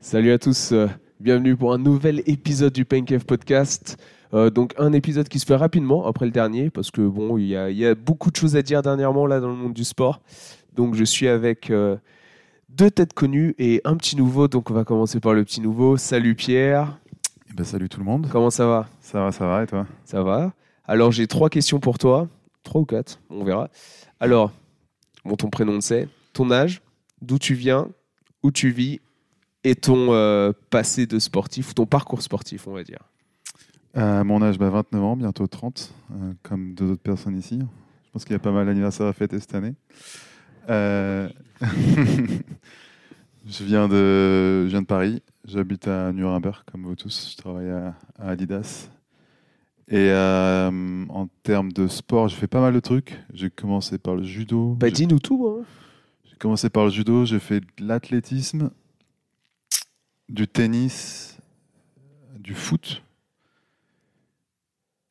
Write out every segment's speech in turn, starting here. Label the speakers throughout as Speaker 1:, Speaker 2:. Speaker 1: Salut à tous, euh, bienvenue pour un nouvel épisode du Pain Cave Podcast. Euh, donc un épisode qui se fait rapidement après le dernier, parce que bon, il y a, il y a beaucoup de choses à dire dernièrement là dans le monde du sport. Donc je suis avec euh, deux têtes connues et un petit nouveau, donc on va commencer par le petit nouveau. Salut Pierre,
Speaker 2: Eh ben, salut tout le monde.
Speaker 1: comment ça va
Speaker 2: Ça va, ça va, et toi
Speaker 1: Ça va. Alors j'ai trois questions pour toi, trois ou quatre, on verra. Alors, bon, ton prénom on sait, ton âge, d'où tu viens, où tu vis et ton euh, passé de sportif ou ton parcours sportif, on va dire.
Speaker 2: Euh, Mon âge, bah, 29 ans, bientôt 30, euh, comme deux autres personnes ici. Je pense qu'il y a pas mal d'anniversaires à fêter cette année. Euh, je, viens de... je viens de Paris, j'habite à Nuremberg, comme vous tous. Je travaille à, à Adidas. Et euh, en termes de sport, j'ai fait pas mal de trucs. J'ai commencé par le judo.
Speaker 1: Bah
Speaker 2: J'ai-
Speaker 1: dis-nous tout. hein.
Speaker 2: J'ai commencé par le judo, j'ai fait de l'athlétisme, du tennis, du foot.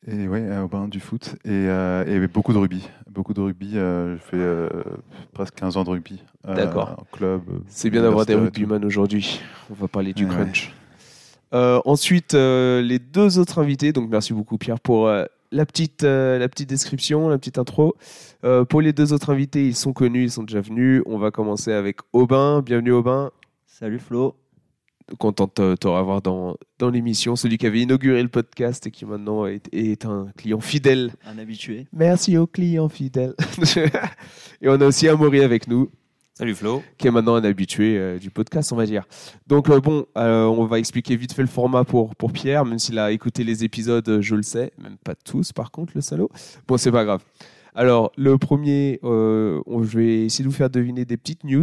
Speaker 2: Et ouais, euh, ben, du foot. Et, euh, et beaucoup de rugby. Beaucoup de rugby. euh, j'ai fait euh, presque 15 ans de rugby. euh,
Speaker 1: D'accord.
Speaker 2: En club. euh,
Speaker 1: C'est bien d'avoir des
Speaker 2: universitaire et
Speaker 1: rugbyman aujourd'hui. On va parler du
Speaker 2: Ouais,
Speaker 1: crunch. Euh, ensuite, euh, les deux autres invités. Donc, merci beaucoup, Pierre, pour euh, la, petite, euh, la petite description, la petite intro. Euh, pour les deux autres invités, ils sont connus, ils sont déjà venus. On va commencer avec Aubin. Bienvenue, Aubin.
Speaker 3: Salut Flo.
Speaker 1: Content de te revoir dans, dans l'émission. Celui qui avait inauguré le podcast et qui maintenant est, est un client fidèle.
Speaker 3: Un habitué.
Speaker 1: Merci aux clients fidèles. et on a aussi Amaury avec nous.
Speaker 4: Salut Flo.
Speaker 1: qui est maintenant un habitué euh, du podcast, on va dire. Donc euh, bon, euh, on va expliquer vite fait le format pour, pour Pierre, même s'il a écouté les épisodes, euh, je le sais, même pas tous par contre, le salaud. Bon, c'est pas grave. Alors, le premier, euh, on- je vais essayer de vous faire deviner des petites news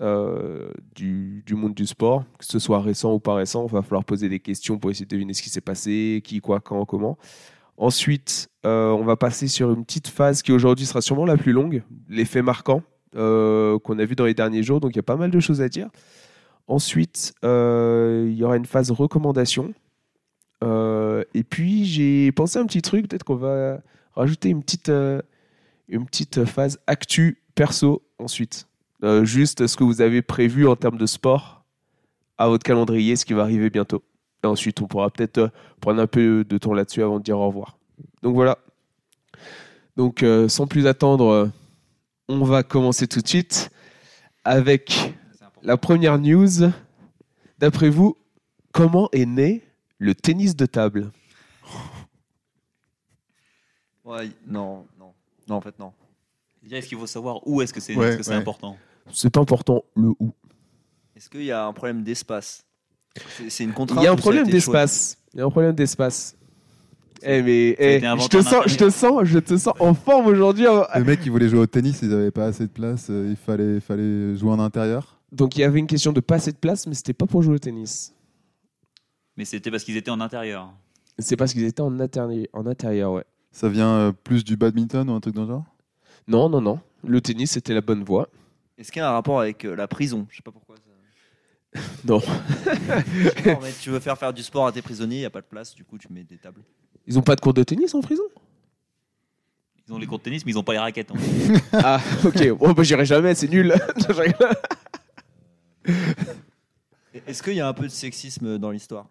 Speaker 1: euh, du, du monde du sport, que ce soit récent ou pas récent, il va falloir poser des questions pour essayer de deviner ce qui s'est passé, qui, quoi, quand, comment. Ensuite, euh, on va passer sur une petite phase qui aujourd'hui sera sûrement la plus longue, les faits marquants euh, qu'on a vu dans les derniers jours, donc il y a pas mal de choses à dire. Ensuite, euh, il y aura une phase recommandation. Euh, et puis, j'ai pensé à un petit truc, peut-être qu'on va rajouter une petite, euh, une petite phase actu perso ensuite. Euh, juste ce que vous avez prévu en termes de sport à votre calendrier, ce qui va arriver bientôt. Et ensuite, on pourra peut-être euh, prendre un peu de temps là-dessus avant de dire au revoir. Donc voilà. Donc, euh, sans plus attendre, euh, on va commencer tout de suite avec la première news. D'après vous, comment est né le tennis de table
Speaker 3: Ouais, y- non, non. Non, en fait, non.
Speaker 4: Déjà, Est-ce qu'il faut savoir où est-ce que c'est
Speaker 2: Ouais,
Speaker 4: est-ce que c'est
Speaker 2: ouais.
Speaker 4: important
Speaker 1: C'est pas important le où.
Speaker 3: Est-ce qu'il y a un problème d'espace C'est c'est une
Speaker 1: Il
Speaker 3: contrainte.
Speaker 1: y a un
Speaker 3: ou ça
Speaker 1: problème
Speaker 3: été choisi
Speaker 1: d'espace. Il y a un problème d'espace. Eh mais
Speaker 4: a
Speaker 1: eh,
Speaker 4: été inventé
Speaker 1: je te
Speaker 4: en
Speaker 1: sens, je te
Speaker 4: Internet.
Speaker 1: sens, je te sens en forme aujourd'hui.
Speaker 2: Le mec, il voulait jouer au tennis, ils n'avaient pas assez de place, euh, il fallait, fallait jouer en intérieur.
Speaker 1: Donc il y avait une question de pas assez de place, mais c'était pas pour jouer au tennis.
Speaker 4: Mais c'était parce qu'ils étaient en intérieur.
Speaker 1: C'est parce qu'ils étaient en, interni- en intérieur, ouais.
Speaker 2: Ça vient euh, plus du badminton ou un truc dans le genre
Speaker 1: Non, non, non. Le tennis, c'était la bonne voie.
Speaker 3: Est-ce qu'il y a un rapport avec euh, la prison Je sais pas pourquoi. Ça...
Speaker 1: Non.
Speaker 3: Non, mais tu veux faire faire du sport à tes prisonniers, il n'y a pas de place, du coup, tu mets des tables.
Speaker 1: Ils ont pas de cours de tennis en prison
Speaker 4: Ils ont les cours de tennis, mais ils n'ont pas les raquettes. en fait.
Speaker 1: Ah, ok. Bon, bah, j'irai jamais, c'est nul. Je rigole.
Speaker 3: Et- Est-ce qu'il y a un peu de sexisme dans l'histoire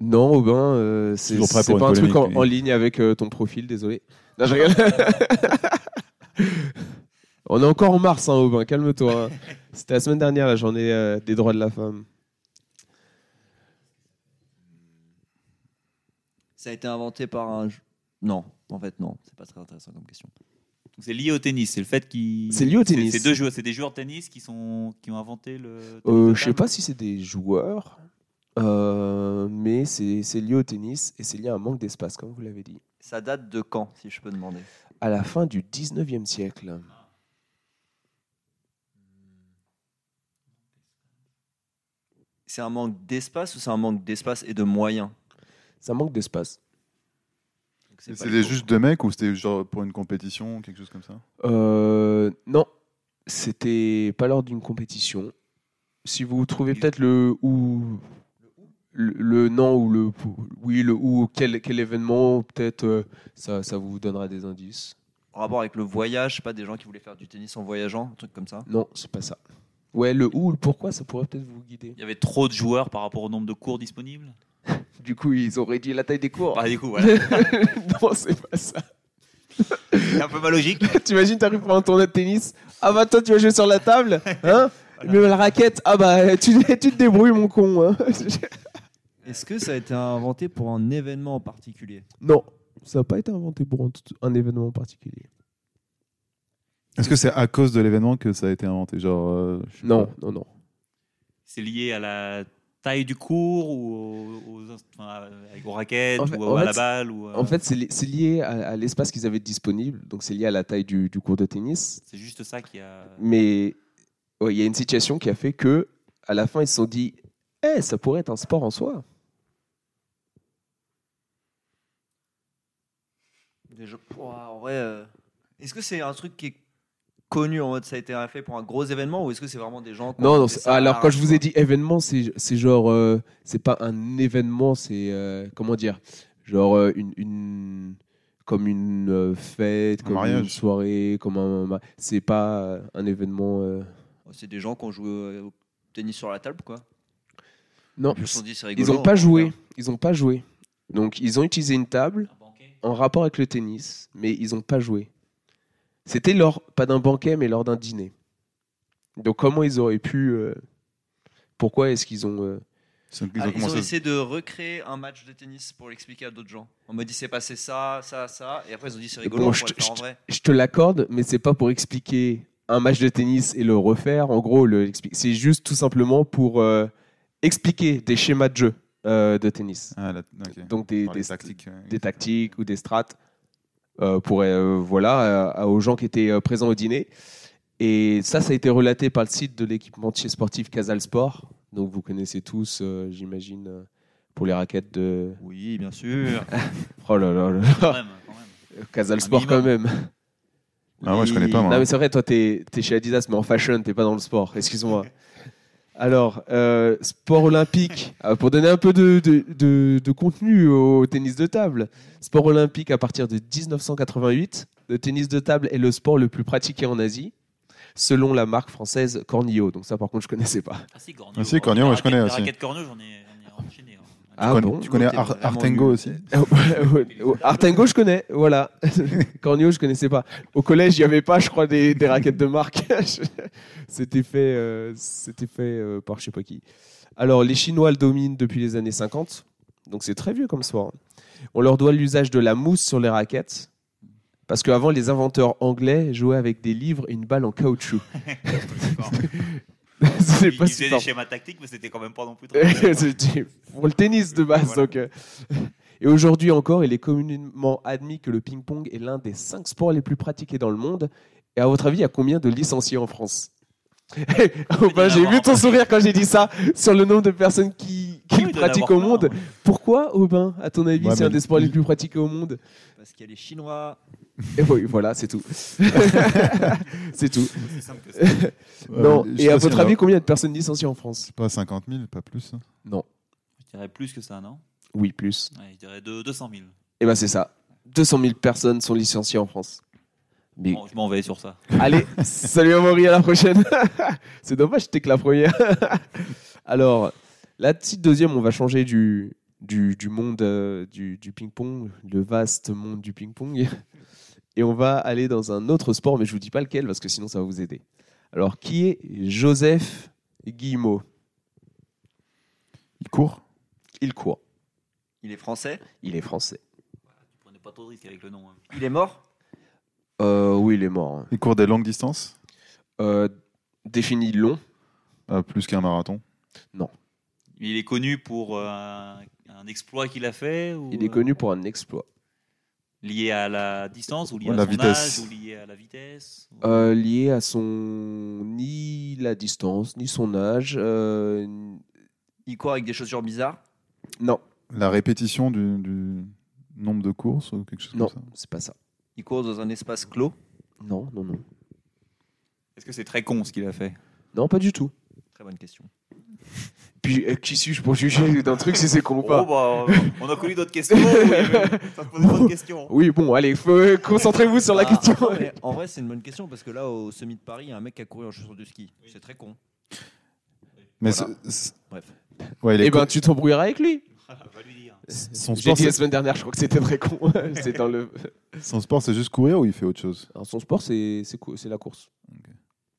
Speaker 1: Non, Aubin, euh, c'est
Speaker 2: Toujours prêt
Speaker 1: c'est
Speaker 2: pour
Speaker 1: pas un
Speaker 2: une
Speaker 1: truc en,
Speaker 2: polémique,
Speaker 1: en
Speaker 2: lui.
Speaker 1: ligne avec euh, ton profil, désolé. Non, je rigole. On est encore en mars, hein, Aubin, calme-toi. hein. C'était la semaine dernière, la journée euh, des droits de la femme.
Speaker 3: Ça a été inventé par un. j- Non, en fait, non. C'est pas très intéressant comme question.
Speaker 4: Donc, C'est lié au tennis. C'est le fait qu'ils.
Speaker 1: C'est lié au tennis.
Speaker 4: C'est deux joueurs. C'est des joueurs de tennis qui sont qui ont inventé le. tennis
Speaker 1: Euh,
Speaker 4: de
Speaker 1: je sais
Speaker 4: table.
Speaker 1: pas si c'est des joueurs, euh, mais c'est c'est lié au tennis et c'est lié à un manque d'espace, comme vous l'avez dit.
Speaker 3: Ça date de quand, si je peux demander
Speaker 1: À la fin du 19e siècle.
Speaker 3: C'est un manque d'espace ou c'est un manque d'espace et de moyens
Speaker 1: Ça manque d'espace.
Speaker 3: Donc,
Speaker 2: Et
Speaker 3: pas
Speaker 2: C'était
Speaker 3: le
Speaker 2: juste deux mecs ou c'était genre pour une compétition, quelque chose comme ça
Speaker 1: Euh, non, c'était pas lors d'une compétition. Si vous trouvez peut-être le ou le, le non ou le oui le ou quel, quel événement peut-être euh, ça, ça vous donnera des indices.
Speaker 3: en rapport avec le voyage, je sais pas des gens qui voulaient faire du tennis en voyageant, un truc comme ça.
Speaker 1: Non, c'est pas ça. Ouais, le où ou le pourquoi, ça pourrait peut-être vous guider.
Speaker 4: Il y avait trop de joueurs par rapport au nombre de cours disponibles
Speaker 1: Du coup, ils ont réduit la taille des cours.
Speaker 4: Bah, du coup, voilà.
Speaker 1: non, c'est pas ça.
Speaker 4: C'est un peu ma logique.
Speaker 1: T'imagines, t'arrives pour un tournoi de tennis. Ah bah toi, tu vas jouer sur la table, hein Mais la raquette, ah bah tu, tu te débrouilles, mon con. hein.
Speaker 5: Est-ce que ça a été inventé pour un événement en particulier
Speaker 1: non, ça n'a pas été inventé pour un, tout- un événement en particulier.
Speaker 2: Est-ce que c'est à cause de l'événement que ça a été inventé Genre, euh, je sais
Speaker 1: Non,
Speaker 2: pas.
Speaker 1: non, non.
Speaker 4: C'est lié à la taille du cours ou aux, aux inst- enfin, à- aux raquettes
Speaker 1: En fait-
Speaker 4: ou
Speaker 1: en
Speaker 4: à
Speaker 1: fait,
Speaker 4: la
Speaker 1: c'est-
Speaker 4: balle ou euh, à-
Speaker 1: En fait, c'est li- c'est lié à, à l'espace qu'ils avaient disponible, donc c'est lié à la taille du, du cours de tennis.
Speaker 4: c'est juste ça qui a.
Speaker 1: Mais ouais, il y a une situation qui a fait que, à la fin, ils se sont dit, eh, ça pourrait être un sport en soi.
Speaker 5: Déjà, ouah, en vrai, euh, est-ce que c'est un truc qui est connu en mode ça a été fait pour un gros événement ou est-ce que c'est vraiment des gens qui ont
Speaker 1: Non, non.
Speaker 5: fait
Speaker 1: c'est-
Speaker 5: ça à
Speaker 1: Alors quand je
Speaker 5: l'arrache,
Speaker 1: vous ai
Speaker 5: quoi
Speaker 1: dit événement, c'est c'est genre, euh, c'est pas un événement, c'est euh, comment dire, genre euh, une, une- comme une euh, fête,
Speaker 2: Un
Speaker 1: comme une
Speaker 2: mariage.
Speaker 1: soirée, comme un, ma- c'est pas euh, un événement. euh,
Speaker 5: Oh, C'est des gens qui ont joué euh, au tennis sur la table quoi.
Speaker 1: Non,
Speaker 5: Ils se sont dit c'est rigolo.
Speaker 1: ils
Speaker 5: on
Speaker 1: ont pas
Speaker 5: va
Speaker 1: joué,
Speaker 5: faire.
Speaker 1: ils ont pas joué. Donc ils ont utilisé une table
Speaker 4: Un banquet
Speaker 1: en rapport avec le tennis, mais ils ont pas joué. C'était lors pas d'un banquet, mais lors d'un dîner. Donc comment ils auraient pu, euh, pourquoi est-ce qu'ils ont euh,
Speaker 2: Ils ont, ils
Speaker 5: Ah,
Speaker 2: ont
Speaker 5: Ils ont,
Speaker 2: commencé.
Speaker 5: essayé de recréer un match de tennis pour l'expliquer à d'autres gens. On m'a dit c'est passé ça, ça, ça, et après ils ont dit c'est rigolo,
Speaker 1: Bon,
Speaker 5: on
Speaker 1: je
Speaker 5: pourrait
Speaker 1: te-
Speaker 5: le faire en
Speaker 1: je
Speaker 5: vrai.
Speaker 1: je te l'accorde, mais c'est pas pour expliquer un match de tennis et le refaire. En gros, le expli- c'est juste tout simplement pour euh, expliquer des schémas de jeu euh, de tennis.
Speaker 2: Ah, là, ok.
Speaker 1: Donc des,
Speaker 2: Par les
Speaker 1: des-
Speaker 2: tactiques. euh, ouais.
Speaker 1: des tactiques ou des strates euh, pour euh, voilà euh, aux gens qui étaient euh, présents au dîner. Et ça, ça a été relaté par le site de l'équipementier sportif Casal Sport. Donc vous connaissez tous, euh, j'imagine, euh, pour les raquettes de.
Speaker 3: Oui, bien sûr.
Speaker 1: Oh là là, là
Speaker 4: quand
Speaker 1: là.
Speaker 4: même, quand même.
Speaker 1: Casal
Speaker 4: Un
Speaker 1: Sport quand même.
Speaker 2: Ah, moi, je connais pas, moi.
Speaker 1: Non, mais c'est vrai, toi, t'es es chez Adidas, mais en fashion, t'es pas dans le sport. Excuse-moi. Alors, euh, sport olympique, Euh, pour donner un peu de, de- de- de contenu au tennis de table. Sport olympique à partir de 1988. Le tennis de table est le sport le plus pratiqué en Asie, selon la marque française Cornillo. Donc, ça, par contre, je connaissais pas.
Speaker 4: Ah si, Corneau.
Speaker 2: Ah si, Corneau, moi, je connais
Speaker 4: Les
Speaker 2: aussi.
Speaker 4: raquettes Corneau, j'en ai, j'en ai enchaîné. hein.
Speaker 1: Ah
Speaker 2: Con-
Speaker 1: bon
Speaker 2: tu connais
Speaker 5: T'es
Speaker 2: Ar-
Speaker 5: vraiment
Speaker 2: Artengo
Speaker 5: nul.
Speaker 2: aussi
Speaker 1: Euh, Artengo, je connais, voilà. Cornio, je connaissais pas. Au collège, il n'y avait pas, je crois, des, des raquettes de marque. C'était fait, euh, c'était fait euh, par je sais pas qui. Alors, les Chinois le dominent depuis les années 50, donc c'est très vieux comme sport. hein. On leur doit l'usage de la mousse sur les raquettes, parce qu'avant, les inventeurs anglais jouaient avec des livres et une balle en caoutchouc.
Speaker 4: D'accord.
Speaker 1: c'est
Speaker 4: Ils
Speaker 1: pas
Speaker 4: faisaient
Speaker 1: super
Speaker 4: des schémas tactiques, mais c'était quand même pas non plus. très-
Speaker 1: C'est pour le tennis de base.
Speaker 4: Voilà.
Speaker 1: Donc, euh. Et aujourd'hui encore, il est communément admis que le ping-pong est l'un des cinq sports les plus pratiqués dans le monde. Et à votre avis, il y a combien de licenciés en France Aubin, J'ai vu ton sourire quand j'ai dit ça sur le nombre de personnes qui, qui
Speaker 4: Ah Oui,
Speaker 1: le
Speaker 4: il doit y en
Speaker 1: pratiquent au
Speaker 4: avoir plein,
Speaker 1: monde.
Speaker 4: hein.
Speaker 1: Pourquoi, Aubin, à ton avis,
Speaker 2: Ouais,
Speaker 1: c'est un
Speaker 2: mais
Speaker 1: des sports les
Speaker 2: il-
Speaker 1: plus pratiqués au monde
Speaker 5: Parce qu'il y a les Chinois.
Speaker 1: Et oui, voilà, c'est tout. c'est tout.
Speaker 4: C'est aussi simple que ça.
Speaker 2: Euh,
Speaker 1: non.
Speaker 2: je sais
Speaker 1: Et à
Speaker 2: pas s'il y
Speaker 1: votre
Speaker 2: en a
Speaker 1: avis, combien de personnes licenciées en France
Speaker 2: Pas 50 000, pas plus. hein.
Speaker 4: Je dirais plus que ça, non
Speaker 1: Oui, plus.
Speaker 4: Ouais, Je dirais de- 200 000.
Speaker 1: Et ben c'est ça. 200 000 personnes sont licenciées en France. Mais
Speaker 4: Bon, je m'en vais sur ça.
Speaker 1: Allez, salut Amaury, à la prochaine. C'est dommage, t'es que la première. Alors, la petite deuxième, on va changer du, du, du monde euh, du, du ping-pong, le vaste monde du ping-pong. Et on va aller dans un autre sport, mais je vous dis pas lequel, parce que sinon ça va vous aider. Alors, qui est Joseph Guillemot
Speaker 2: Il court
Speaker 1: Il court,
Speaker 5: Il est français.
Speaker 1: il est français.
Speaker 4: Tu prenais pas trop de risques avec le nom. hein.
Speaker 5: Il est mort.
Speaker 1: Euh, oui, il est mort. hein.
Speaker 2: Il court des longues distances
Speaker 1: Euh, défini long,
Speaker 2: Ah, Plus qu'un marathon.
Speaker 4: Il est connu pour euh, un, un exploit qu'il a fait ou,
Speaker 1: il est
Speaker 4: euh,
Speaker 1: connu pour un exploit.
Speaker 4: lié à la distance ou lié
Speaker 2: Ou
Speaker 4: à
Speaker 2: la
Speaker 4: son
Speaker 2: vitesse.
Speaker 4: âge ou lié à la vitesse ou-
Speaker 1: Euh, lié à son ni la distance ni son âge euh, n-
Speaker 5: Il court avec des chaussures bizarres.
Speaker 1: non
Speaker 2: La répétition du, du nombre de courses ou quelque chose
Speaker 1: non
Speaker 2: comme ça
Speaker 1: c'est pas ça
Speaker 5: Il court dans un espace clos.
Speaker 1: non non non
Speaker 4: Est-ce que c'est très con ce qu'il a fait
Speaker 1: non pas du tout
Speaker 5: Très bonne question.
Speaker 1: puis euh, qui suis-je pour juger d'un truc si c'est con ou pas
Speaker 4: Oh, bah, On a connu d'autres questions. où il y avait- Ça te posait pas de questions.
Speaker 1: oui bon allez faut- euh, concentrez-vous sur la
Speaker 5: Ah,
Speaker 1: question Eh
Speaker 5: mais en vrai, c'est une bonne question parce que là, au semi de Paris, il y a un mec qui a couru en chaussures de ski. C'est très con.
Speaker 2: Mais
Speaker 3: Voilà.
Speaker 2: ce- ce-
Speaker 3: Bref.
Speaker 2: Ouais, il est
Speaker 1: Eh ben,
Speaker 2: con-
Speaker 1: tu t'embrouilleras avec lui.
Speaker 4: Ah, va lui dire.
Speaker 2: son,
Speaker 1: J'ai
Speaker 2: sport,
Speaker 1: dit la
Speaker 2: c'est-
Speaker 1: semaine dernière, je crois que c'était très con. c'est dans le.
Speaker 2: son sport, c'est juste courir ou il fait autre chose
Speaker 1: Alors, son sport, c'est c'est cou- c'est la course.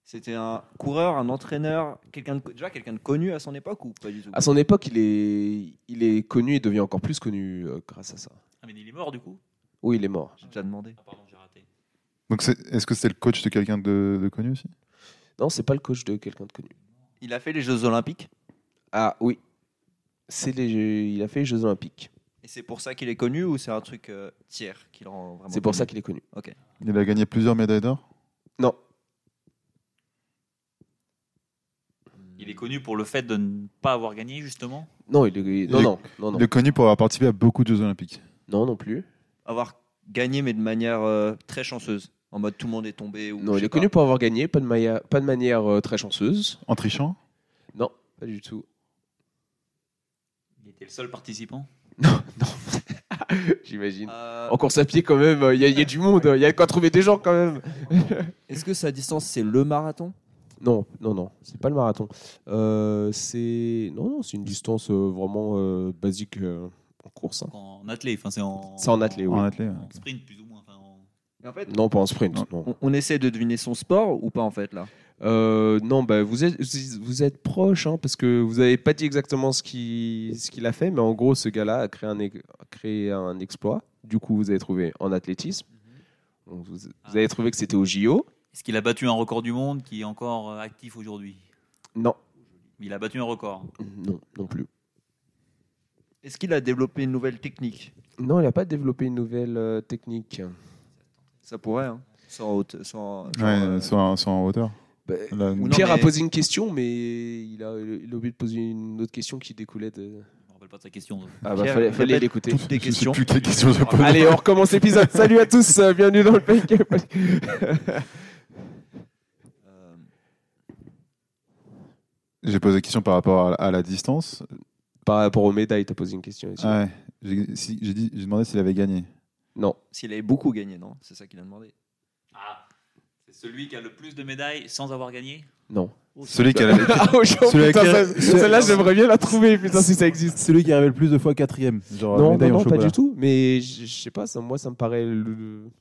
Speaker 5: C'était un coureur, un entraîneur, quelqu'un de, déjà quelqu'un de connu à son époque ou pas du tout
Speaker 1: À son époque, il est il est connu et devient encore plus connu euh, grâce à ça.
Speaker 4: Ah, mais il est mort du coup
Speaker 1: Oui, il est mort.
Speaker 5: J'ai déjà demandé.
Speaker 4: Ah, pardon, j'ai raté.
Speaker 2: Donc, c'est- est-ce que c'est le coach de quelqu'un de, de connu aussi
Speaker 1: Non, c'est pas le coach de quelqu'un de connu.
Speaker 5: Il a fait les Jeux Olympiques
Speaker 1: Ah oui. C'est les Jeux- il a fait les Jeux Olympiques.
Speaker 5: et c'est pour ça qu'il est connu ou c'est un truc euh, tiers qui le rend vraiment
Speaker 1: C'est pour
Speaker 5: connu
Speaker 1: ça qu'il est connu.
Speaker 2: Il a gagné plusieurs médailles d'or
Speaker 1: Non,
Speaker 4: Il est connu pour le fait de ne pas avoir gagné justement.
Speaker 1: non, il est... non,
Speaker 2: Le-
Speaker 1: non, non, non,
Speaker 2: Il est connu pour avoir participé à beaucoup de Jeux Olympiques.
Speaker 1: non, non plus.
Speaker 5: avoir gagné mais de manière euh, très chanceuse, en mode tout le monde est tombé ou
Speaker 1: Non,
Speaker 5: je
Speaker 1: il
Speaker 5: sais
Speaker 1: est connu
Speaker 5: pas.
Speaker 1: pour avoir gagné, pas de, maia- pas de manière euh, très chanceuse.
Speaker 2: En trichant
Speaker 1: Non, pas du tout.
Speaker 4: Il était le seul participant.
Speaker 1: Non, non. J'imagine.
Speaker 5: Euh,
Speaker 1: En course à pied, quand même, il y, a- y a du monde, hein. il y a de quoi trouver des gens quand même.
Speaker 5: Est-ce que sa distance c'est le marathon
Speaker 1: Non, non, non, c'est pas le marathon. Euh, c'est non, non, c'est une distance euh, vraiment euh, basique euh, en course. hein.
Speaker 4: En athlé, enfin c'est en.
Speaker 1: C'est en athlé, oui.
Speaker 2: En athlète
Speaker 4: en sprint plus ou moins. enfin, en-
Speaker 5: En fait,
Speaker 1: Non, pas en sprint.
Speaker 2: Non.
Speaker 1: Non,
Speaker 5: on, on essaie de deviner son sport ou pas en fait là
Speaker 1: Euh, non bah, vous êtes vous- vous êtes proche hein, parce que vous avez pas dit exactement ce qui ce qu'il a fait, mais en gros, ce gars-là a créé un ex- a créé un exploit. Du coup, vous avez trouvé en athlétisme. Donc, Vous, vous avez trouvé que c'était au JO.
Speaker 4: Est-ce qu'il a battu un record du monde qui est encore euh, actif aujourd'hui
Speaker 1: Non,
Speaker 4: Il a battu un record.
Speaker 1: non, non plus.
Speaker 5: Est-ce qu'il a développé une nouvelle technique
Speaker 1: Non, il n'a pas développé une nouvelle euh, technique.
Speaker 5: Ça pourrait, hein. sans haute, sans.
Speaker 2: Ouais,
Speaker 5: genre, euh,
Speaker 2: soit, en- soit en hauteur.
Speaker 1: Bah,
Speaker 2: Là,
Speaker 5: Ou non,
Speaker 1: Pierre a
Speaker 5: mais-
Speaker 1: posé une question, mais il a, il a oublié de poser une autre question qui découlait de.
Speaker 4: Je me rappelle pas de sa question. donc.
Speaker 1: Ah bah
Speaker 5: Pierre,
Speaker 1: fallait, fallait
Speaker 5: répète
Speaker 1: l'écouter.
Speaker 5: toutes les
Speaker 2: je sais
Speaker 5: questions.
Speaker 2: plus quelle question je pose.
Speaker 1: Allez, on recommence l'épisode. Salut à tous, euh, bienvenue dans le Pays
Speaker 5: Euh,
Speaker 2: J'ai posé la question par rapport à, à la distance.
Speaker 1: Par rapport aux médailles, t'as posé une question aussi.
Speaker 2: Ouais. J'ai si- j'ai dit- j'ai demandé s'il avait gagné.
Speaker 1: Non,
Speaker 5: S'il avait beaucoup gagné, non C'est ça qu'il a demandé.
Speaker 4: Ah, c'est celui qui a le plus de médailles sans avoir gagné
Speaker 1: non.
Speaker 2: Celui qui, a-
Speaker 1: Ah, oh, j'ai-
Speaker 2: Celui avec
Speaker 1: putain,
Speaker 2: la-
Speaker 1: ça-
Speaker 2: celui-
Speaker 1: celle-là, j'aimerais bien la trouver, putain, si ça existe.
Speaker 2: celui qui est arrivé le plus de fois quatrième. Genre
Speaker 1: Non, non,
Speaker 2: médaille en
Speaker 1: non, pas
Speaker 2: chocolat.
Speaker 1: du tout, mais je je sais pas, ça, moi ça me paraît. le-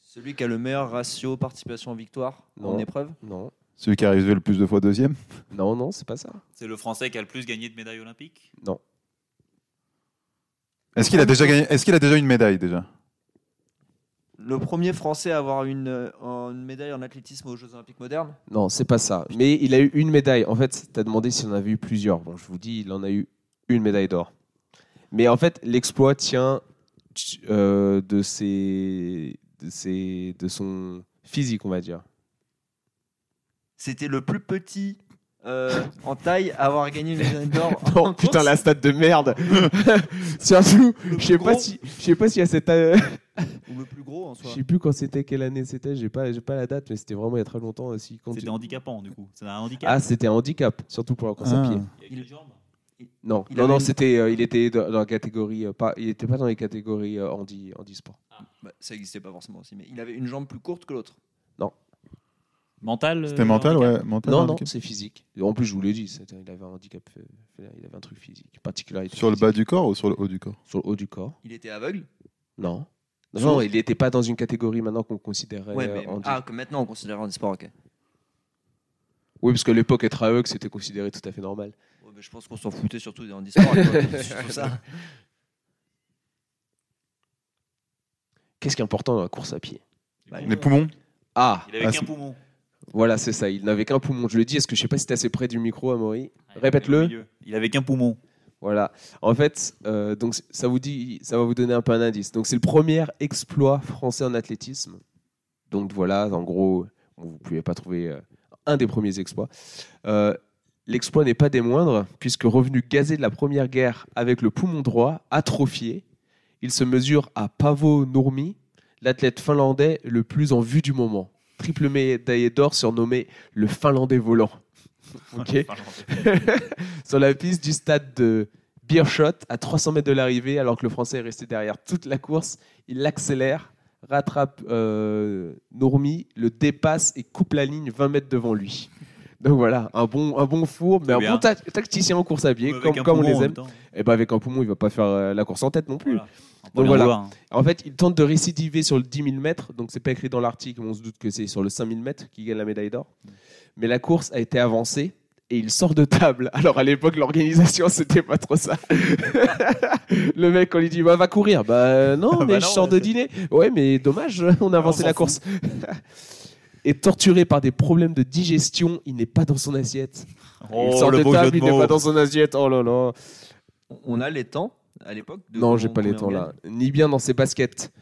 Speaker 5: Celui qui a le meilleur ratio participation-victoire
Speaker 1: Non.
Speaker 5: en épreuve
Speaker 1: Non,
Speaker 2: Celui qui est arrivé le plus de fois deuxième.
Speaker 1: non, non, c'est pas ça.
Speaker 4: C'est le Français qui a le plus gagné de médailles olympiques
Speaker 1: Non,
Speaker 2: Est-ce qu'il a déjà gagné Est-ce qu'il a déjà une médaille déjà
Speaker 1: Euh,
Speaker 5: Le premier Français à avoir une, euh, une médaille en athlétisme aux Jeux Olympiques modernes
Speaker 1: non, c'est pas ça. Mais il a eu une médaille. En fait, t'as demandé s'il en avait eu plusieurs. Bon, je vous dis, il en a eu une médaille d'or. Mais en fait, l'exploit tient euh, de ses, de ses, de son physique, on va dire.
Speaker 5: C'était le plus petit euh, en taille à avoir gagné une médaille d'or. en
Speaker 1: Non, Oh, putain,
Speaker 5: course.
Speaker 1: la stat de merde. Surtout,
Speaker 5: Le
Speaker 1: je sais
Speaker 5: plus
Speaker 1: pas
Speaker 5: gros
Speaker 1: si, je sais pas si à cette, euh,
Speaker 5: Ou le plus gros en
Speaker 1: je
Speaker 5: soi.
Speaker 1: sais plus quand c'était, quelle année c'était, j'ai pas, j'ai pas la date, mais c'était vraiment il y a très longtemps aussi. Quand
Speaker 4: C'était
Speaker 1: tu-
Speaker 4: handicapant du coup. C'est un handicap.
Speaker 1: Ah, c'était un handicap, surtout pour la course à
Speaker 2: Ah.
Speaker 1: pied.
Speaker 4: Il a une jambe.
Speaker 1: Non,
Speaker 5: Il
Speaker 1: non,
Speaker 5: avait
Speaker 1: non,
Speaker 5: une-
Speaker 1: c'était, euh, il était dans dans la catégorie, euh, pas, il était pas dans les catégories euh, handi, handisport.
Speaker 5: Bah, ça n'existait pas forcément aussi, mais il avait une jambe plus courte que l'autre.
Speaker 4: Mental. euh,
Speaker 2: C'était mental, ouais. Mental, hein,
Speaker 1: Non, non,
Speaker 2: handicap.
Speaker 1: c'est physique. En plus, je vous l'ai dit, c'était- il avait un handicap, euh, il avait un truc physique, particularité.
Speaker 2: Sur le
Speaker 1: physique.
Speaker 2: bas du corps ou sur le haut du corps
Speaker 1: sur le haut du corps.
Speaker 5: Il était aveugle
Speaker 1: Non. Non,
Speaker 5: Sur-
Speaker 1: non, il n'était pas dans une catégorie maintenant qu'on considérait
Speaker 5: Ouais,
Speaker 1: euh,
Speaker 5: mais.
Speaker 1: handi.
Speaker 5: Ah, que maintenant on considère en sport, ok.
Speaker 1: Oui, parce que l'époque être aveugle, c'était considéré tout à fait normal.
Speaker 5: Ouais, mais je pense qu'on s'en foutait surtout des handisports. quoi. C'est surtout ça.
Speaker 1: Qu'est-ce qui est important dans la course à pied
Speaker 5: Bah,
Speaker 2: Les poumons
Speaker 1: Ah,
Speaker 4: Il avait
Speaker 2: Ah,
Speaker 4: qu'un
Speaker 2: c'est-
Speaker 4: poumon.
Speaker 1: voilà, c'est ça. Il n'avait qu'un poumon. Je le dis, est-ce que je sais pas si t'es assez près du micro, Amaury
Speaker 4: Ah, il
Speaker 1: Répète-le.
Speaker 4: avait au milieu. Il avait qu'un poumon.
Speaker 1: Voilà. En fait, euh, donc ça vous dit, ça va vous donner un peu un indice. Donc c'est le premier exploit français en athlétisme. Donc voilà, en gros, bon, vous pouvez pas trouver euh, un des premiers exploits. Euh, L'exploit n'est pas des moindres, puisque revenu gazé de la première guerre avec le poumon droit atrophié, il se mesure à Pavo Nurmi, l'athlète finlandais le plus en vue du moment. Triple médaillé d'or surnommé le Finlandais volant. Ok sur la piste du stade de Beershot à 300 mètres de l'arrivée, alors que le Français est resté derrière toute la course. Il accélère, rattrape euh, Nourmi, le dépasse et coupe la ligne 20 mètres devant lui. Donc voilà, un bon, un bon four, mais
Speaker 4: Bien.
Speaker 1: un bon ta- tacticien en course à pied,
Speaker 4: Avec
Speaker 1: comme,
Speaker 4: un
Speaker 1: comme on
Speaker 4: poumon en
Speaker 1: les
Speaker 4: même
Speaker 1: aime.
Speaker 4: temps.
Speaker 1: Et ben avec un poumon, il va pas faire euh, la course en tête non plus.
Speaker 4: Voilà. On peut
Speaker 1: Donc
Speaker 4: bien
Speaker 1: voilà.
Speaker 4: voir, hein.
Speaker 1: En fait, il tente de récidiver sur le 10 000 mètres, donc c'est pas écrit dans l'article, on se doute que c'est sur le 5 000 mètres qu'il gagne la médaille d'or.
Speaker 4: Mm.
Speaker 1: Mais la course a été avancée et il sort de table. Alors à l'époque, l'organisation, c'était pas trop ça. le mec, on lui dit bah, va courir. Bah non,
Speaker 4: Bah
Speaker 1: mais
Speaker 4: non,
Speaker 1: je sors
Speaker 4: ouais,
Speaker 1: de
Speaker 4: c'est-
Speaker 1: dîner. Ouais, mais dommage, on a avancé
Speaker 4: s'en
Speaker 1: la course. et torturé par des problèmes de digestion, il n'est pas dans son assiette. il
Speaker 4: Oh,
Speaker 1: sort
Speaker 4: le
Speaker 1: de
Speaker 4: beau
Speaker 1: table,
Speaker 4: jeu de
Speaker 1: il n'est
Speaker 4: mots.
Speaker 1: pas dans son assiette. Oh là là.
Speaker 5: On a les temps à l'époque de
Speaker 1: Non, j'ai
Speaker 5: combien-
Speaker 1: pas les
Speaker 5: combien
Speaker 1: temps
Speaker 5: on
Speaker 1: là. Ni bien dans ses baskets.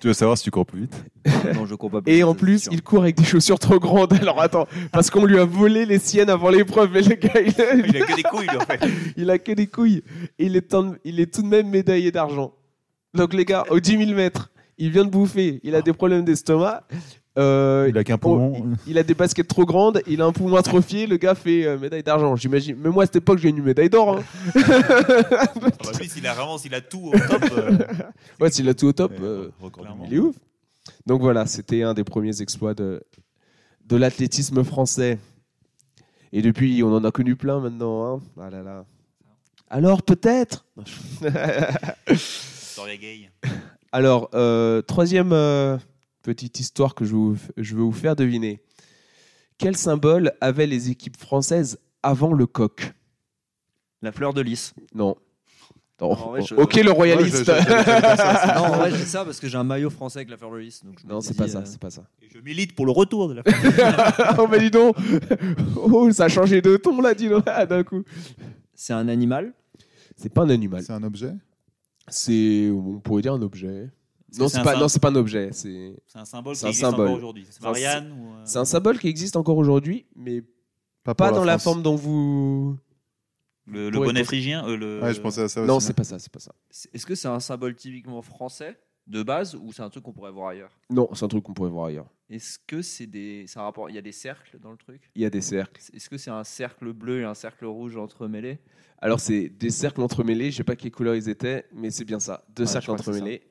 Speaker 2: Tu veux savoir si tu cours plus vite
Speaker 5: gagne Non, je cours pas plus,
Speaker 1: Et en
Speaker 5: ça,
Speaker 1: plus,
Speaker 5: c'est sûr.
Speaker 1: il court avec des chaussures trop grandes. Alors attends, parce qu'on lui a volé les siennes avant l'épreuve, mais le gars, il
Speaker 2: Ah,
Speaker 1: a,
Speaker 4: Il a que des couilles, lui, en fait.
Speaker 1: il a que des couilles. Et il est, en- il est tout de même médaillé d'argent. Donc les gars, aux 10 000 mètres, il vient de bouffer, il a des problèmes d'estomac. euh,
Speaker 2: Ah. Il a qu'un
Speaker 1: oh,
Speaker 2: poumon.
Speaker 1: il, il a des baskets trop grandes, il a un poumon atrophié, le gars fait euh, médaille d'argent, j'imagine. Mais moi à cette époque, j'ai une médaille d'or. hein.
Speaker 4: Ah bah, lui, s'il a vraiment, s'il a tout au top. euh,
Speaker 1: Ouais, s'il a tout au top,
Speaker 2: Ouais,
Speaker 1: euh,
Speaker 2: record du
Speaker 4: clairement.
Speaker 1: il est ouf. Donc voilà, c'était un des premiers exploits de, de l'athlétisme français. Et depuis, on en a connu plein maintenant. hein. Ah là là. Alors peut-être
Speaker 4: Victoria Gay.
Speaker 1: Alors, euh, troisième euh, petite histoire que je, vous- je veux vous faire deviner. Quel symbole avaient les équipes françaises avant le coq
Speaker 5: La fleur de lys.
Speaker 1: Non. Non.
Speaker 5: En vrai, je-
Speaker 1: Ok, le royaliste.
Speaker 2: Moi, je-
Speaker 5: non, en vrai, j'ai ça parce que j'ai un maillot français avec la fleur de lys. donc je
Speaker 1: non,
Speaker 5: m'étais
Speaker 1: c'est pas
Speaker 5: dit,
Speaker 1: ça,
Speaker 5: euh,
Speaker 1: c'est pas ça.
Speaker 4: Et je milite pour le retour de la
Speaker 1: oh, mais dis donc Oh, ça a changé de ton là, dis donc, ah, d'un coup.
Speaker 5: C'est un animal.
Speaker 1: C'est pas un animal.
Speaker 2: C'est un objet
Speaker 1: C'est, on pourrait dire un objet.
Speaker 4: Est-ce
Speaker 1: Non,
Speaker 4: que c'est
Speaker 1: c'est
Speaker 4: un
Speaker 1: pas,
Speaker 4: sym-
Speaker 1: non, c'est pas un objet. C'est,
Speaker 4: C'est un symbole qui
Speaker 1: C'est un
Speaker 4: existe encore
Speaker 1: symbole.
Speaker 4: aujourd'hui. C'est
Speaker 1: C'est un sy-
Speaker 4: Marianne ou, euh,
Speaker 1: c'est un symbole qui existe encore aujourd'hui, mais
Speaker 2: pour
Speaker 1: pas dans la
Speaker 2: France.
Speaker 1: forme dont vous.
Speaker 4: le, le
Speaker 1: Ouais,
Speaker 4: bonnet
Speaker 1: pour-
Speaker 4: phrygien euh, le...
Speaker 2: Ouais, je pensais à ça
Speaker 1: Non,
Speaker 2: aussi.
Speaker 1: c'est pas ça, c'est pas ça.
Speaker 5: C'est- Est-ce que c'est un symbole typiquement français de base ou c'est un truc qu'on pourrait voir ailleurs
Speaker 1: Non, c'est un truc qu'on pourrait voir ailleurs.
Speaker 5: Est-ce que c'est des. c'est un rapport. Il y a des cercles dans le truc
Speaker 1: Il y a des cercles.
Speaker 5: C'est- Est-ce que c'est un cercle bleu et un cercle rouge entremêlés
Speaker 1: Alors, c'est des cercles entremêlés. Je sais pas quelle couleur ils étaient, mais c'est bien ça. Deux
Speaker 5: Ouais, je
Speaker 1: cercles
Speaker 5: crois que c'est
Speaker 1: entremêlés.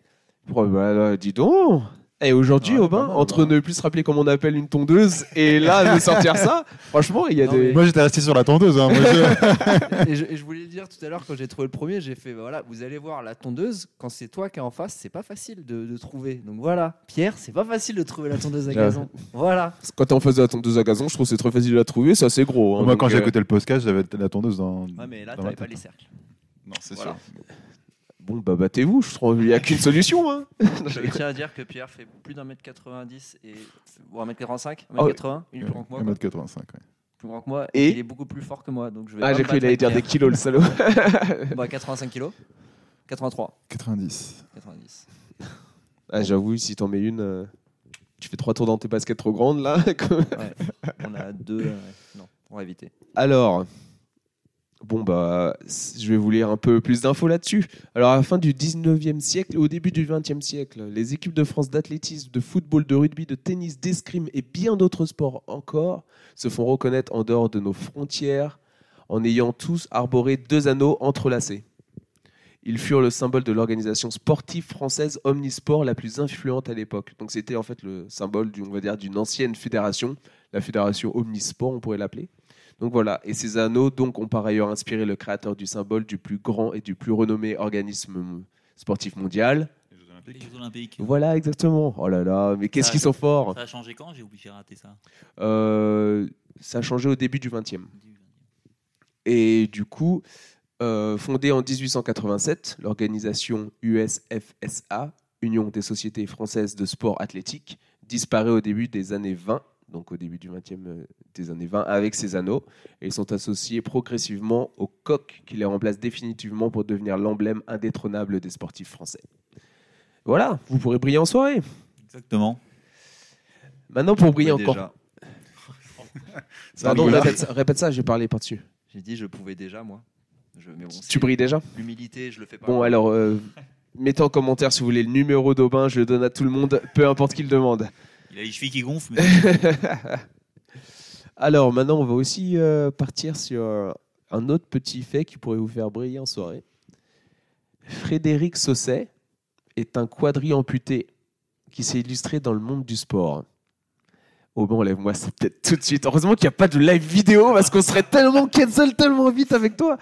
Speaker 1: Oh, bah, là, dis donc Et aujourd'hui,
Speaker 2: Ouais,
Speaker 1: Aubin,
Speaker 2: pas mal,
Speaker 1: entre
Speaker 2: ouais.
Speaker 1: ne plus se rappeler comment on appelle une tondeuse et là, de sortir ça, franchement, il y a
Speaker 5: Non,
Speaker 1: des.
Speaker 5: mais-
Speaker 2: Moi, j'étais resté sur la tondeuse. hein. Moi, je-
Speaker 5: et, je, et je voulais le dire tout à l'heure quand j'ai trouvé le premier, j'ai fait bah voilà, vous allez voir la tondeuse, quand c'est toi qui es en face, c'est pas facile de, de trouver. Donc voilà, Pierre, c'est pas facile de trouver la tondeuse à
Speaker 1: J'avoue.
Speaker 5: gazon. Voilà.
Speaker 1: Quand t'es en face de la tondeuse à gazon, je trouve que c'est très facile de la trouver. Ça, c'est gros. hein.
Speaker 2: Moi,
Speaker 1: Donc,
Speaker 2: quand j'ai
Speaker 1: euh,
Speaker 2: écouté le podcast, j'avais la tondeuse dans.
Speaker 5: Ouais, mais là,
Speaker 2: dans ma
Speaker 5: t'avais pas
Speaker 2: tête.
Speaker 5: les
Speaker 1: hein.
Speaker 5: cercles.
Speaker 2: Non, c'est
Speaker 5: Voilà.
Speaker 2: sûr.
Speaker 1: Bon, bah battez-vous, je trouve qu'il n'y a qu'une solution. Hein.
Speaker 5: Je tiens à dire que Pierre fait plus d'un mètre 90 et. ou un mètre 45, un
Speaker 1: Ah
Speaker 5: mètre
Speaker 1: ouais.
Speaker 5: 80, il est plus grand que moi. quoi.
Speaker 2: 1m85. ouais.
Speaker 5: Plus grand que moi
Speaker 1: Et
Speaker 5: et il est beaucoup plus fort que moi. Donc je vais
Speaker 1: Ah,
Speaker 5: pas
Speaker 1: j'ai
Speaker 5: me
Speaker 1: cru qu'il
Speaker 5: battre
Speaker 1: allait
Speaker 5: avec
Speaker 1: dire des kilos,
Speaker 5: Pierre.
Speaker 1: le salaud.
Speaker 5: Bah, 85 kilos. 83,
Speaker 2: 90.
Speaker 5: 90.
Speaker 1: Ah, j'avoue, si t'en mets une, euh, tu fais trois tours dans tes baskets trop grandes, là.
Speaker 5: On a deux. euh, non, on va éviter.
Speaker 1: Alors, bon, bah, c- je vais vous lire un peu plus d'infos là-dessus. Alors, à la fin du 19e siècle et au début du 20e siècle, les équipes de France d'athlétisme, de football, de rugby, de tennis, d'escrime et bien d'autres sports encore se font reconnaître en dehors de nos frontières en ayant tous arboré deux anneaux entrelacés. Ils furent le symbole de l'organisation sportive française omnisport la plus influente à l'époque. Donc c'était en fait le symbole, du- on va dire, d'une ancienne fédération, la fédération omnisport, on pourrait l'appeler. Donc voilà, et ces anneaux donc ont par ailleurs inspiré le créateur du symbole du plus grand et du plus renommé organisme sportif mondial.
Speaker 4: les Jeux Olympiques.
Speaker 1: Voilà exactement. Oh là là, mais qu'est-ce
Speaker 4: Ah,
Speaker 1: qu'ils sont forts
Speaker 4: Ça a changé quand J'ai oublié, j'ai raté ça.
Speaker 1: Euh, Ça a changé au début du 20e. Et du coup, euh, fondée en 1887, l'organisation USFSA, Union des sociétés françaises de sport athlétique, disparaît au début des années 20, donc au début du 20e euh, des années 20, avec ses anneaux, et ils sont associés progressivement au coq qui les remplace définitivement pour devenir l'emblème indétrônable des sportifs français. Voilà, vous pourrez briller en soirée.
Speaker 4: Exactement.
Speaker 1: Maintenant, pour briller
Speaker 5: Ouais,
Speaker 1: encore.
Speaker 5: déjà.
Speaker 1: Pardon,
Speaker 2: Nicolas.
Speaker 1: répète, ça- répète ça, j'ai parlé par-dessus.
Speaker 5: J'ai dit, je pouvais déjà, moi. Je, mais bon,
Speaker 1: Tu
Speaker 5: c'est
Speaker 1: brilles déjà
Speaker 5: L'humilité, je le fais pas.
Speaker 1: Bon, alors, euh, mettez en commentaire si vous voulez le numéro d'Aubin, je le donne à tout le monde, peu importe qui le demande.
Speaker 4: Il a les chevilles qui gonflent, mais
Speaker 1: Alors, maintenant, on va aussi euh, partir sur un autre petit fait qui pourrait vous faire briller en soirée. Frédéric Sausset est un quadri amputé qui s'est illustré dans le monde du sport. Oh bon, enlève-moi ça peut-être tout de suite. Heureusement qu'il n'y a pas de live vidéo parce qu'on serait tellement cancel tellement vite avec toi.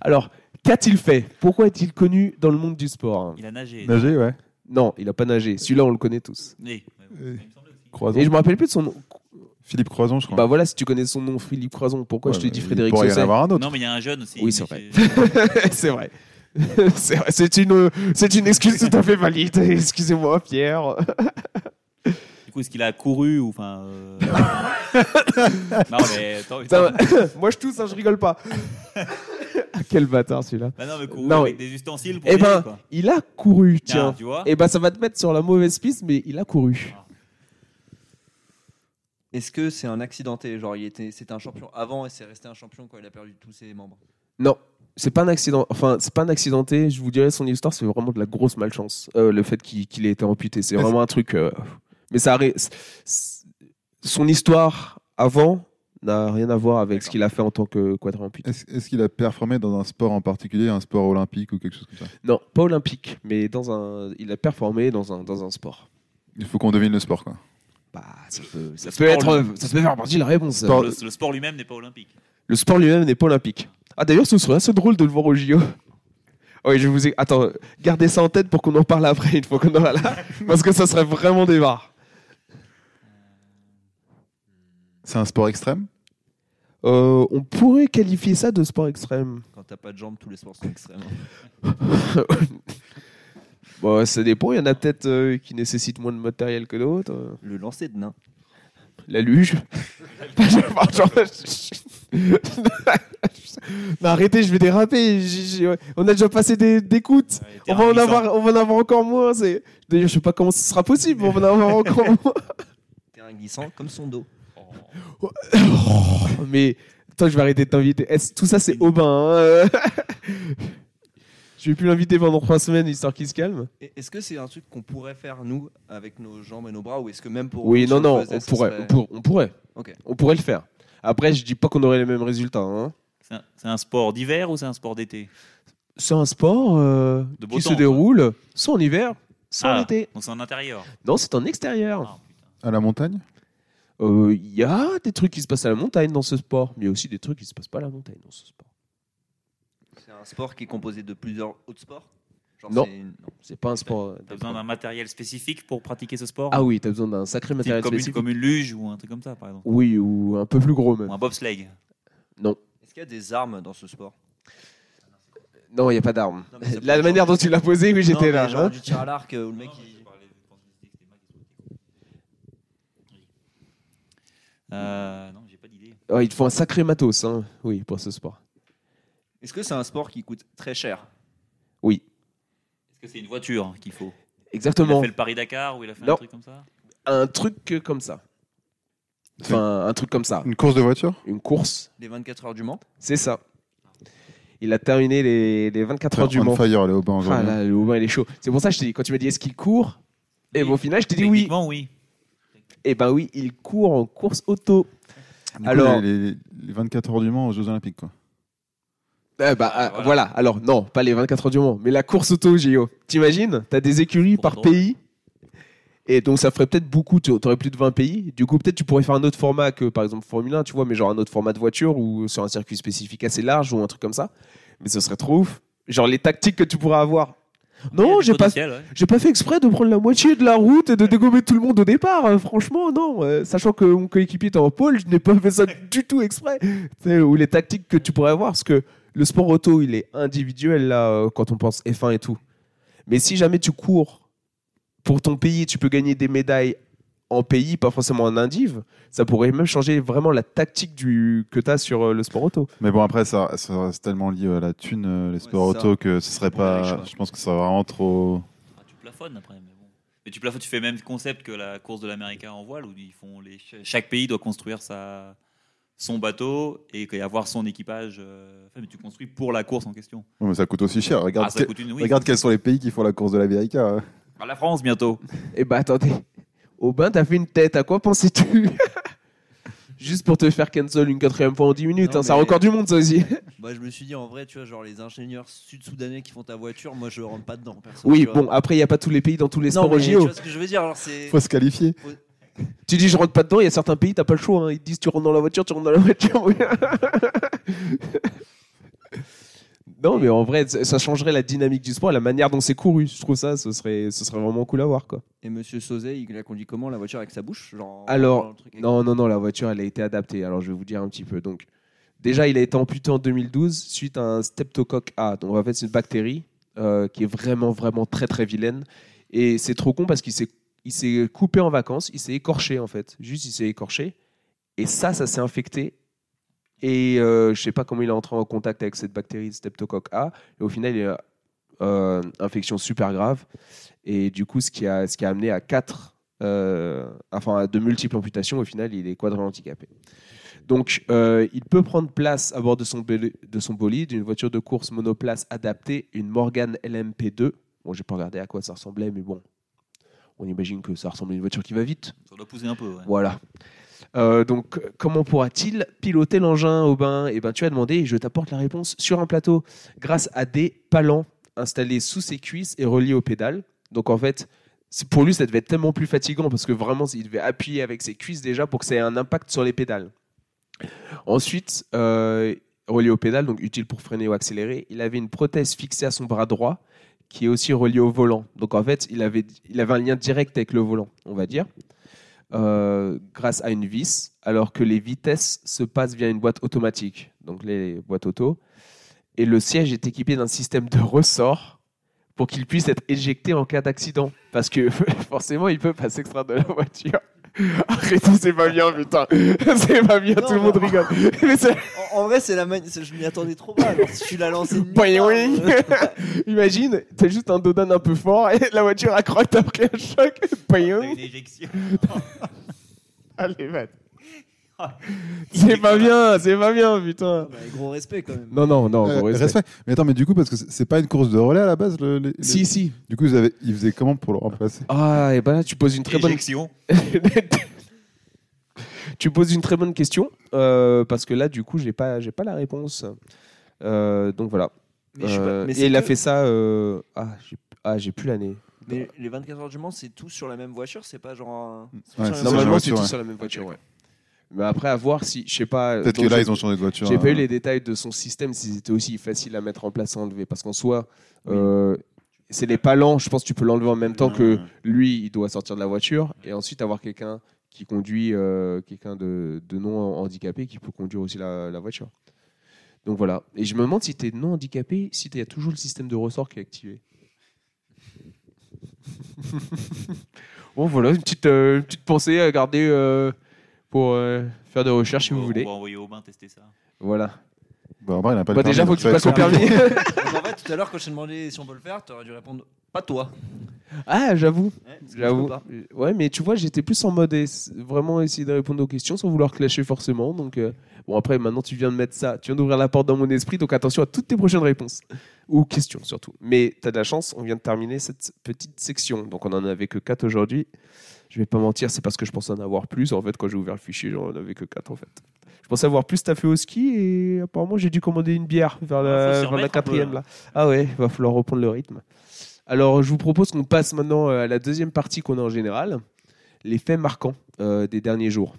Speaker 1: Alors, qu'a-t-il fait Pourquoi est-il connu dans le monde du sport
Speaker 4: Il a nagé.
Speaker 2: Nager, ouais.
Speaker 1: Non, il n'a pas nagé. Celui-là, on le connaît tous.
Speaker 4: Oui.
Speaker 2: Euh,
Speaker 4: Il me semble aussi.
Speaker 2: Croison.
Speaker 1: Et je me rappelle plus de son nom.
Speaker 2: Philippe Croison, je crois.
Speaker 1: Bah voilà, si tu connais son nom, Philippe Croison, pourquoi je te
Speaker 2: Ouais,
Speaker 1: dis
Speaker 2: il
Speaker 1: Frédéric
Speaker 2: pourrait y en
Speaker 1: Sauzet
Speaker 2: avoir un autre.
Speaker 4: Non, mais il y a un jeune aussi.
Speaker 1: Oui, c'est
Speaker 4: mais
Speaker 1: C'est vrai. C'est vrai, C'est une, euh, c'est une excuse tout à fait valide. Excusez-moi, Pierre.
Speaker 4: Du coup, est-ce qu'il a couru ou enfin. euh, non, mais attends.
Speaker 1: Putain, moi, je tousse, hein, je rigole pas. Ah, Quel bâtard celui-là.
Speaker 4: Bah non, mais couru
Speaker 1: Non,
Speaker 4: avec
Speaker 1: mais-
Speaker 4: des ustensiles pour
Speaker 1: Eh
Speaker 4: y aller,
Speaker 1: ben,
Speaker 4: quoi.
Speaker 1: il a couru,
Speaker 4: Tiens,
Speaker 1: tiens.
Speaker 4: tu vois.
Speaker 1: Eh ben, ça va te mettre sur la mauvaise piste, mais il a couru.
Speaker 5: Est-ce que c'est un accidenté Genre, il était, c'était un champion avant et c'est resté un champion quand il a perdu tous ses membres.
Speaker 1: Non, c'est pas un accident. Enfin, c'est pas un accidenté. Je vous dirais son histoire, c'est vraiment de la grosse malchance. Euh, le fait qu'il qu'il ait été amputé, c'est
Speaker 2: Mais
Speaker 1: vraiment un truc. euh, Mais ça, arrête- c- c- son histoire avant n'a rien à voir avec ce qu'il a fait en tant que quadramputé.
Speaker 2: Est-ce est-ce qu'il a performé dans un sport en particulier, un sport olympique ou quelque chose comme ça
Speaker 1: Non, pas olympique, mais dans un, il a performé dans un dans un sport.
Speaker 2: Il faut qu'on devine le sport, quoi.
Speaker 1: Bah, ça peut, ça
Speaker 4: Le
Speaker 1: peut
Speaker 4: sport,
Speaker 1: être, ça peut faire partie de la réponse. hein.
Speaker 2: Sport.
Speaker 4: Le, le sport lui-même n'est pas olympique.
Speaker 1: Le sport lui-même n'est pas olympique. Ah d'ailleurs, ce serait assez drôle de le voir au JO. Oui, je vous ai... Attends, gardez ça en tête pour qu'on en parle après, une fois qu'on aura là. Parce que ça serait vraiment des barres.
Speaker 2: C'est un sport extrême
Speaker 1: Euh, on pourrait qualifier ça de sport extrême.
Speaker 5: Quand t'as pas de jambes, tous les sports sont extrêmes.
Speaker 1: Bon, Bah, ça dépend. Il y en a peut-être euh, qui nécessitent moins de matériel que d'autres. euh,
Speaker 5: Le lancer de nain.
Speaker 1: La luge. Genre, je- non, arrêtez, je vais déraper. J'ai- j'ai- ouais. On a déjà passé des, des coûts.
Speaker 4: Ouais,
Speaker 1: On va, en
Speaker 4: terrain glissant.
Speaker 1: avoir, on va en avoir encore moins. c'est- D'ailleurs, je sais pas comment ce sera possible. mais On va en avoir encore moins.
Speaker 5: Terrain glissant comme son dos.
Speaker 1: Oh, mais toi, je vais arrêter de t'inviter. Est-ce- Tout ça, c'est Aubin. hein, euh. je vais plus l'inviter pendant trois semaines, histoire qu'il se calme.
Speaker 5: Et Est-ce que c'est un truc qu'on pourrait faire nous avec nos jambes et nos bras ou est-ce que même pour
Speaker 1: Oui,
Speaker 5: si
Speaker 1: non,
Speaker 5: le
Speaker 1: non,
Speaker 5: faisait,
Speaker 1: on
Speaker 5: ça
Speaker 1: pourrait,
Speaker 5: serait-
Speaker 1: on pour- on pourrait.
Speaker 5: Ok.
Speaker 1: On pourrait le faire. Après, je dis pas qu'on aurait les mêmes résultats. hein.
Speaker 4: C'est un, c'est un sport d'hiver ou c'est un sport d'été
Speaker 1: C'est un sport euh,
Speaker 4: De beau
Speaker 1: qui se
Speaker 4: temps,
Speaker 1: déroule soit en hiver, soit en
Speaker 4: Ah.
Speaker 1: été.
Speaker 4: Donc c'est en intérieur.
Speaker 1: Non, c'est en extérieur.
Speaker 4: Ah, putain.
Speaker 2: À la montagne
Speaker 4: Ah.
Speaker 1: Euh, Il y a des trucs qui se passent à la montagne dans ce sport, mais il y a aussi des trucs qui se passent pas à la montagne dans ce sport.
Speaker 5: C'est un sport qui est composé de plusieurs autres sports Genre
Speaker 1: Non.
Speaker 5: c'est une- non.
Speaker 1: C'est pas un sport. euh,
Speaker 4: T'as besoin d'un matériel spécifique pour pratiquer ce sport
Speaker 1: Ah oui, t'as besoin d'un sacré
Speaker 4: Type
Speaker 1: matériel
Speaker 4: comme, une,
Speaker 1: spécifique.
Speaker 4: comme une luge ou un truc comme ça, par exemple.
Speaker 1: Oui, ou un peu plus gros même.
Speaker 4: Ou un bobsleigh.
Speaker 5: Est-ce qu'il y a des armes dans ce sport
Speaker 1: Non, il n'y a pas d'arme.
Speaker 5: Non, mais ça peut
Speaker 1: La
Speaker 5: être
Speaker 1: manière
Speaker 5: genre-
Speaker 1: dont tu l'as posé, oui,
Speaker 5: Non,
Speaker 1: j'étais
Speaker 5: mais
Speaker 1: là.
Speaker 5: Genre
Speaker 1: hein.
Speaker 5: du tir à l'arc euh, où le mec il-
Speaker 4: Euh, non, j'ai pas d'idée.
Speaker 1: Ouais, Oh, il te faut un sacré matos, hein. oui, pour ce sport.
Speaker 5: Est-ce que c'est un sport qui coûte très cher
Speaker 4: Est-ce que c'est une voiture qu'il faut Il a
Speaker 1: Exactement.
Speaker 4: fait le Paris-Dakar ou il a fait
Speaker 1: Non.
Speaker 4: un truc comme ça
Speaker 1: Un truc euh, comme ça. Enfin, un truc comme ça.
Speaker 2: Une course de voiture
Speaker 1: Une course,
Speaker 5: Les 24 heures du Mans
Speaker 1: c'est ça. Il a terminé les, les 24 heures du
Speaker 2: On
Speaker 1: Mans.
Speaker 2: fire, là, au bas,
Speaker 1: Ah là, le Aubin, il est chaud. C'est pour ça que je t'ai dit, quand tu m'as dit est-ce qu'il court Et
Speaker 4: Oui.
Speaker 1: bon, au final, je t'ai dit oui.
Speaker 4: Techniquement, oui.
Speaker 1: Et ben oui, il court en course auto. alors-
Speaker 2: Alors... Les, les 24 heures du Mans aux Jeux Olympiques, quoi.
Speaker 1: Eh ben,
Speaker 4: Ah,
Speaker 1: euh, voilà.
Speaker 4: voilà.
Speaker 1: alors non, pas les 24 heures du Mans, mais la course auto, JO. T'imagines T'as des écuries
Speaker 4: Pour
Speaker 1: par
Speaker 4: drôle.
Speaker 1: pays. Et donc ça ferait peut-être beaucoup, tu aurais plus de 20 pays. Du coup, peut-être tu pourrais faire un autre format que par exemple Formule 1, tu vois, mais genre un autre format de voiture ou sur un circuit spécifique assez large ou un truc comme ça. Mais ce serait trop ouf. Genre les tactiques que tu pourrais avoir.
Speaker 4: Il y a
Speaker 1: Non,
Speaker 4: du
Speaker 1: j'ai pas,
Speaker 4: potentiel, ouais.
Speaker 1: j'ai pas fait exprès de prendre la moitié de la route et de dégommer tout le monde au départ. euh, franchement, non. euh, sachant que mon coéquipier était en pôle, je n'ai pas fait ça du tout exprès. Tu sais, Ou les tactiques que tu pourrais avoir. Parce que le sport auto, il est individuel là, euh, quand on pense F1 et tout. Mais si jamais tu cours pour ton pays, tu peux gagner des médailles en pays, pas forcément en indiv, ça pourrait même changer vraiment la tactique du, que tu as sur euh, le sport auto.
Speaker 2: Mais bon, après, ça, ça reste tellement lié à la thune, euh, les sports
Speaker 5: c'est ça.
Speaker 2: auto, que ce serait
Speaker 5: Pour les riches,
Speaker 2: pas.
Speaker 5: ouais.
Speaker 2: Je pense que ça serait vraiment trop.
Speaker 4: Ah, tu plafonnes après, mais bon. Mais tu plafonnes, tu fais le même concept que la course de l'Américain en voile où ils font les... ch- chaque pays doit construire sa... son bateau et qu'il y a avoir son équipage. euh, enfin, mais tu construis pour la course en question.
Speaker 2: Ouais, mais ça coûte aussi cher. Regarde,
Speaker 4: Ah, ça
Speaker 2: que-
Speaker 4: coûte une oui.
Speaker 2: regarde quels sont les pays qui font la course de l'Amérique. hein.
Speaker 4: Ah, la France bientôt.
Speaker 1: Eh ben attendez, Aubin, t'as fait une tête, à quoi pensais-tu Juste pour te faire cancel une quatrième fois en 10 minutes,
Speaker 5: Non,
Speaker 1: hein, c'est un
Speaker 5: mais-
Speaker 1: record du monde ça aussi.
Speaker 5: Bah je me suis dit en vrai tu vois genre les ingénieurs sud-soudanais qui font ta voiture moi je rentre pas dedans. perso,
Speaker 1: oui,
Speaker 5: tu vois.
Speaker 1: bon, après il n'y a pas tous les pays dans tous les
Speaker 5: Non,
Speaker 1: sports
Speaker 5: mais
Speaker 1: au
Speaker 5: tu
Speaker 1: JO.
Speaker 5: vois ce que je veux dire alors c'est
Speaker 2: Faut se qualifier.
Speaker 1: Tu dis je rentre pas dedans, il y a certains pays, t'as pas le choix. hein. Ils te disent tu rentres dans la voiture, tu rentres dans la voiture. oui. non, mais en vrai, ça ça changerait la dynamique du sport, la manière dont c'est couru. Je trouve ça, ce serait, ce serait vraiment cool à voir. Quoi.
Speaker 5: Et Monsieur Sauzet, il a conduit comment la voiture avec sa bouche genre,
Speaker 1: Alors,
Speaker 5: dans le truc avec-
Speaker 1: Non, non, non, la voiture, elle a été adaptée. Alors, je vais vous dire un petit peu. Donc, déjà, il a été amputé en 2012 suite à un streptocoque A. Donc, en fait, c'est une bactérie euh, qui est vraiment, vraiment très, très vilaine. Et c'est trop con parce qu'il s'est, il s'est coupé en vacances, il s'est écorché, en fait. Juste, il s'est écorché. Et ça, ça s'est infecté. Et euh, je sais pas comment il est entré en contact avec cette bactérie, streptocoque A. Et au final, il a euh, infection super grave. Et du coup, ce qui a, ce qui a amené à 4 euh, enfin à de multiples amputations, au final, il est quadruple handicapé. Donc, euh, il peut prendre place à bord de son, bel- de son bolide, une voiture de course monoplace adaptée, une Morgan LMP2. Bon, j'ai pas regardé à quoi ça ressemblait, mais bon, on imagine que ça ressemble à une voiture qui va vite.
Speaker 4: Ça doit pousser un peu. ouais.
Speaker 1: Voilà. Euh, donc, comment pourra-t-il piloter l'engin, Aubin Eh ben, tu as demandé et je t'apporte la réponse sur un plateau grâce à des palans installés sous ses cuisses et reliés aux pédales. Donc, en fait, c'est- pour lui, ça devait être tellement plus fatigant parce que vraiment, il devait appuyer avec ses cuisses déjà pour que ça ait un impact sur les pédales. Ensuite, euh, relié aux pédales, donc utile pour freiner ou accélérer, il avait une prothèse fixée à son bras droit qui est aussi reliée au volant. Donc, en fait, il avait, il avait un lien direct avec le volant, on va dire euh, grâce à une vis, alors que les vitesses se passent via une boîte automatique, donc les boîtes auto. Et le siège est équipé d'un système de ressort pour qu'il puisse être éjecté en cas d'accident. Parce que forcément, il peut pas s'extraire de la voiture. Arrêtez, c'est pas bien, putain. C'est pas bien,
Speaker 5: Non,
Speaker 1: tout le monde
Speaker 5: mais-
Speaker 1: rigole. Mais c'est-
Speaker 5: En, en vrai, c'est la mani- c'est- je m'y attendais trop mal. Alors, si tu l'as lancé. nulle part,
Speaker 1: Boing, boing.
Speaker 5: euh,
Speaker 1: Imagine, t'as juste un dodan un peu fort et la voiture accroche après un choc.
Speaker 4: T'as
Speaker 1: Boing.
Speaker 4: une éjection.
Speaker 1: Allez, va. C'est pas bien, c'est pas bien, putain.
Speaker 5: bah, gros respect quand même.
Speaker 1: Non, non, non,
Speaker 2: Euh,
Speaker 1: gros respect.
Speaker 2: respect. Mais attends, mais du coup, parce que c'est c'est pas une course de relais à la base le- les- les-
Speaker 1: Si, si.
Speaker 2: Du coup, ils, avaient, ils faisaient comment pour le remplacer
Speaker 1: Ah, et ben là, tu poses une très bonne
Speaker 4: Éjection.
Speaker 1: tu poses une très bonne question euh, parce que là, du coup, j'ai pas, j'ai pas la réponse. Euh, donc voilà.
Speaker 5: Mais je suis pas-
Speaker 1: Euh,
Speaker 5: mais c'est
Speaker 1: et il a
Speaker 5: que-
Speaker 1: fait ça. euh, Ah, j'ai ah, j'ai plus l'année.
Speaker 5: Mais les 24 heures du Mans, c'est tout sur la même voiture, c'est pas genre. un-
Speaker 1: Mm.
Speaker 2: Ouais,
Speaker 5: sur la
Speaker 2: c'est
Speaker 5: même
Speaker 2: ça,
Speaker 5: voiture.
Speaker 1: Normalement,
Speaker 2: j'aurais
Speaker 1: c'est
Speaker 2: sûr,
Speaker 1: tous
Speaker 2: ouais.
Speaker 1: sur la même voiture. ouais. Mais après, à voir si, je sais pas.
Speaker 2: Peut-être
Speaker 1: donc,
Speaker 2: que là,
Speaker 1: j'ai-
Speaker 2: ils ont changé de voiture.
Speaker 1: J'ai pas eu
Speaker 2: hein.
Speaker 1: les détails de son système, s'ils étaient aussi faciles à mettre en place à enlever. Parce qu'en soi, euh, c'est les palans, je pense que tu peux l'enlever en même temps
Speaker 4: Euh,
Speaker 1: que lui, il doit sortir de la voiture. Et ensuite, avoir quelqu'un qui conduit, euh, quelqu'un de, de non handicapé qui peut conduire aussi la, la voiture. Donc voilà. Et je me demande si t'es non handicapé, si t'as toujours le système de ressort qui est activé. bon, voilà, une petite, euh, une petite pensée à garder euh, pour euh, faire des recherches si
Speaker 4: On
Speaker 1: vous
Speaker 4: va-
Speaker 1: voulez.
Speaker 4: On va envoyer Aubin tester ça.
Speaker 1: Voilà.
Speaker 2: Bah, en vrai, il a pas
Speaker 1: Bah
Speaker 2: le permis,
Speaker 1: déjà, faut
Speaker 2: donc
Speaker 1: que
Speaker 2: ça
Speaker 1: tu
Speaker 2: va
Speaker 1: passes
Speaker 2: être
Speaker 1: au permis.
Speaker 5: Donc, en fait, tout à l'heure, quand je t'ai demandé si on peut le faire, t'aurais dû répondre pas toi.
Speaker 1: ah, j'avoue.
Speaker 5: Ouais, parce que je peux
Speaker 1: J'avoue.
Speaker 5: pas.
Speaker 1: Ouais, mais tu vois, j'étais plus en mode es- vraiment essayer de répondre aux questions sans vouloir clasher forcément. Donc, euh, bon, après, maintenant, tu viens de mettre ça. Tu viens d'ouvrir la porte dans mon esprit. Donc, attention à toutes tes prochaines réponses. Ou questions, surtout. Mais t'as de la chance, on vient de terminer cette petite section. Donc, on en avait que 4 aujourd'hui. Je vais pas mentir, c'est parce que je pensais en avoir plus. En fait, quand j'ai ouvert le fichier, j'en avais que 4 en fait. Je pensais avoir plus taffé au ski et apparemment, j'ai dû commander une bière vers
Speaker 4: Ah, Faut s'y
Speaker 1: la, vers
Speaker 4: remettre
Speaker 1: la
Speaker 4: un peu, hein.
Speaker 1: quatrième
Speaker 4: là.
Speaker 1: là. Ah ouais, va falloir reprendre le rythme. Alors, je vous propose qu'on passe maintenant euh, à la deuxième partie qu'on a en général, les faits marquants euh, des derniers jours.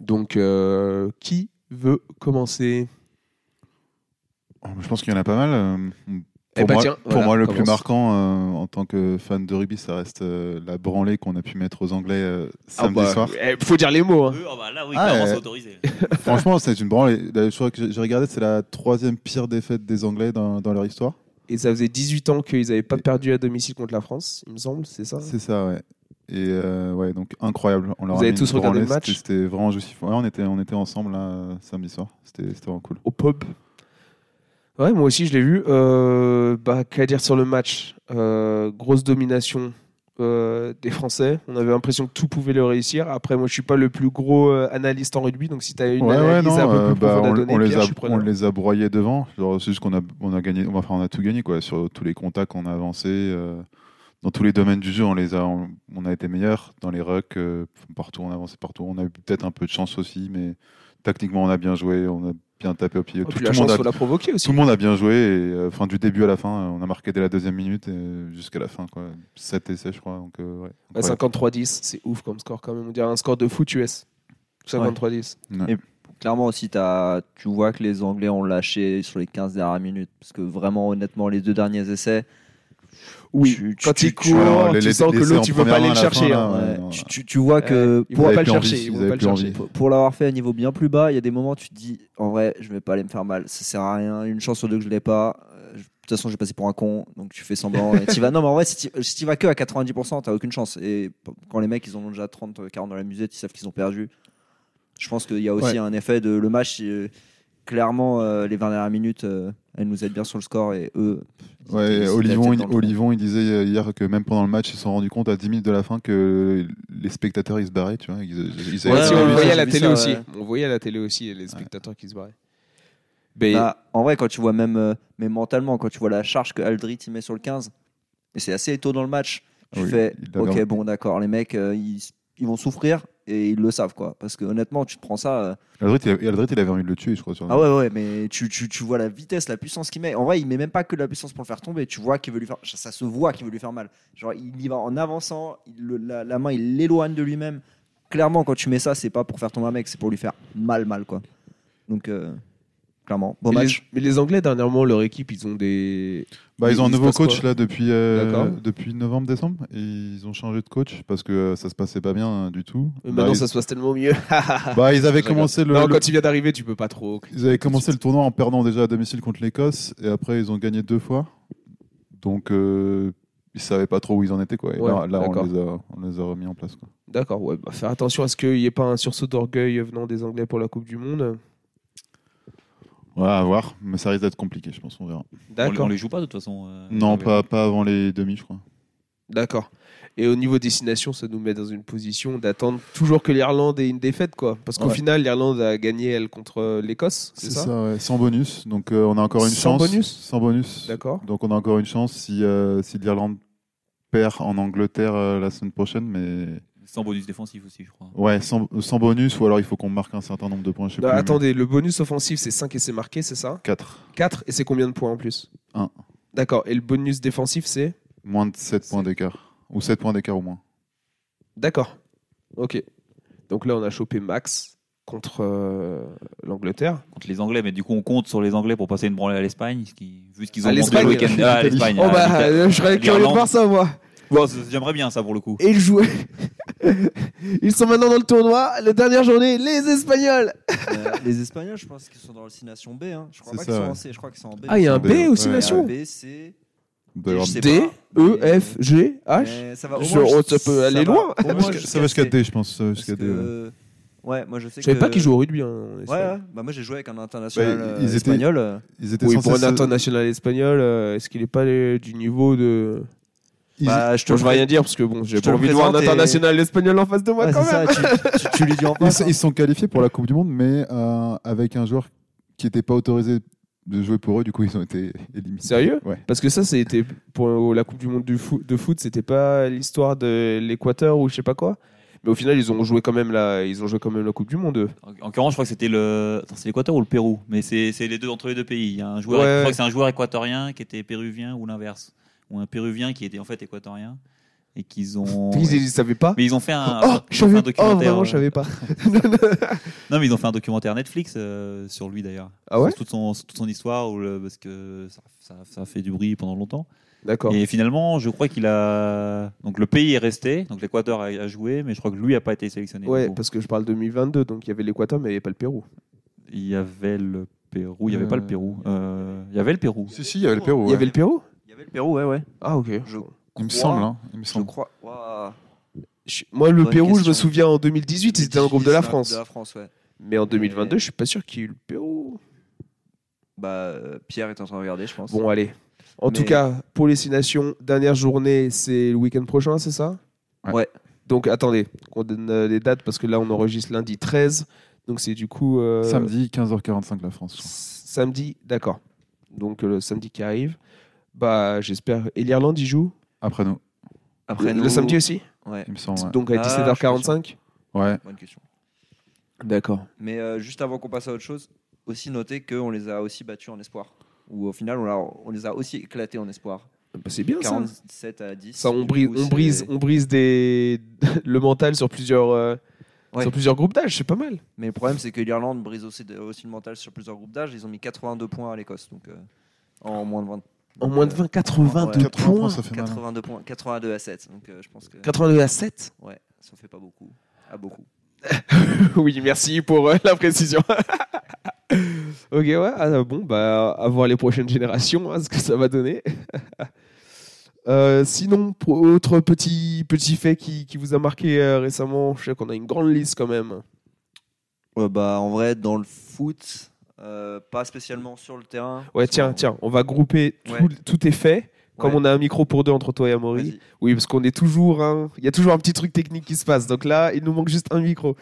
Speaker 1: Donc, euh, qui veut commencer
Speaker 2: Oh, Je pense qu'il y en a pas mal. euh, Pour,
Speaker 1: bah
Speaker 2: moi,
Speaker 1: tiens,
Speaker 2: pour
Speaker 1: voilà,
Speaker 2: moi, le plus
Speaker 1: commence.
Speaker 2: marquant euh, en tant que fan de rugby, ça reste euh, la branlée qu'on a pu mettre aux Anglais euh,
Speaker 1: Ah
Speaker 2: samedi
Speaker 1: bah,
Speaker 2: soir.
Speaker 1: eh, faut dire les mots. hein.
Speaker 4: Eux, oh bah là, oui,
Speaker 2: Ah,
Speaker 4: clairement,
Speaker 2: ouais.
Speaker 4: c'est autorisé.
Speaker 2: Franchement, c'est une branlée. La- Je crois que j'ai- j'ai regardé, c'est la troisième pire défaite des Anglais dans, dans leur histoire.
Speaker 1: Et ça faisait 18 ans qu'ils n'avaient pas perdu à domicile contre la France, il me semble, c'est ça
Speaker 2: C'est ça, ouais. Et euh, ouais, donc incroyable. On leur
Speaker 1: Vous
Speaker 2: a
Speaker 1: avez
Speaker 2: mis
Speaker 1: tous
Speaker 2: une
Speaker 1: regardé le
Speaker 2: branlée,
Speaker 1: match
Speaker 2: C'était c'était vraiment jouissif. Ouais, on était, on était ensemble là, samedi soir. C'était c'était vraiment cool.
Speaker 1: Au pub. Ouais, moi aussi, je l'ai vu. Euh, bah, qu'à dire sur le match Euh, Grosse domination euh, des Français. On avait l'impression que tout pouvait le réussir. Après, moi, je suis pas le plus gros euh, analyste en rugby, donc si tu as une
Speaker 2: ouais, ouais,
Speaker 1: analyse
Speaker 2: non,
Speaker 1: un peu
Speaker 2: euh,
Speaker 1: plus
Speaker 2: bah,
Speaker 1: profonde
Speaker 2: on,
Speaker 1: à donner,
Speaker 2: on les
Speaker 1: Pierre,
Speaker 2: a,
Speaker 1: je suis preneur.
Speaker 2: on les a broyés devant. Genre, c'est juste qu'on a, on a gagné, enfin, on a tout gagné quoi, sur tous les contacts qu'on a avancés. euh, dans tous les domaines du jeu, on les a, on, on a été meilleurs. Dans les rucks, euh, partout, on a avancé partout. On a eu peut-être un peu de chance aussi, mais tactiquement, on a bien joué. On a bien tapé au pied.
Speaker 1: Oh,
Speaker 2: tout,
Speaker 1: puis la
Speaker 2: tout le monde
Speaker 1: chance,
Speaker 2: a,
Speaker 1: faut la provoquer aussi.
Speaker 2: tout le monde a bien joué, et, euh, enfin, du début à la fin. euh, On a marqué dès la deuxième minute et euh, jusqu'à la fin. Quoi. 7 essais, je crois. Donc, euh, ouais,
Speaker 1: Ouais,
Speaker 2: incroyable.
Speaker 1: 53-10, Bah, c'est ouf comme score quand même. On dirait un score de foot US. 53-10.
Speaker 5: Clairement aussi, t'as- tu vois que les Anglais ont lâché sur les 15 dernières minutes. Parce que vraiment, honnêtement, les deux derniers essais,
Speaker 1: Oui,
Speaker 5: Tu- tu-
Speaker 1: quand
Speaker 5: tu-
Speaker 1: il
Speaker 2: Ouais,
Speaker 1: court,
Speaker 2: alors, les-
Speaker 1: tu
Speaker 2: les-
Speaker 1: sens que
Speaker 2: les-
Speaker 1: l'autre,
Speaker 2: en
Speaker 1: tu veux pas
Speaker 2: première
Speaker 1: aller
Speaker 2: main,
Speaker 1: le
Speaker 2: à la fin,
Speaker 1: chercher.
Speaker 2: là,
Speaker 1: hein.
Speaker 2: ouais,
Speaker 5: ouais,
Speaker 2: non,
Speaker 5: tu,
Speaker 2: ouais.
Speaker 5: tu- tu vois que
Speaker 1: Euh, Ils
Speaker 5: pour,
Speaker 1: vont
Speaker 2: avaient
Speaker 1: pas le
Speaker 2: plus envie,
Speaker 1: chercher. Ils
Speaker 2: ils
Speaker 1: vont
Speaker 2: avaient
Speaker 1: pas le
Speaker 2: plus
Speaker 1: chercher.
Speaker 2: envie.
Speaker 5: pour- pour l'avoir fait à niveau bien plus bas, il y a des moments où tu te dis, en vrai, je vais pas aller me faire mal, ça sert à rien, une chance sur deux que je l'ai pas. Euh, je- De toute façon, j'ai passé pour un con, donc tu fais semblant. et t'y vas. Non, mais en vrai, si tu vas que à 90%, t'as aucune chance. Et p- quand les mecs, ils en ont déjà 30, 40 dans la musette, ils savent qu'ils ont perdu. Je pense qu'il y a aussi
Speaker 1: Ouais.
Speaker 5: un effet de le match. euh, clairement, euh, les 20 dernières minutes, euh, elles nous aident bien sur le score et eux. ils
Speaker 2: Ouais,
Speaker 5: étaient- ils
Speaker 2: et
Speaker 5: étaient
Speaker 2: Olivon,
Speaker 5: la
Speaker 2: il,
Speaker 5: tête dans le fond.
Speaker 2: Olivon, il disait euh, hier que même pendant le match, ils se sont rendus compte à 10 minutes de la fin que les spectateurs ils se barraient, tu vois. Ils, ils- ils
Speaker 1: Ouais,
Speaker 2: avaient
Speaker 1: si,
Speaker 2: pas
Speaker 1: on le
Speaker 2: vu ça.
Speaker 1: voyait à la
Speaker 5: j'ai vu
Speaker 1: télé
Speaker 5: ça,
Speaker 1: aussi.
Speaker 5: ouais.
Speaker 1: On voyait à la télé aussi les spectateurs qui se barraient. Ben,
Speaker 5: Bah, en vrai, quand tu vois même, euh, mais mentalement, quand tu vois la charge que Aldrit il met sur le 15, et c'est assez tôt dans le match, tu
Speaker 2: Oui,
Speaker 5: fais
Speaker 2: il l'avait
Speaker 5: Ok,
Speaker 2: en-
Speaker 5: bon, d'accord, les mecs, euh, ils, ils vont souffrir et ils le savent, quoi. Parce que honnêtement, tu te prends ça. euh,
Speaker 2: Aldrit, il, avait- Aldrit, il avait envie de le tuer, je crois. sur-
Speaker 5: Ah ouais, ouais, mais tu, tu, tu vois la vitesse, la puissance qu'il met. En vrai, il met même pas que de la puissance pour le faire tomber. Tu vois qu'il veut lui faire. Ça, ça se voit qu'il veut lui faire mal. Genre, il y va en avançant, il le- la, la main, il l'éloigne de lui-même. Clairement, quand tu mets ça, c'est pas pour faire tomber un mec, c'est pour lui faire mal, mal, quoi. Donc, euh, clairement, bon
Speaker 1: mais, les,
Speaker 5: match.
Speaker 1: mais les Anglais, dernièrement, leur équipe, ils ont des.
Speaker 2: Bah, ils ont un
Speaker 1: Il se
Speaker 2: nouveau
Speaker 1: passe
Speaker 2: coach
Speaker 1: quoi
Speaker 2: là depuis, euh,
Speaker 1: D'accord.
Speaker 2: depuis novembre, décembre. Et ils ont changé de coach parce que euh, ça se passait pas bien euh, du tout.
Speaker 1: Euh,
Speaker 2: bah,
Speaker 1: Maintenant,
Speaker 2: ils,
Speaker 1: ça se passe tellement mieux.
Speaker 2: bah, ils avaient
Speaker 1: Je rigole.
Speaker 2: commencé le,
Speaker 1: non,
Speaker 2: le-
Speaker 1: quand il vient d'arriver, tu peux pas trop.
Speaker 2: ils avaient commencé le tournoi en perdant déjà à domicile contre l'Écosse et après ils ont gagné deux fois. Donc euh, ils savaient pas trop où ils en étaient quoi. Et
Speaker 1: Ouais,
Speaker 2: là, là, on,
Speaker 1: d'accord.
Speaker 2: les a, on les a remis en place. Quoi.
Speaker 1: D'accord, ouais. bah, faire attention à ce qu'il n'y ait pas un sursaut d'orgueil venant des Anglais pour la Coupe du Monde.
Speaker 2: Ouais, à voir, mais ça risque d'être compliqué, je pense, on verra.
Speaker 4: On, les- on
Speaker 1: D'accord.
Speaker 4: les joue pas de toute façon. euh,
Speaker 2: Non,
Speaker 4: mais-
Speaker 2: pas, pas avant les demi, je crois.
Speaker 1: D'accord. Et au niveau destination, ça nous met dans une position d'attendre toujours que l'Irlande ait une défaite, quoi. Parce qu'au
Speaker 2: Ouais.
Speaker 1: final, l'Irlande a gagné, elle, contre euh, l'Écosse, c'est
Speaker 2: C'est
Speaker 1: ça,
Speaker 2: ça, ouais, sans bonus. Donc euh, on a encore une
Speaker 1: Sans
Speaker 2: chance.
Speaker 1: bonus
Speaker 2: Sans bonus.
Speaker 1: D'accord.
Speaker 2: Donc on a encore une chance si, euh, si l'Irlande perd en Angleterre euh, la semaine prochaine, mais
Speaker 4: Sans bonus défensif aussi, je crois.
Speaker 2: ouais, sans, sans bonus ou alors il faut qu'on marque un certain nombre de points. Je sais
Speaker 1: Non,
Speaker 2: plus,
Speaker 1: Bah, attendez, le bonus offensif, c'est 5 essais marqués, c'est ça
Speaker 2: 4
Speaker 1: 4 et c'est combien de points en plus
Speaker 2: Un.
Speaker 1: D'accord. Et le bonus défensif, c'est
Speaker 2: moins de 7 points d'écart ou 7 points d'écart au moins.
Speaker 1: D'accord. Ok. Donc là, on a chopé Max contre euh, l'Angleterre.
Speaker 4: Contre les Anglais, mais du coup, on compte sur les Anglais pour passer une branlée à l'Espagne, ce qui- vu ce qu'ils
Speaker 1: À
Speaker 4: ont
Speaker 1: l'Espagne,
Speaker 4: montré le week-end.
Speaker 2: là.
Speaker 4: Ah, à l'Espagne.
Speaker 1: oh
Speaker 4: à
Speaker 1: bah,
Speaker 4: l'Italie.
Speaker 1: euh, je serais curieux de
Speaker 4: l'Irlande.
Speaker 1: voir ça, moi.
Speaker 4: Bon, c- J'aimerais bien ça pour le coup.
Speaker 1: Et le jouer. Ils sont maintenant dans le tournoi. La dernière journée, les Espagnols.
Speaker 5: Euh, les Espagnols, je pense qu'ils sont dans le Nation B. Hein. Je crois
Speaker 2: C'est
Speaker 5: pas
Speaker 2: ça,
Speaker 5: qu'ils sont
Speaker 2: ouais.
Speaker 5: en C, je crois qu'ils sont en B.
Speaker 1: Ah, il y a un B
Speaker 2: Ouais.
Speaker 1: aussi,
Speaker 2: Ouais.
Speaker 1: nation.
Speaker 5: B, C.
Speaker 2: D'ailleurs,
Speaker 5: je sais
Speaker 1: D,
Speaker 5: pas,
Speaker 1: E,
Speaker 5: mais-
Speaker 1: F, G, H.
Speaker 5: mais Ça va au
Speaker 1: Je-
Speaker 5: moins,
Speaker 1: on-
Speaker 5: je-
Speaker 1: ça peut aller
Speaker 5: va
Speaker 1: loin.
Speaker 5: au
Speaker 2: ça
Speaker 5: moins
Speaker 2: va jusqu'à- ça va jusqu'à
Speaker 5: C.
Speaker 2: D, je pense. euh,
Speaker 5: Parce
Speaker 2: jusqu'à D, ouais.
Speaker 5: que- Ouais, moi je sais
Speaker 1: Je savais
Speaker 5: que-
Speaker 1: pas qu'ils jouent au rugby. hein, en
Speaker 5: Ouais,
Speaker 1: Espagne.
Speaker 5: ouais. Bah, moi j'ai joué avec un international
Speaker 2: Bah,
Speaker 5: euh,
Speaker 2: ils étaient-
Speaker 5: espagnol. euh,
Speaker 2: Ils étaient
Speaker 1: Oui,
Speaker 2: censés
Speaker 1: pour un
Speaker 2: se-
Speaker 1: international espagnol, euh, est-ce qu'il n'est pas euh, du niveau de.
Speaker 2: ils-
Speaker 5: bah, je te
Speaker 1: Bon, je vais
Speaker 5: pré-
Speaker 1: rien dire parce que bon, j'ai
Speaker 5: je te
Speaker 1: pas
Speaker 5: le
Speaker 1: envie de voir un
Speaker 5: présente et-
Speaker 1: international espagnol en face de moi
Speaker 5: Ouais,
Speaker 1: quand
Speaker 5: c'est
Speaker 1: même.
Speaker 5: ça, tu, tu, tu lui hein. dis en
Speaker 2: Ils,
Speaker 5: face.
Speaker 2: se- ils se sont qualifiés pour la Coupe du Monde, mais euh, avec un joueur qui n'était pas autorisé de jouer pour eux, du coup ils ont été éliminés.
Speaker 1: Sérieux
Speaker 2: Ouais.
Speaker 1: Parce que ça, c'était pour la Coupe du Monde du fo- de foot, c'était pas l'histoire de l'Équateur ou je sais pas quoi. Mais au final, ils ont joué quand même la, ils ont joué quand même la Coupe du Monde. eux.
Speaker 4: En en l'occurrence, je crois que c'était le, attends, c'est l'Équateur ou le Pérou, mais c'est c'est les deux entre les deux pays. Il y a un joueur,
Speaker 1: Ouais,
Speaker 4: je
Speaker 1: ouais.
Speaker 4: crois que c'est un joueur équatorien qui était péruvien ou l'inverse, ou un péruvien qui était en fait équatorien et qu'ils ont.
Speaker 1: Ils, ils savaient pas.
Speaker 4: Mais ils ont fait Ah, un,
Speaker 1: oh,
Speaker 4: ils
Speaker 1: je
Speaker 4: ont fait
Speaker 1: savais.
Speaker 4: un
Speaker 1: Oh,
Speaker 4: documentaire. euh,
Speaker 1: vraiment, je savais pas.
Speaker 4: Non, mais ils ont fait un documentaire Netflix euh, sur lui d'ailleurs.
Speaker 1: Ah ouais
Speaker 4: Sur toute son, sur toute son histoire, où le- parce que ça, ça- ça a fait du bruit pendant longtemps.
Speaker 1: D'accord.
Speaker 4: Et finalement, je crois qu'il a. Donc le pays est resté, donc l'Équateur a, a joué, mais je crois que lui a pas été sélectionné.
Speaker 1: Ouais,
Speaker 4: du coup.
Speaker 1: parce que je parle 2022, donc il y avait l'Équateur, mais il n'y avait pas le Pérou.
Speaker 4: Il y avait le Pérou, il y avait
Speaker 2: Euh,
Speaker 4: pas le Pérou. Euh, il y avait le Pérou.
Speaker 2: Si, si, il y avait le Pérou.
Speaker 1: Il y avait le Pérou
Speaker 5: Il y avait le Pérou, ouais, ouais.
Speaker 1: Ah ok.
Speaker 5: Je,
Speaker 2: Il me semble. hein, il me
Speaker 5: je
Speaker 2: semble.
Speaker 5: crois. Waouh.
Speaker 1: Je- Moi, le
Speaker 5: Bonne
Speaker 1: Pérou, je me
Speaker 5: question.
Speaker 1: souviens en 2018, ils étaient dans le groupe de la
Speaker 5: C'est un
Speaker 1: France.
Speaker 5: De la France, ouais.
Speaker 1: Mais en 2022, je suis pas sûr qu'il y ait eu le Pérou.
Speaker 5: Bah, euh, Pierre est en train de regarder, je pense.
Speaker 1: Bon, allez. En
Speaker 5: Mais-
Speaker 1: tout cas, pour les Six Nations, dernière journée, c'est le week-end prochain, c'est ça
Speaker 2: Ouais.
Speaker 5: Ouais.
Speaker 1: Donc attendez, qu'on donne euh, les dates parce que là, on enregistre lundi 13. Donc c'est du coup. euh,
Speaker 2: Samedi 15h45 la France. je crois.
Speaker 1: s- Samedi, d'accord. Donc euh, le samedi qui arrive. Bah, j'espère. Et l'Irlande, y joue
Speaker 2: Après nous,
Speaker 5: Après,
Speaker 1: Le
Speaker 5: nous-
Speaker 1: samedi aussi
Speaker 5: Ouais,
Speaker 2: il me semble. ouais.
Speaker 1: Donc à
Speaker 5: Ah,
Speaker 1: 17h45
Speaker 2: Ouais.
Speaker 5: bonne question.
Speaker 1: D'accord.
Speaker 5: Mais euh, juste avant qu'on passe à autre chose, aussi noter qu'on les a aussi battus en espoir. Ou au final, on, leur- on les a aussi éclatés en espoir.
Speaker 1: Bah, c'est bien ça.
Speaker 5: 47 à 10.
Speaker 1: Ça, on,
Speaker 5: du
Speaker 1: brise,
Speaker 5: coup,
Speaker 1: on,
Speaker 5: c'est-
Speaker 1: brise, on brise des... le mental sur plusieurs, euh,
Speaker 5: Ouais.
Speaker 1: sur plusieurs groupes d'âge, c'est pas mal.
Speaker 5: Mais le problème, c'est que l'Irlande brise aussi, aussi le mental sur plusieurs groupes d'âge. Ils ont mis 82 points à l'Écosse, donc euh, en moins de 20.
Speaker 1: En moins de 20, 82
Speaker 2: 80 points,
Speaker 1: points.
Speaker 2: ça fait mal. hein.
Speaker 5: 82 points, 82 à 7. Donc euh, je pense que
Speaker 1: 82 à 7
Speaker 5: ouais, ça fait pas beaucoup. À beaucoup.
Speaker 1: Oui, merci pour euh, la précision. ok, ouais, ah, bon, bah, à voir les prochaines générations, hein, ce que ça va donner. Euh, sinon, pour- autre petit, petit fait qui, qui vous a marqué euh, récemment, je sais qu'on a une grande liste quand même.
Speaker 5: Ouais, bah, en vrai, dans le foot, euh, pas spécialement sur le terrain.
Speaker 1: Ouais,
Speaker 5: Parce
Speaker 1: tiens,
Speaker 5: qu'on-
Speaker 1: tiens, on va grouper tout,
Speaker 5: Ouais.
Speaker 1: tout est fait. Comme
Speaker 5: Ouais.
Speaker 1: on a un micro pour deux entre toi et Amaury.
Speaker 5: Vas-y.
Speaker 1: Oui, parce qu'on est toujours. hein, Il y a toujours un petit truc technique qui se passe. Donc là, il nous manque juste un micro.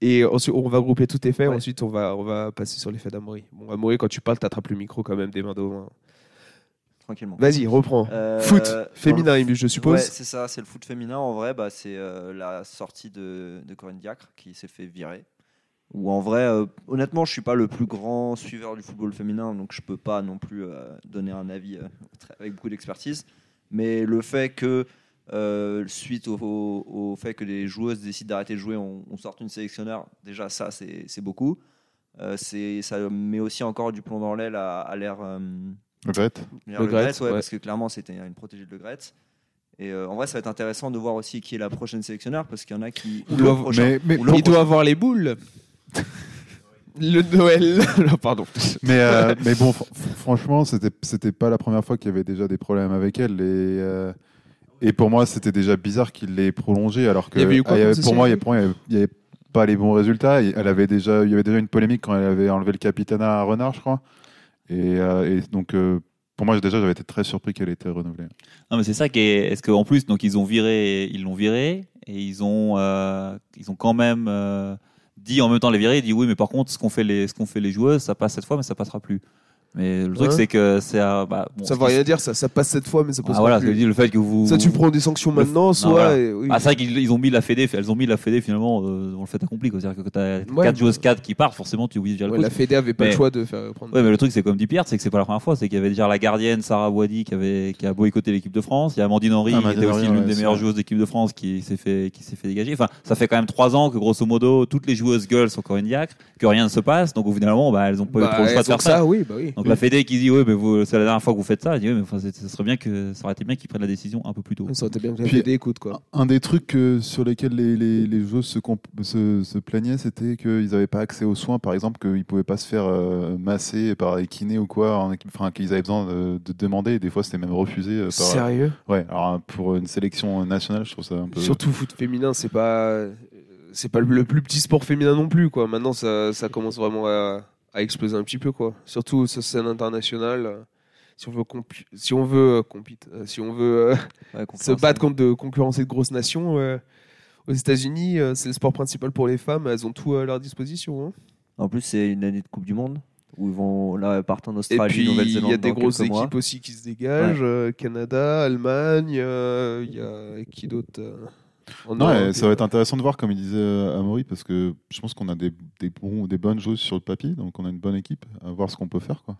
Speaker 1: Et ensuite, on va grouper tout est fait.
Speaker 5: Ouais.
Speaker 1: Ensuite, on va, on va passer sur les faits d'Amaury. Bon, Amaury, quand tu parles, t'attrapes le micro quand même des mains de main.
Speaker 5: Tranquillement.
Speaker 1: Vas-y, reprends.
Speaker 5: Euh,
Speaker 1: Foot,
Speaker 5: dans le
Speaker 1: féminin, je
Speaker 5: Ouais,
Speaker 1: suppose.
Speaker 5: c'est ça, c'est le foot féminin. En vrai, bah, c'est euh, la sortie de, de Corinne Diacre qui s'est fait virer. Ou en vrai, euh, honnêtement, je suis pas le plus grand suiveur du football féminin, donc je peux pas non plus euh, donner un avis euh, très- avec beaucoup d'expertise. Mais le fait que, euh, suite au, au- au fait que les joueuses décident d'arrêter de jouer, on, on sorte une sélectionneur, déjà ça, c'est c'est beaucoup. Euh, c'est- ça met aussi encore du plomb dans l'aile à, à l'ère. euh,
Speaker 2: Regrette.
Speaker 5: le
Speaker 1: Le
Speaker 5: Gret,
Speaker 1: Gret,
Speaker 5: ouais,
Speaker 1: ouais.
Speaker 5: parce que clairement c'était une protégée de Le Gret. Et euh, en vrai, ça va être intéressant de voir aussi qui est la prochaine sélectionneur, parce qu'il y en a qui.
Speaker 1: Ou doivent-
Speaker 5: prochain.
Speaker 2: Mais, mais,
Speaker 5: Ou le
Speaker 1: il doit avoir les boules. le Noël. Pardon.
Speaker 2: mais, euh, mais bon, fr- fr- franchement, c'était c'était pas la première fois qu'il y avait déjà des problèmes avec elle. Et, euh, et pour moi, c'était déjà bizarre qu'il l'ait prolongée. Alors que
Speaker 1: Il y avait eu quoi
Speaker 2: ah,
Speaker 1: comme
Speaker 2: pour moi, il y a-
Speaker 1: souci
Speaker 2: pour moi, il y avait, il y avait pas les bons résultats. Et Elle avait déjà, il y avait déjà une polémique quand elle avait enlevé le capitana à Renard, je crois. Et, euh, et donc, euh, pour moi, déjà, j'avais été très surpris qu'elle ait été renouvelée.
Speaker 4: Non, mais c'est ça qui est. Est-ce qu'en plus, donc ils ont viré, ils l'ont viré et ils ont, euh, ils ont quand même euh, dit en même temps les virer. Ils dit oui, mais par contre, ce qu'on fait les, ce qu'on fait les joueuses, ça passe cette fois, mais ça passera plus. Mais le truc,
Speaker 1: Ouais.
Speaker 4: c'est que c'est. à- Bah, bon,
Speaker 1: Ça
Speaker 4: ce
Speaker 1: veut
Speaker 4: qui-
Speaker 1: rien dire, ça, ça passe cette fois, mais ça
Speaker 4: Ah,
Speaker 1: passe
Speaker 4: voilà,
Speaker 1: pas
Speaker 4: ce que je
Speaker 1: plus.
Speaker 4: dis, le fait que vous.
Speaker 1: Ça, tu prends des sanctions
Speaker 4: Le-
Speaker 1: maintenant, soit.
Speaker 4: voilà.
Speaker 1: et- oui.
Speaker 4: Ah, c'est vrai qu'ils ils ont mis la Fédé, elles ont mis la Fédé finalement, euh, on le fait accompli. quoi. C'est-à-dire que quand as
Speaker 1: Ouais, bah-
Speaker 4: 4 joueuses 4 qui partent, forcément tu oublies déjà le
Speaker 1: Ouais,
Speaker 4: coach.
Speaker 1: la Fédé avait pas le
Speaker 4: Mais-
Speaker 1: choix de faire euh, prendre.
Speaker 4: Ouais, mais le truc, c'est comme dit Pierre, c'est que c'est pas la première fois. C'est qu'il y avait déjà la gardienne Sarah Wadi qui, avait, qui a boycotté l'équipe de France. Il y a Amandine Henry
Speaker 2: Ah,
Speaker 4: qui
Speaker 2: Amandine
Speaker 4: était aussi
Speaker 2: Henry,
Speaker 4: l'une
Speaker 2: ouais,
Speaker 4: des
Speaker 2: c'est
Speaker 4: meilleures
Speaker 2: vrai.
Speaker 4: joueuses d'équipe de France qui s'est fait, qui s'est fait dégager. Enfin, ça fait quand même trois ans que grosso modo, toutes les joueuses gueules sont Corinne Diacre, que rien ne se passe. Donc, au finalement, bah, elles ont pas eu
Speaker 1: Bah,
Speaker 4: trop le choix
Speaker 1: elles ont
Speaker 4: de faire
Speaker 1: que
Speaker 4: ça.
Speaker 1: ça, oui, bah oui.
Speaker 4: Donc, la Fédé qui dit, ouais, mais vous, c'est la dernière fois que vous faites ça. Elle dit, ouais, mais enfin, c'est- ça serait bien que, ça aurait été bien qu'ils prennent la décision un peu plus tôt.
Speaker 1: Ça aurait été bien que la
Speaker 2: Puis-
Speaker 1: Fédé écoute, quoi.
Speaker 2: Un un des trucs euh, sur lesquels les, les, les joueuses se, comp- se, se plaignaient, c'était qu'ils n'avaient pas accès aux soins, par exemple, qu'ils ne pouvaient pas se faire euh, masser par les kinés ou quoi, en équipe- enfin qu'ils avaient besoin de, de demander, et des fois c'était même refusé. euh, par-
Speaker 1: Sérieux
Speaker 2: Ouais, alors euh, pour une sélection nationale, je trouve ça un peu.
Speaker 1: Surtout foot féminin, c'est pas euh, c'est pas le plus petit sport féminin non plus quoi. Maintenant ça, ça commence vraiment à, à exploser un petit peu quoi. Surtout sur scène internationale, euh, si on veut compi- si on veut euh, compete, euh, si on veut euh,
Speaker 5: Ouais,
Speaker 1: se battre contre de concurrencer de grosses nations euh, aux États-Unis, euh, c'est le sport principal pour les femmes, elles ont tout à leur disposition. hein.
Speaker 5: En plus, c'est une année de Coupe du Monde, où ils vont là, partir en
Speaker 1: Et
Speaker 5: Australie,
Speaker 1: puis il
Speaker 5: Nouvelle-Zélande.
Speaker 1: y a des
Speaker 5: dans
Speaker 1: grosses
Speaker 5: quelques
Speaker 1: équipes
Speaker 5: mois.
Speaker 1: aussi qui se dégagent, euh, Canada, Allemagne, euh, il y a qui d'autre euh, en
Speaker 2: Non,
Speaker 1: Europe,
Speaker 2: et ça va être intéressant de voir, comme il disait euh, Amaury, parce que je pense qu'on a des, des, bons, des bonnes joueuses sur le papier, donc on a une bonne équipe, à voir ce qu'on peut faire. Quoi.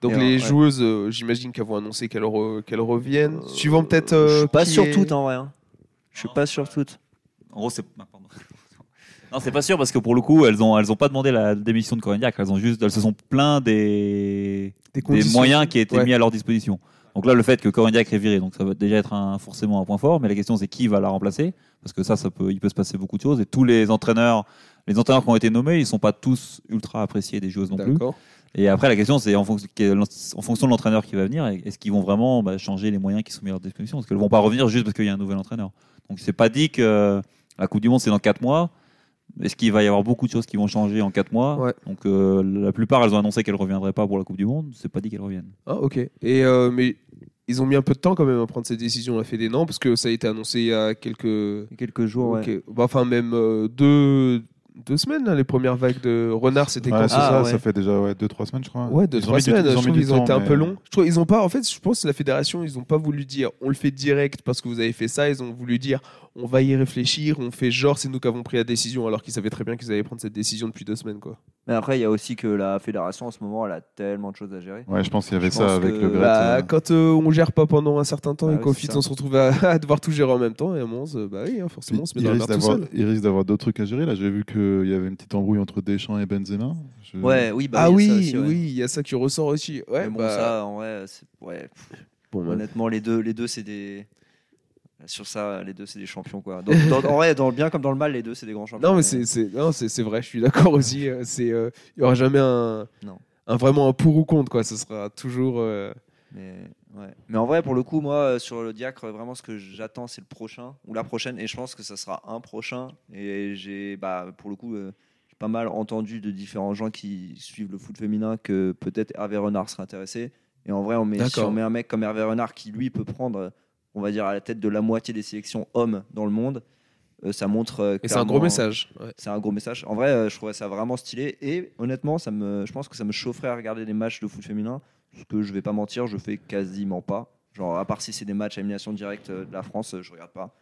Speaker 1: Donc
Speaker 5: Et
Speaker 1: les
Speaker 5: ouais.
Speaker 1: joueuses, euh, j'imagine qu'elles vont annoncer qu'elles re- qu'elles reviennent.
Speaker 5: Euh,
Speaker 1: Suivant peut-être.
Speaker 5: je
Speaker 1: euh,
Speaker 5: suis pas
Speaker 1: qui
Speaker 5: sur
Speaker 1: est-
Speaker 5: toutes en vrai. hein. Je suis
Speaker 4: Non,
Speaker 5: pas
Speaker 4: c'est
Speaker 5: sur
Speaker 4: pas-
Speaker 5: toutes.
Speaker 4: En gros, c'est. ah, pardon. Non, c'est pas sûr parce que pour le coup, elles ont, elles ont pas demandé la démission de Corinne Diacre. Elles ont juste, elles se sont plaints des,
Speaker 1: Des
Speaker 4: des
Speaker 1: conditions.
Speaker 4: moyens qui étaient
Speaker 1: Ouais.
Speaker 4: mis à leur disposition. Donc là, le fait que Corinne Diacre est virée, donc ça va déjà être un, forcément un point fort. Mais la question, c'est qui va la remplacer Parce que ça, ça peut, il peut se passer beaucoup de choses. Et tous les entraîneurs, les entraîneurs qui ont été nommés, ils sont pas tous ultra appréciés des joueuses non plus.
Speaker 1: D'accord.
Speaker 4: Et après, la question, c'est en, fonction- quel- en fonction de l'entraîneur qui va venir, est-ce qu'ils vont vraiment bah, changer les moyens qui sont mis à leur disposition Parce qu'elles vont pas revenir juste parce qu'il y a un nouvel entraîneur. Donc, c'est pas dit que euh, la Coupe du Monde, c'est dans 4 mois. Est-ce qu'il va y avoir beaucoup de choses qui vont changer en 4 mois
Speaker 1: Ouais.
Speaker 4: Donc, euh, la plupart, elles ont annoncé qu'elles reviendraient pas pour la Coupe du Monde. C'est pas dit qu'elles reviennent.
Speaker 1: Ah, ok. Et euh, mais ils ont mis un peu de temps quand même à prendre cette décision. La Fédé non, parce que ça a été annoncé il y a quelques.
Speaker 5: Il y a quelques jours, ouais.
Speaker 1: Ok. Bah, enfin même euh, deux deux semaines, là, les premières vagues de renards, c'était
Speaker 2: Ouais,
Speaker 1: quand
Speaker 2: c'est
Speaker 1: ça
Speaker 2: ça,
Speaker 5: ouais.
Speaker 2: ça fait déjà 2-3 semaines, je crois.
Speaker 1: Ah, Ouais, deux,
Speaker 2: Ils
Speaker 1: trois
Speaker 2: ont mis du-
Speaker 1: semaines.
Speaker 2: ils ont
Speaker 1: je
Speaker 2: mis
Speaker 1: trouve
Speaker 2: du
Speaker 1: qu'ils ont
Speaker 2: temps,
Speaker 1: été un peu
Speaker 2: mais-
Speaker 1: longs. Je trouve ils ont pas. En fait, je pense que la fédération, ils ont pas voulu dire on le fait direct parce que vous avez fait ça. Ils ont voulu dire on va y réfléchir, on fait genre c'est nous qui avons pris la décision alors qu'ils savaient très bien qu'ils allaient prendre cette décision depuis deux semaines quoi.
Speaker 5: Mais après, il y a aussi que la fédération en ce moment, elle a tellement de choses à gérer.
Speaker 2: Ouais, je pense qu'il y avait
Speaker 5: Je
Speaker 2: ça
Speaker 5: pense
Speaker 2: avec
Speaker 5: que-
Speaker 2: le Gret.
Speaker 1: Bah,
Speaker 2: euh,
Speaker 1: quand euh, on gère pas pendant un certain temps
Speaker 5: Ah
Speaker 1: et
Speaker 5: ouais,
Speaker 1: qu'au
Speaker 5: c'est
Speaker 1: fit
Speaker 5: ça.
Speaker 1: on se retrouve à, à devoir tout gérer en même temps et à Mons, euh, bah oui, hein, forcément on se met
Speaker 2: il,
Speaker 1: dans la
Speaker 2: risque
Speaker 1: merde tout
Speaker 2: d'avoir,
Speaker 1: seul.
Speaker 2: il risque d'avoir d'autres trucs à gérer. Là, j'ai vu qu'il y avait une petite embrouille entre Deschamps et Benzema. Je-
Speaker 5: Ouais, oui, bah,
Speaker 1: ah
Speaker 5: il
Speaker 1: oui,
Speaker 5: y a ça aussi, ouais.
Speaker 1: oui, il y a ça qui ressort aussi. Ouais,
Speaker 5: Mais bon,
Speaker 1: bah,
Speaker 5: ça, en vrai, c'est- ouais,
Speaker 1: bon, bah,
Speaker 5: honnêtement, les deux, les deux c'est des. Sur ça, les deux, c'est des champions, quoi. Donc, dans- en vrai, dans le bien comme dans le mal, les deux, c'est des grands champions.
Speaker 1: Non, mais c'est,
Speaker 5: euh,
Speaker 1: c'est, non, c'est, c'est vrai, je suis d'accord aussi. euh, C'est, euh, il y aura jamais un,
Speaker 5: Non.
Speaker 1: un vraiment un pour ou contre, quoi. Ce sera toujours. euh,
Speaker 5: Mais, ouais. mais en vrai, pour le coup, moi, euh, sur le diacre, vraiment, ce que j'attends, c'est le prochain ou la prochaine. Et je pense que ça sera un prochain. Et j'ai, bah, pour le coup, euh, j'ai pas mal entendu de différents gens qui suivent le foot féminin que peut-être Hervé Renard serait intéressé. Et en vrai, on met, si
Speaker 1: D'accord.
Speaker 5: on met un mec comme Hervé Renard qui, lui, peut prendre, euh, on va dire, à la tête de la moitié des sélections hommes dans le monde, euh, ça montre. euh,
Speaker 1: Et c'est un gros
Speaker 5: clairement-
Speaker 1: message. ouais.
Speaker 5: c'est un gros message. En vrai, euh, je trouvais ça vraiment stylé. Et honnêtement, ça me, je pense que ça me chaufferait à regarder des matchs de foot féminin. Ce que je vais pas mentir, je fais quasiment pas. Genre, à part si c'est des matchs à élimination directe euh, de la France, euh, je regarde pas.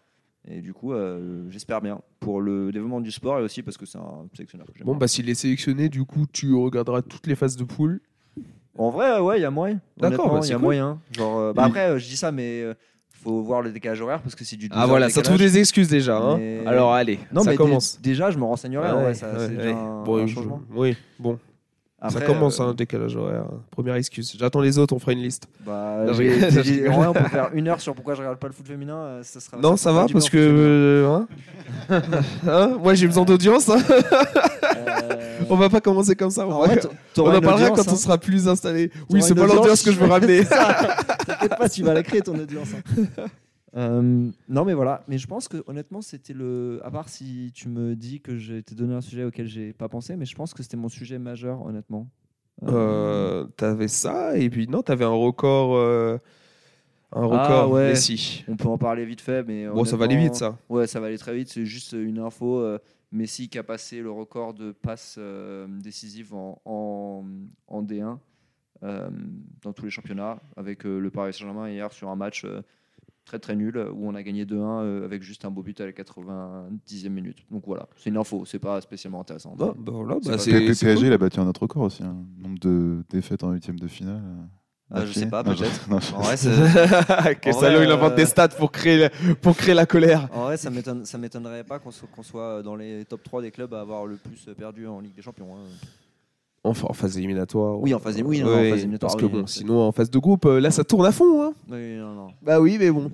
Speaker 5: Et du coup, euh, j'espère bien pour le développement du sport et aussi parce que c'est un sélectionneur que j'aime.
Speaker 1: Bon, bah s'il est sélectionné, du coup, tu regarderas toutes les phases de poule.
Speaker 5: En vrai, euh, ouais, il y a moyen.
Speaker 1: bah, D'accord,
Speaker 5: Honnêtement,
Speaker 1: bah,
Speaker 5: il
Speaker 1: c'est
Speaker 5: y a
Speaker 1: cool.
Speaker 5: moyen. Genre, euh, bah,
Speaker 2: Il-
Speaker 5: après, euh, je dis ça, mais euh, faut voir le décalage horaire parce que c'est du. 12
Speaker 1: Ah
Speaker 5: heures
Speaker 1: voilà,
Speaker 5: de
Speaker 1: ça
Speaker 5: décalage.
Speaker 1: trouve des excuses déjà. hein.
Speaker 5: Mais-
Speaker 1: Alors allez,
Speaker 5: Non,
Speaker 1: ça
Speaker 5: mais dé-
Speaker 1: commence.
Speaker 5: déjà, je me renseignerai. en
Speaker 1: Ouais,
Speaker 5: vrai, ça,
Speaker 1: ouais,
Speaker 5: c'est
Speaker 1: ouais.
Speaker 5: déjà un,
Speaker 1: Bon,
Speaker 5: un
Speaker 1: je-
Speaker 5: changement.
Speaker 1: Oui, bon, ça
Speaker 5: Après,
Speaker 1: commence,
Speaker 5: euh,
Speaker 1: hein, décalage horaire. Première excuse. J'attends les autres, on fera une liste.
Speaker 5: Bah,
Speaker 1: Non, je
Speaker 5: j'ai-
Speaker 1: rigole, je
Speaker 5: j'ai-
Speaker 1: rigole.
Speaker 5: en vrai, on peut faire une heure sur pourquoi je regarde pas le foot féminin. euh, Ça sera,
Speaker 1: non, ça
Speaker 5: fera
Speaker 1: va,
Speaker 5: du bien
Speaker 1: parce
Speaker 5: au
Speaker 1: que.
Speaker 5: foot féminin.
Speaker 1: euh, hein Hein Moi, j'ai besoin d'audience. hein.
Speaker 5: Euh,
Speaker 1: On va pas commencer comme ça. on
Speaker 5: en
Speaker 1: va-
Speaker 5: vrai, t-
Speaker 1: On
Speaker 5: t'auras
Speaker 1: en
Speaker 5: une
Speaker 1: parlera
Speaker 5: audience,
Speaker 1: quand on
Speaker 5: hein.
Speaker 1: sera plus installé. Oui,
Speaker 5: T'auras
Speaker 1: c'est
Speaker 5: une
Speaker 1: pas l'audience
Speaker 5: audience
Speaker 1: que je veux ramener.
Speaker 5: T'inquiète pas, tu vas la créer ton audience. hein. Euh, non, mais voilà. Mais je pense que honnêtement, c'était le. À part si tu me dis que j'ai été donné un sujet auquel j'ai pas pensé, mais je pense que c'était mon sujet majeur, honnêtement.
Speaker 1: Euh, t'avais ça, et puis non, t'avais un record. euh, un
Speaker 5: Ah,
Speaker 1: record,
Speaker 5: ouais.
Speaker 1: Messi.
Speaker 5: On peut en parler vite fait, mais
Speaker 1: Bon, ça va aller
Speaker 5: honnêtement,
Speaker 1: vite, ça.
Speaker 5: Ouais, ça va aller très vite. C'est juste une info. euh, Messi qui a passé le record de passes euh, décisives en, en, en D1 euh, dans tous les championnats avec euh, le Paris Saint-Germain hier sur un match euh, très très nul où on a gagné 2-1 euh, avec juste un beau but à la 90e minute. Donc voilà, c'est une info, c'est pas spécialement intéressant.
Speaker 1: Bah, bah, voilà, bah,
Speaker 5: pas-
Speaker 1: c'est-
Speaker 2: P- P-
Speaker 1: c'est
Speaker 2: PSG,
Speaker 1: cool.
Speaker 2: il a battu un autre record aussi. hein. Nombre de défaites en huitième de finale. euh,
Speaker 5: Ah, je
Speaker 2: d'affilée.
Speaker 5: sais pas,
Speaker 2: Non, je-
Speaker 5: peut-être.
Speaker 2: non, je-
Speaker 5: En vrai, ça,
Speaker 1: Quel
Speaker 5: En vrai,
Speaker 1: salaud, il invente
Speaker 5: euh,
Speaker 1: des stats pour créer, la- pour créer la colère.
Speaker 5: en vrai, ça m'étonne- ça m'étonnerait pas qu'on soit, qu'on soit dans les top 3 des clubs à avoir le plus perdu en Ligue des Champions. hein.
Speaker 1: Enfin, en phase éliminatoire.
Speaker 5: Oui, en phase- oui, non, en phase éliminatoire,
Speaker 1: Parce que
Speaker 5: oui,
Speaker 1: bon,
Speaker 5: oui.
Speaker 1: sinon, en phase de groupe, euh, là, ça tourne à fond. hein.
Speaker 5: Oui, non, non.
Speaker 1: Bah oui, mais bon.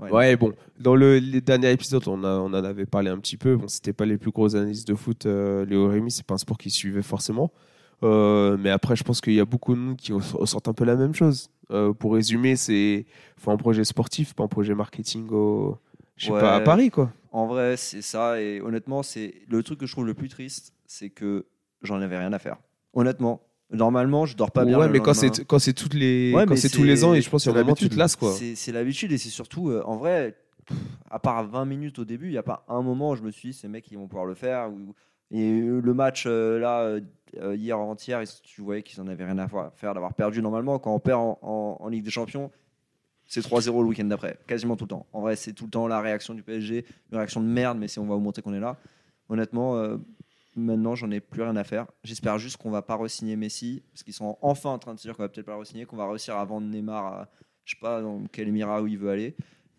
Speaker 5: Mais,
Speaker 1: Ouais, bon, dans le les dernier épisode, on, a, on en avait parlé un petit peu. Bon, c'était pas les plus grosses analyses de foot. euh, Léo Rémy, c'est pas un sport qui suivait forcément. Euh, mais après, je pense qu'il y a beaucoup de nous qui ressortent un peu la même chose. Euh, pour résumer, c'est faut un projet sportif, pas un projet marketing au, je sais
Speaker 5: Ouais.
Speaker 1: pas, à Paris, quoi.
Speaker 5: En vrai, c'est ça. Et honnêtement, c'est le truc que je trouve le plus triste, c'est que j'en avais rien à faire. Honnêtement, normalement, je dors pas bien.
Speaker 1: ouais,
Speaker 5: le
Speaker 1: mais quand
Speaker 5: lendemain.
Speaker 1: c'est quand c'est toutes les
Speaker 5: Ouais,
Speaker 1: quand
Speaker 5: mais
Speaker 1: c'est tous
Speaker 5: c'est-
Speaker 1: les ans, et je pense
Speaker 2: c'est
Speaker 1: qu'à un moment tu
Speaker 2: l'habitude.
Speaker 1: te lasses, quoi.
Speaker 5: c'est c'est l'habitude et c'est surtout, euh, en vrai, pff, à part 20 minutes au début, il n'y a pas un moment où je me suis dit ces mecs ils vont pouvoir le faire. ou- Et euh, le match euh, là euh, euh, hier avant-hier, ils- tu voyais qu'ils en avaient rien à voir- faire d'avoir perdu. Normalement, quand on perd en, en- en Ligue des Champions, c'est 3-0 le week-end d'après, quasiment tout le temps. En vrai, c'est tout le temps la réaction du PSG, une réaction de merde, mais si on va vous montrer qu'on est là. Honnêtement, euh, maintenant, j'en ai plus rien à faire. J'espère juste qu'on va pas re-signer Messi, parce qu'ils sont enfin en train de se dire qu'on va peut-être pas le re-signer, qu'on va réussir à vendre Neymar à, je sais pas dans quel émirat où il veut aller.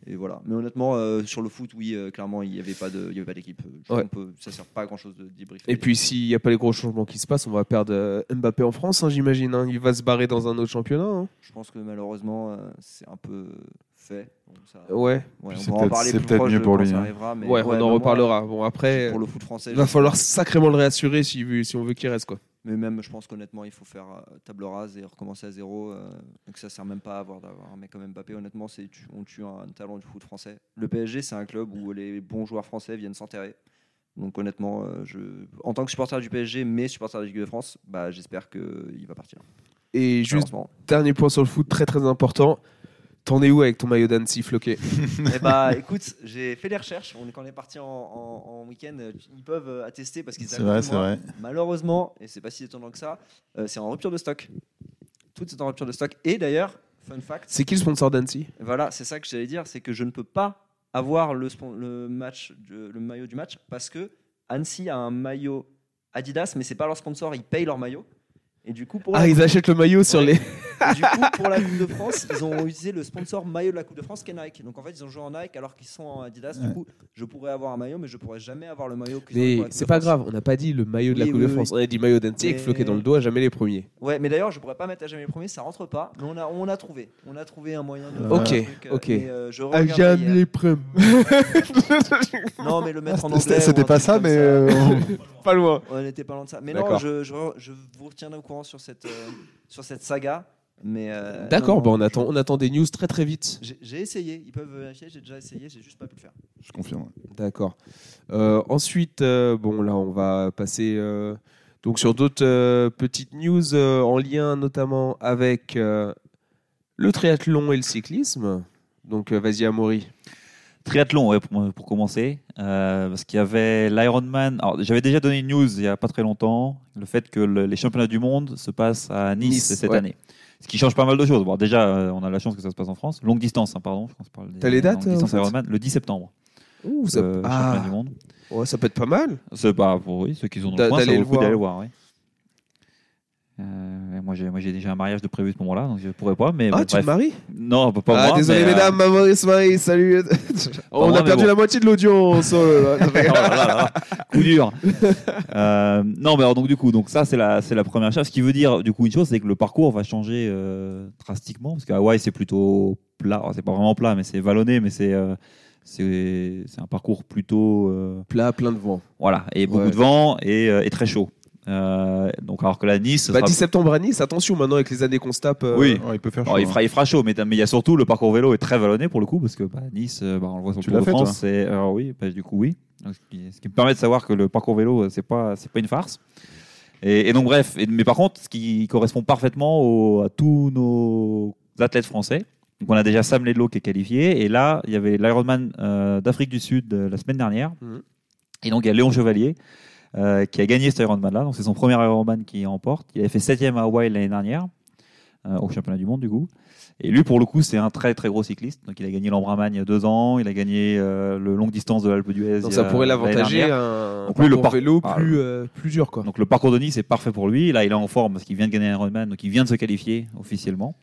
Speaker 5: Et voilà. Mais honnêtement, euh, sur le foot, oui, euh, clairement, il n'y avait pas de, il y avait pas d'équipe. Euh, je
Speaker 1: Ouais.
Speaker 5: trouve qu'on peut- Ça sert pas à grand chose de débriefer.
Speaker 1: Et puis s'il n'y a pas les gros changements qui se passent, on va perdre euh, Mbappé en France, hein, j'imagine. hein. Il va se barrer dans un autre championnat. hein.
Speaker 5: je pense que malheureusement, euh, c'est un peu fait. Donc, ça-
Speaker 1: Ouais.
Speaker 5: ouais,
Speaker 2: Oh, c'est
Speaker 5: on va en
Speaker 2: peut-être-
Speaker 5: parler
Speaker 2: c'est
Speaker 5: plus
Speaker 2: peut-être
Speaker 5: proche
Speaker 2: mieux
Speaker 5: de
Speaker 2: pour
Speaker 5: quand
Speaker 2: lui,
Speaker 5: ça
Speaker 2: hein.
Speaker 5: arrivera, mais-
Speaker 1: ouais, on en
Speaker 5: mais
Speaker 1: reparlera. Bon,
Speaker 5: moi,
Speaker 1: après,
Speaker 5: Pour le foot français,
Speaker 1: il va
Speaker 5: je-
Speaker 1: falloir sacrément le réassurer si, veut- si on veut qu'il reste. Quoi.
Speaker 5: mais même, je pense qu'honnêtement, il faut faire euh, table rase et recommencer à zéro. euh, et que ça sert même pas à avoir d'avoir un mec comme Mbappé. Honnêtement, c'est tu- on tue un talent du foot français. Le PSG, c'est un club où les bons joueurs français viennent s'enterrer. Donc honnêtement, euh, je, en tant que supporter du PSG, mais supporter de l'équipe de France, bah, j'espère qu'il va partir.
Speaker 1: Et juste,
Speaker 5: Malheureusement.
Speaker 1: dernier point sur le foot, très très important. T'en es où avec ton maillot d'Annecy floqué
Speaker 5: Eh bah écoute, j'ai fait des recherches. On, quand on est parti en, en- en week-end, euh, ils peuvent euh, attester parce qu'ils
Speaker 2: C'est
Speaker 5: savent
Speaker 2: vrai,
Speaker 5: comme
Speaker 2: c'est
Speaker 5: moi.
Speaker 2: vrai.
Speaker 5: Malheureusement, et c'est pas si étonnant que ça, euh, c'est en rupture de stock. Tout est en rupture de stock. Et d'ailleurs, fun fact,
Speaker 1: C'est qui le sponsor d'Annecy
Speaker 5: voilà, c'est ça que j'allais dire, c'est que je ne peux pas avoir le, spon- le match, du- le maillot du match parce que Annecy a un maillot Adidas, mais c'est pas leur sponsor, ils payent leur maillot. Et du coup, pour
Speaker 1: Ah, ils achètent le maillot sur les.
Speaker 5: et du coup, pour la Coupe de France, ils ont utilisé le sponsor maillot de la Coupe de France qui est Nike. Donc en fait, ils ont joué en Nike alors qu'ils sont en Adidas. Du
Speaker 2: Ouais.
Speaker 5: coup, je pourrais avoir un maillot, mais je pourrais jamais avoir le maillot qu'ils ont
Speaker 1: Mais
Speaker 5: pour la Coupe
Speaker 1: c'est
Speaker 5: de
Speaker 1: pas
Speaker 5: France.
Speaker 1: grave, on n'a pas dit le maillot de la
Speaker 5: Oui,
Speaker 1: Coupe
Speaker 5: oui,
Speaker 1: de France. On a dit maillot d'Annecy avec
Speaker 5: Mais-
Speaker 1: floqué dans le doigt, jamais les premiers.
Speaker 5: Ouais, mais d'ailleurs, je pourrais pas mettre à jamais le premier, ça rentre pas. Mais on a, on a trouvé. On a trouvé un moyen de.
Speaker 1: Ok,
Speaker 5: faire un truc, euh,
Speaker 1: ok.
Speaker 5: mais, euh, je regardais hier. Non, mais le mettre en anglais.
Speaker 2: C'était
Speaker 5: ou un
Speaker 2: c'était pas
Speaker 5: truc
Speaker 2: ça,
Speaker 5: comme
Speaker 2: mais euh,
Speaker 1: pas loin.
Speaker 5: On n'était pas loin de ça. Mais non,
Speaker 1: D'accord.
Speaker 5: je, je, je vous retiendrai au courant sur cette, euh, sur cette saga. Mais euh,
Speaker 1: D'accord,
Speaker 5: non,
Speaker 1: bon, on
Speaker 5: je-
Speaker 1: attend, on attend des news très très vite.
Speaker 5: J'ai j'ai essayé, ils peuvent vérifier, j'ai déjà essayé, j'ai juste pas pu le faire.
Speaker 2: je confirme.
Speaker 1: D'accord. Euh, ensuite, euh, bon, là, on va passer euh, donc sur d'autres euh, petites news euh, en lien notamment avec euh, le triathlon et le cyclisme. Donc, euh, vas-y, Amaury.
Speaker 4: Triathlon, ouais, pour, pour commencer, euh, parce qu'il y avait l'Ironman. Alors, j'avais déjà donné une news il n'y a pas très longtemps, le fait que le- les championnats du monde se passent à Nice,
Speaker 1: Nice,
Speaker 4: cette
Speaker 1: ouais.
Speaker 4: année. Ce qui change pas mal de choses. Bon, déjà, euh, on a la chance que ça se passe en France. Longue distance, hein, pardon. je pense qu'on parle des-
Speaker 1: T'as les dates,
Speaker 4: longue
Speaker 1: euh,
Speaker 4: distance
Speaker 1: en fait
Speaker 4: Ironman, le 10 septembre.
Speaker 1: Ouh, ça,
Speaker 4: euh,
Speaker 1: ah,
Speaker 4: championnat du monde.
Speaker 1: ouais, ça peut être pas mal.
Speaker 4: C'est pas pour oui, ceux qui sont dans
Speaker 1: D'a-
Speaker 4: le coin, ça
Speaker 1: d'aller
Speaker 4: vaut
Speaker 1: le
Speaker 4: le coup d'aller
Speaker 1: voir.
Speaker 4: le voir. ouais. Euh, moi, j'ai moi, j'ai déjà un mariage de prévu à ce moment-là, donc je pourrais pas. Mais
Speaker 1: Ah,
Speaker 4: bon,
Speaker 1: tu
Speaker 4: bref.
Speaker 1: te maries
Speaker 4: Non, pas pas
Speaker 1: Ah,
Speaker 4: moi.
Speaker 1: désolé,
Speaker 4: mais, euh,
Speaker 1: mesdames, Amaury se marie, salut. on
Speaker 4: moi,
Speaker 1: a
Speaker 4: mais
Speaker 1: perdu
Speaker 4: bon.
Speaker 1: la moitié de l'audience. oh là là.
Speaker 4: Oh là là là, Coup dur. Euh, non, mais alors, donc du coup, donc ça c'est la c'est la première chose. Ce qui veut dire du coup une chose, c'est que le parcours va changer euh, drastiquement parce qu'à Hawaï c'est plutôt plat. Alors, C'est pas vraiment plat, mais c'est vallonné, mais c'est euh, c'est c'est un parcours plutôt euh,
Speaker 1: Plat, plein de vent.
Speaker 4: voilà et beaucoup
Speaker 1: Ouais.
Speaker 4: de vent et, euh, et très chaud. Euh, donc alors que la Nice, ce
Speaker 1: Bah,
Speaker 4: sera-
Speaker 1: 10 septembre à Nice, attention maintenant avec les années qu'on se tape. euh,
Speaker 4: Oui.
Speaker 2: Ouais, il peut faire chaud.
Speaker 4: alors, Oh, il,
Speaker 2: hein.
Speaker 4: fera, il fera chaud, mais t'as- mais il y a surtout le parcours vélo est très vallonné pour le coup parce que bah, Nice, euh, bah, on le voit sur le
Speaker 2: Tu
Speaker 4: Tour de
Speaker 2: l'as fait,
Speaker 4: France, c'est alors oui, bah, du coup oui, Donc, ce qui, ce qui me permet de savoir que le parcours vélo euh, c'est pas c'est pas une farce. Et, et donc bref, Et- mais par contre, ce qui correspond parfaitement au- à tous nos athlètes français. Donc on a déjà Sam Ledlow qui est qualifié et là il y avait l'Ironman euh, d'Afrique du Sud euh, la semaine dernière
Speaker 1: Mhm.
Speaker 4: et donc il y a Léon Chevalier. euh, qui a gagné cet Ironman là, donc c'est son premier Ironman qui emporte. Il avait fait 7ème à Hawaï l'année dernière, euh, au championnat du monde du coup. Et lui, pour le coup, c'est un très très gros cycliste. Donc, il a gagné l'Embramagne il y a deux ans, il a gagné euh, le longue distance de l'Alpe d'Huez.
Speaker 1: Donc
Speaker 4: il y
Speaker 1: ça
Speaker 4: a-
Speaker 1: pourrait
Speaker 4: l'année
Speaker 1: l'avantager
Speaker 4: dernière.
Speaker 1: un
Speaker 4: En plus, le
Speaker 1: parcours
Speaker 4: par-
Speaker 1: vélo
Speaker 4: Ah,
Speaker 1: plus, euh, plus dur quoi.
Speaker 4: Donc, le parcours de Nice est parfait pour lui. Là, il est en forme parce qu'il vient de gagner un Ironman, donc il vient de se qualifier officiellement.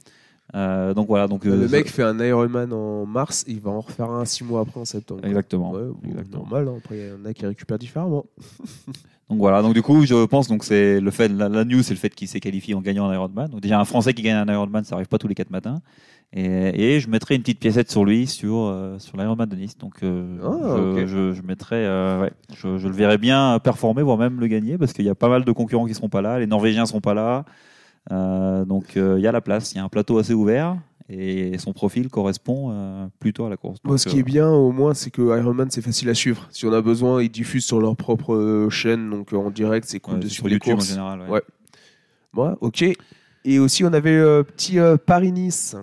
Speaker 4: Euh, donc voilà. Donc
Speaker 1: le
Speaker 4: euh,
Speaker 1: mec fait un Ironman en mars, il va en refaire un six mois après en septembre.
Speaker 4: Exactement.
Speaker 1: Ouais, bon,
Speaker 4: Exactement.
Speaker 1: Normal, hein. après il y en a qui récupèrent différemment.
Speaker 4: Donc voilà, donc du coup, je pense donc c'est le fait la, la news c'est le fait qu'il s'est qualifié en gagnant un Ironman. Donc déjà un Français qui gagne un Ironman, ça arrive pas tous les quatre matins. Et, et je mettrai une petite piécette sur lui sur euh, sur l'Ironman de Nice. Donc euh,
Speaker 1: Ah,
Speaker 4: je,
Speaker 1: ok.
Speaker 4: je, je mettrai euh, ouais, je, je le verrai bien performer voire même le gagner parce qu'il y a pas mal de concurrents qui seront pas là, les Norvégiens seront pas là. Euh, donc euh, il y a la place, il y a un plateau assez ouvert et son profil correspond euh, plutôt à la course.
Speaker 1: Moi, ce
Speaker 4: Donc,
Speaker 1: qui
Speaker 4: euh,
Speaker 1: est bien au moins, c'est que Ironman c'est facile à suivre. Si on a besoin, ils diffusent sur leur propre euh, chaîne, donc euh, en direct, c'est cool
Speaker 4: ouais,
Speaker 1: de
Speaker 4: sur
Speaker 1: suivre les
Speaker 4: YouTube en
Speaker 1: courses.
Speaker 4: général. ouais.
Speaker 1: Ouais. Ouais, ok. Et aussi, on avait euh, petit euh, Paris-Nice.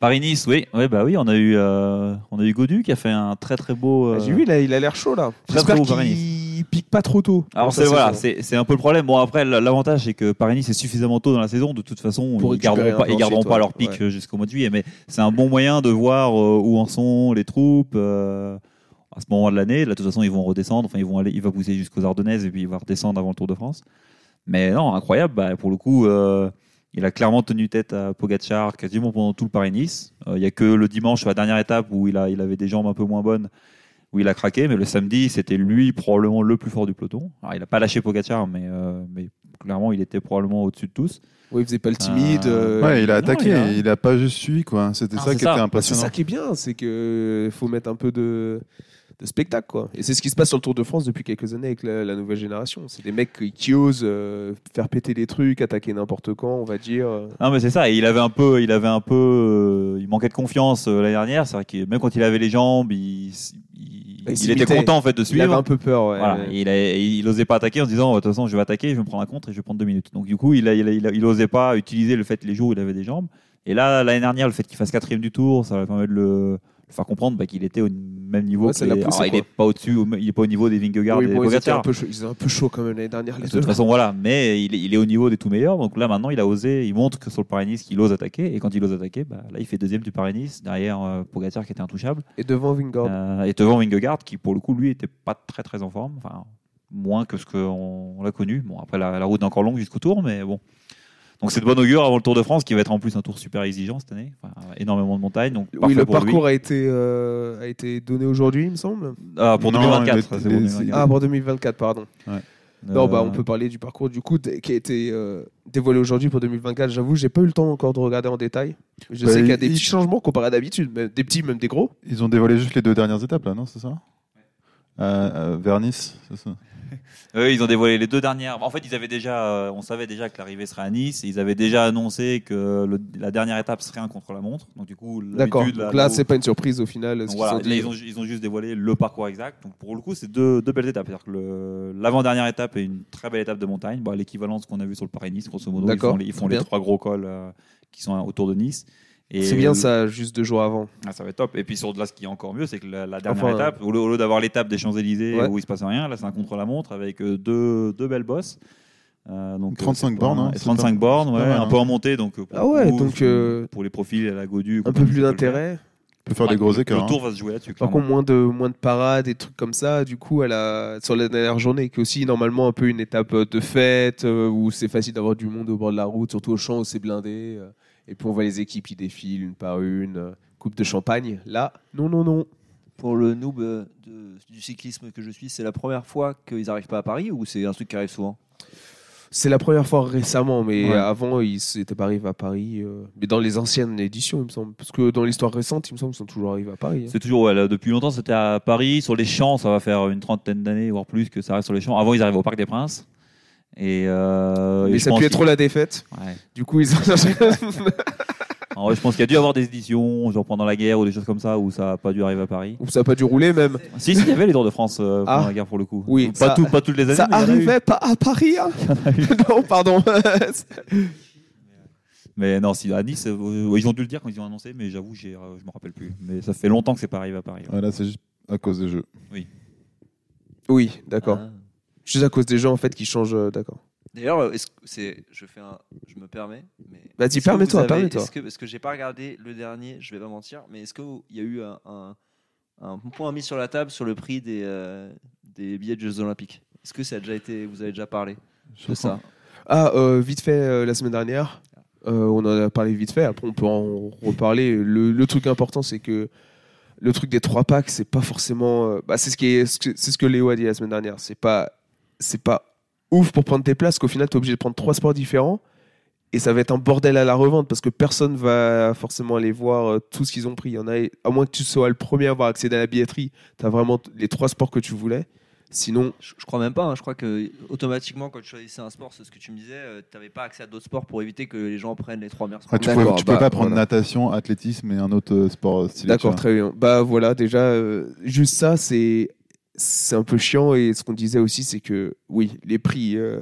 Speaker 4: Paris-Nice, oui. Ouais, bah oui, on a eu, euh, on a eu Godu qui a fait un très très beau. euh,
Speaker 1: Ah, J'ai vu, là, il a l'air chaud là.
Speaker 4: Très,
Speaker 1: J'espère
Speaker 4: très beau Paris-Nice.
Speaker 1: qu'il pique pas trop tôt.
Speaker 4: Alors
Speaker 1: Dans sa
Speaker 4: c'est voilà,
Speaker 1: saison.
Speaker 4: c'est c'est un peu le problème. Bon après l- l'avantage c'est que Paris-Nice est suffisamment tôt dans la saison. De toute façon,
Speaker 1: Pour
Speaker 4: ils garderont
Speaker 1: récupérer un
Speaker 4: pas,
Speaker 1: peu
Speaker 4: ils garderont
Speaker 1: ensuite,
Speaker 4: pas
Speaker 1: ouais.
Speaker 4: leur pic euh, jusqu'au mois de juillet. Mais c'est un bon moyen de voir euh, où en sont les troupes. euh, à ce moment de l'année, là, de toute façon, ils vont redescendre. Enfin, ils vont aller, il va pousser jusqu'aux Ardennaises et puis il va redescendre avant le Tour de France. Mais non, incroyable. Bah, pour le coup, euh, il a clairement tenu tête à Pogacar quasiment pendant tout le Paris-Nice. Euh, Il n'y a que le dimanche, sur la dernière étape, où il, a, il avait des jambes un peu moins bonnes, où il a craqué. Mais le samedi, c'était lui probablement le plus fort du peloton. Alors, il n'a pas lâché Pogacar, mais, euh, mais clairement, il était probablement au-dessus de tous.
Speaker 1: Ouais, il faisait pas le timide.
Speaker 4: Ah.
Speaker 1: euh,
Speaker 2: Ouais, il a
Speaker 4: non,
Speaker 2: attaqué,
Speaker 4: il a-
Speaker 2: il a pas juste suivi quoi. C'était
Speaker 4: Ah,
Speaker 2: ça
Speaker 4: c'est
Speaker 2: qui
Speaker 4: ça.
Speaker 2: était
Speaker 1: Bah, c'est
Speaker 2: impressionnant.
Speaker 1: ça qui est bien, c'est que faut mettre un peu de, de spectacle quoi. Et c'est ce qui se passe sur le Tour de France depuis quelques années avec la, la nouvelle génération. C'est des mecs qui, qui osent euh, faire péter des trucs, attaquer n'importe quand, on va dire.
Speaker 4: Non, mais c'est ça. Et il avait un peu, il avait un peu, euh, il manquait de confiance euh, l'année dernière. C'est vrai que même quand il avait les jambes, il, il,
Speaker 1: Il
Speaker 4: il
Speaker 1: s'imitait.
Speaker 4: était content en fait de
Speaker 1: Il avait
Speaker 4: suivre.
Speaker 1: un peu peur. ouais.
Speaker 4: Voilà, et il, a- et il osait pas attaquer en se disant oh, de toute façon je vais attaquer, je vais me prendre un contre et je vais prendre deux minutes. Donc du coup il, a- il, a- il, a- il osait pas utiliser le fait les jours où il avait des jambes. Et là, l'année dernière, le fait qu'il fasse quatrième du tour, ça va permettre de le, le faire comprendre bah, qu'il était au même niveau.
Speaker 1: Ouais,
Speaker 4: que
Speaker 1: ça l'a
Speaker 4: les-
Speaker 1: poussé,
Speaker 4: alors, il
Speaker 1: quoi.
Speaker 4: est pas au-dessus, au- il est pas au niveau des Vingegaard
Speaker 1: Oui,
Speaker 4: et des
Speaker 1: bon, ils, étaient un
Speaker 4: Pogacar.
Speaker 1: peu chaud, ils étaient un peu chauds quand même l'année dernière, Ah, les
Speaker 4: De
Speaker 1: deux.
Speaker 4: toute façon, voilà. Mais il est, il est au niveau des tout meilleurs. Donc là, maintenant, il a osé. Il montre que sur le Paris-Nice, qu'il ose attaquer. Et quand il ose attaquer, bah, là, il fait deuxième du Paris-Nice derrière euh, Pogacar qui était intouchable.
Speaker 1: Et devant Wingard.
Speaker 4: Euh, et devant Vingegaard, qui pour le coup, lui, était pas très très en forme. Enfin, moins que ce qu'on on l'a connu. Bon, après, la, la route est encore longue jusqu'au tour, mais bon. Donc c'est de bonne augure avant le Tour de France, qui va être en plus un tour super exigeant cette année. Enfin, énormément de montagnes. Donc
Speaker 1: oui,
Speaker 4: parfait
Speaker 1: le
Speaker 4: pour lui.
Speaker 1: parcours a été, euh, a été donné aujourd'hui, il me semble.
Speaker 4: Ah, pour
Speaker 2: Non,
Speaker 4: 2024.
Speaker 2: les-
Speaker 4: ça, c'est
Speaker 2: les-
Speaker 4: bon, 2024.
Speaker 1: Ah, pour 2024, pardon.
Speaker 4: Euh,
Speaker 1: Non, bah, on peut parler du parcours du coup d- qui a été euh, dévoilé aujourd'hui pour 2024. J'avoue, j'ai pas eu le temps encore de regarder en détail. Je
Speaker 2: Bah,
Speaker 1: sais qu'il y a
Speaker 2: il-
Speaker 1: des
Speaker 2: il-
Speaker 1: petits changements comparé à d'habitude, mais des petits, même des gros.
Speaker 2: Ils ont dévoilé juste les deux dernières étapes, là, non C'est ça euh, euh, Vers Nice, c'est ça
Speaker 4: Eux, ils ont dévoilé les deux dernières. En fait, ils avaient déjà, euh, on savait déjà que l'arrivée serait à Nice. Et ils avaient déjà annoncé que le- la dernière étape serait un contre-la-montre. Donc, du coup,
Speaker 1: D'accord.
Speaker 4: l'habitude,
Speaker 1: Donc
Speaker 4: là,
Speaker 1: là,
Speaker 4: où-
Speaker 1: c'est pas une surprise au final. ce
Speaker 4: donc
Speaker 1: qu'ils
Speaker 4: voilà,
Speaker 1: ont
Speaker 4: là,
Speaker 1: dit.
Speaker 4: ils, ont, ju- ils ont juste dévoilé le parcours exact. Donc, pour le coup, c'est deux, deux belles étapes. C'est-à-dire que le- l'avant-dernière étape est une très belle étape de montagne. Bah, L'équivalent de ce qu'on a vu sur le Paris-Nice, grosso modo. Ils
Speaker 1: D'accord,
Speaker 4: font les, ils font
Speaker 1: très
Speaker 4: les
Speaker 1: bien.
Speaker 4: trois gros cols euh, qui sont autour de Nice. Et
Speaker 1: C'est bien ça, juste deux jours avant.
Speaker 4: Ah, ça va être top. Et puis sur de là, ce qui est encore mieux, c'est que la, la dernière
Speaker 1: Enfin,
Speaker 4: étape, au lieu, au lieu d'avoir l'étape des Champs-Élysées
Speaker 1: Ouais.
Speaker 4: où il se passe rien, là c'est un contre-la-montre avec euh, deux, deux belles bosses. Euh, donc,
Speaker 2: 35
Speaker 4: c'est pas-
Speaker 2: bornes, hein,
Speaker 4: et
Speaker 2: c'est
Speaker 4: 35
Speaker 2: pas-
Speaker 4: bornes,
Speaker 2: c'est pas
Speaker 4: ouais,
Speaker 2: mal,
Speaker 4: un
Speaker 2: hein.
Speaker 4: peu en montée. Donc, euh, pour
Speaker 1: Ah ouais,
Speaker 4: le coup,
Speaker 1: donc,
Speaker 4: pour-
Speaker 1: euh,
Speaker 4: pour les profils à la Godu.
Speaker 1: Un peu plus d'intérêt.
Speaker 2: On peut faire des gros écarts. hein.
Speaker 4: Le tour va se jouer là-dessus.
Speaker 1: Par contre,
Speaker 4: clairement.
Speaker 1: moins de, moins de parades et trucs comme ça, du coup, à la, sur la dernière journée, qui est aussi normalement un peu une étape euh, de fête, euh, où c'est facile d'avoir du monde au bord de la route, surtout au champ où c'est blindé. euh, Et puis on voit les équipes qui défilent une par une, euh, coupe de champagne. Là, non, non, non.
Speaker 5: Pour le noob euh, de- du cyclisme que je suis, c'est la première fois qu'ils n'arrivent pas à Paris ou c'est un truc qui arrive souvent
Speaker 1: C'est la première fois récemment, mais
Speaker 2: Ouais.
Speaker 1: avant, ils n'étaient pas arrivés à Paris. euh, mais dans les anciennes éditions, il me semble. Parce que dans l'histoire récente, il me semble qu'ils sont toujours arrivés à Paris. hein.
Speaker 4: C'est toujours, ouais, là, depuis longtemps, c'était à Paris, sur les champs, ça va faire une trentaine d'années, voire plus, que ça reste sur les champs. Avant, ils arrivaient au Parc des Princes. Et, euh, et
Speaker 1: Mais
Speaker 4: je
Speaker 1: ça
Speaker 4: pense
Speaker 1: puait
Speaker 4: qu'ils-
Speaker 1: trop la défaite.
Speaker 4: Ouais.
Speaker 1: Du coup, ils ont.
Speaker 4: En vrai, je pense qu'il y a dû y avoir des éditions, genre pendant la guerre ou des choses comme ça, où ça n'a pas dû arriver à Paris.
Speaker 1: Ou ça n'a pas dû rouler même.
Speaker 4: Si, si, il y avait les Tours de France euh, pendant
Speaker 1: Ah.
Speaker 4: la guerre pour le coup.
Speaker 1: Oui,
Speaker 4: pas,
Speaker 1: ça-
Speaker 4: tout, pas toutes les années.
Speaker 1: Ça
Speaker 4: mais il y en a eu.
Speaker 1: arrivait pas à Paris. hein. non, pardon.
Speaker 4: Mais non, si, à Nice, euh, ils ont dû le dire quand ils ont annoncé, mais j'avoue, j'ai, euh, je me rappelle plus. Mais ça fait longtemps que c'est pas arrivé à Paris. ouais.
Speaker 2: hein. Ouais, là, c'est juste à cause des jeux.
Speaker 1: oui, d'accord.
Speaker 5: Ah.
Speaker 1: Juste à cause des gens en fait qui changent. euh, d'accord.
Speaker 5: D'ailleurs, euh, est-ce que c'est, je fais un, je me permets. Mais
Speaker 1: Vas-y,
Speaker 5: est-ce que
Speaker 1: permets-toi,
Speaker 5: vous avez-
Speaker 1: permets-toi.
Speaker 5: Est-ce que, parce que j'ai pas regardé le dernier, je vais pas mentir, mais est-ce qu'il y a eu un, un, un point mis sur la table sur le prix des, euh, des billets de Jeux Olympiques Est-ce que ça a déjà été, vous avez déjà parlé de ça
Speaker 1: Ah, euh, vite fait euh, la semaine dernière, euh, on en a parlé vite fait. Après, on peut en reparler. Le, le truc important, c'est que le truc des trois packs, c'est pas forcément. euh, bah, c'est ce qui est, c'est ce que Léo a dit la semaine dernière. C'est pas, c'est pas ouf pour prendre tes places. Qu'au final, t'es obligé de prendre trois sports différents. Et ça va être un bordel à la revente parce que personne va forcément aller voir euh, tout ce qu'ils ont pris. Il y en a, à moins que tu sois le premier à avoir accédé à la billetterie, tu as vraiment t- les trois sports que tu voulais. Sinon,
Speaker 5: Je, je crois même pas. hein, je crois que automatiquement, quand tu choisissais un sport, c'est ce que tu me disais, tu t'avais pas accès à d'autres sports pour éviter que les gens prennent les trois meilleurs sports.
Speaker 2: Ah, tu peux,
Speaker 1: D'accord,
Speaker 2: tu peux
Speaker 1: bah,
Speaker 2: pas prendre
Speaker 1: voilà.
Speaker 2: natation, athlétisme et un autre euh, sport euh, stylé.
Speaker 1: D'accord,
Speaker 2: tu
Speaker 1: très bien. Bah voilà, déjà, euh, juste ça, c'est c'est un peu chiant. Et ce qu'on disait aussi, c'est que oui, les prix. euh,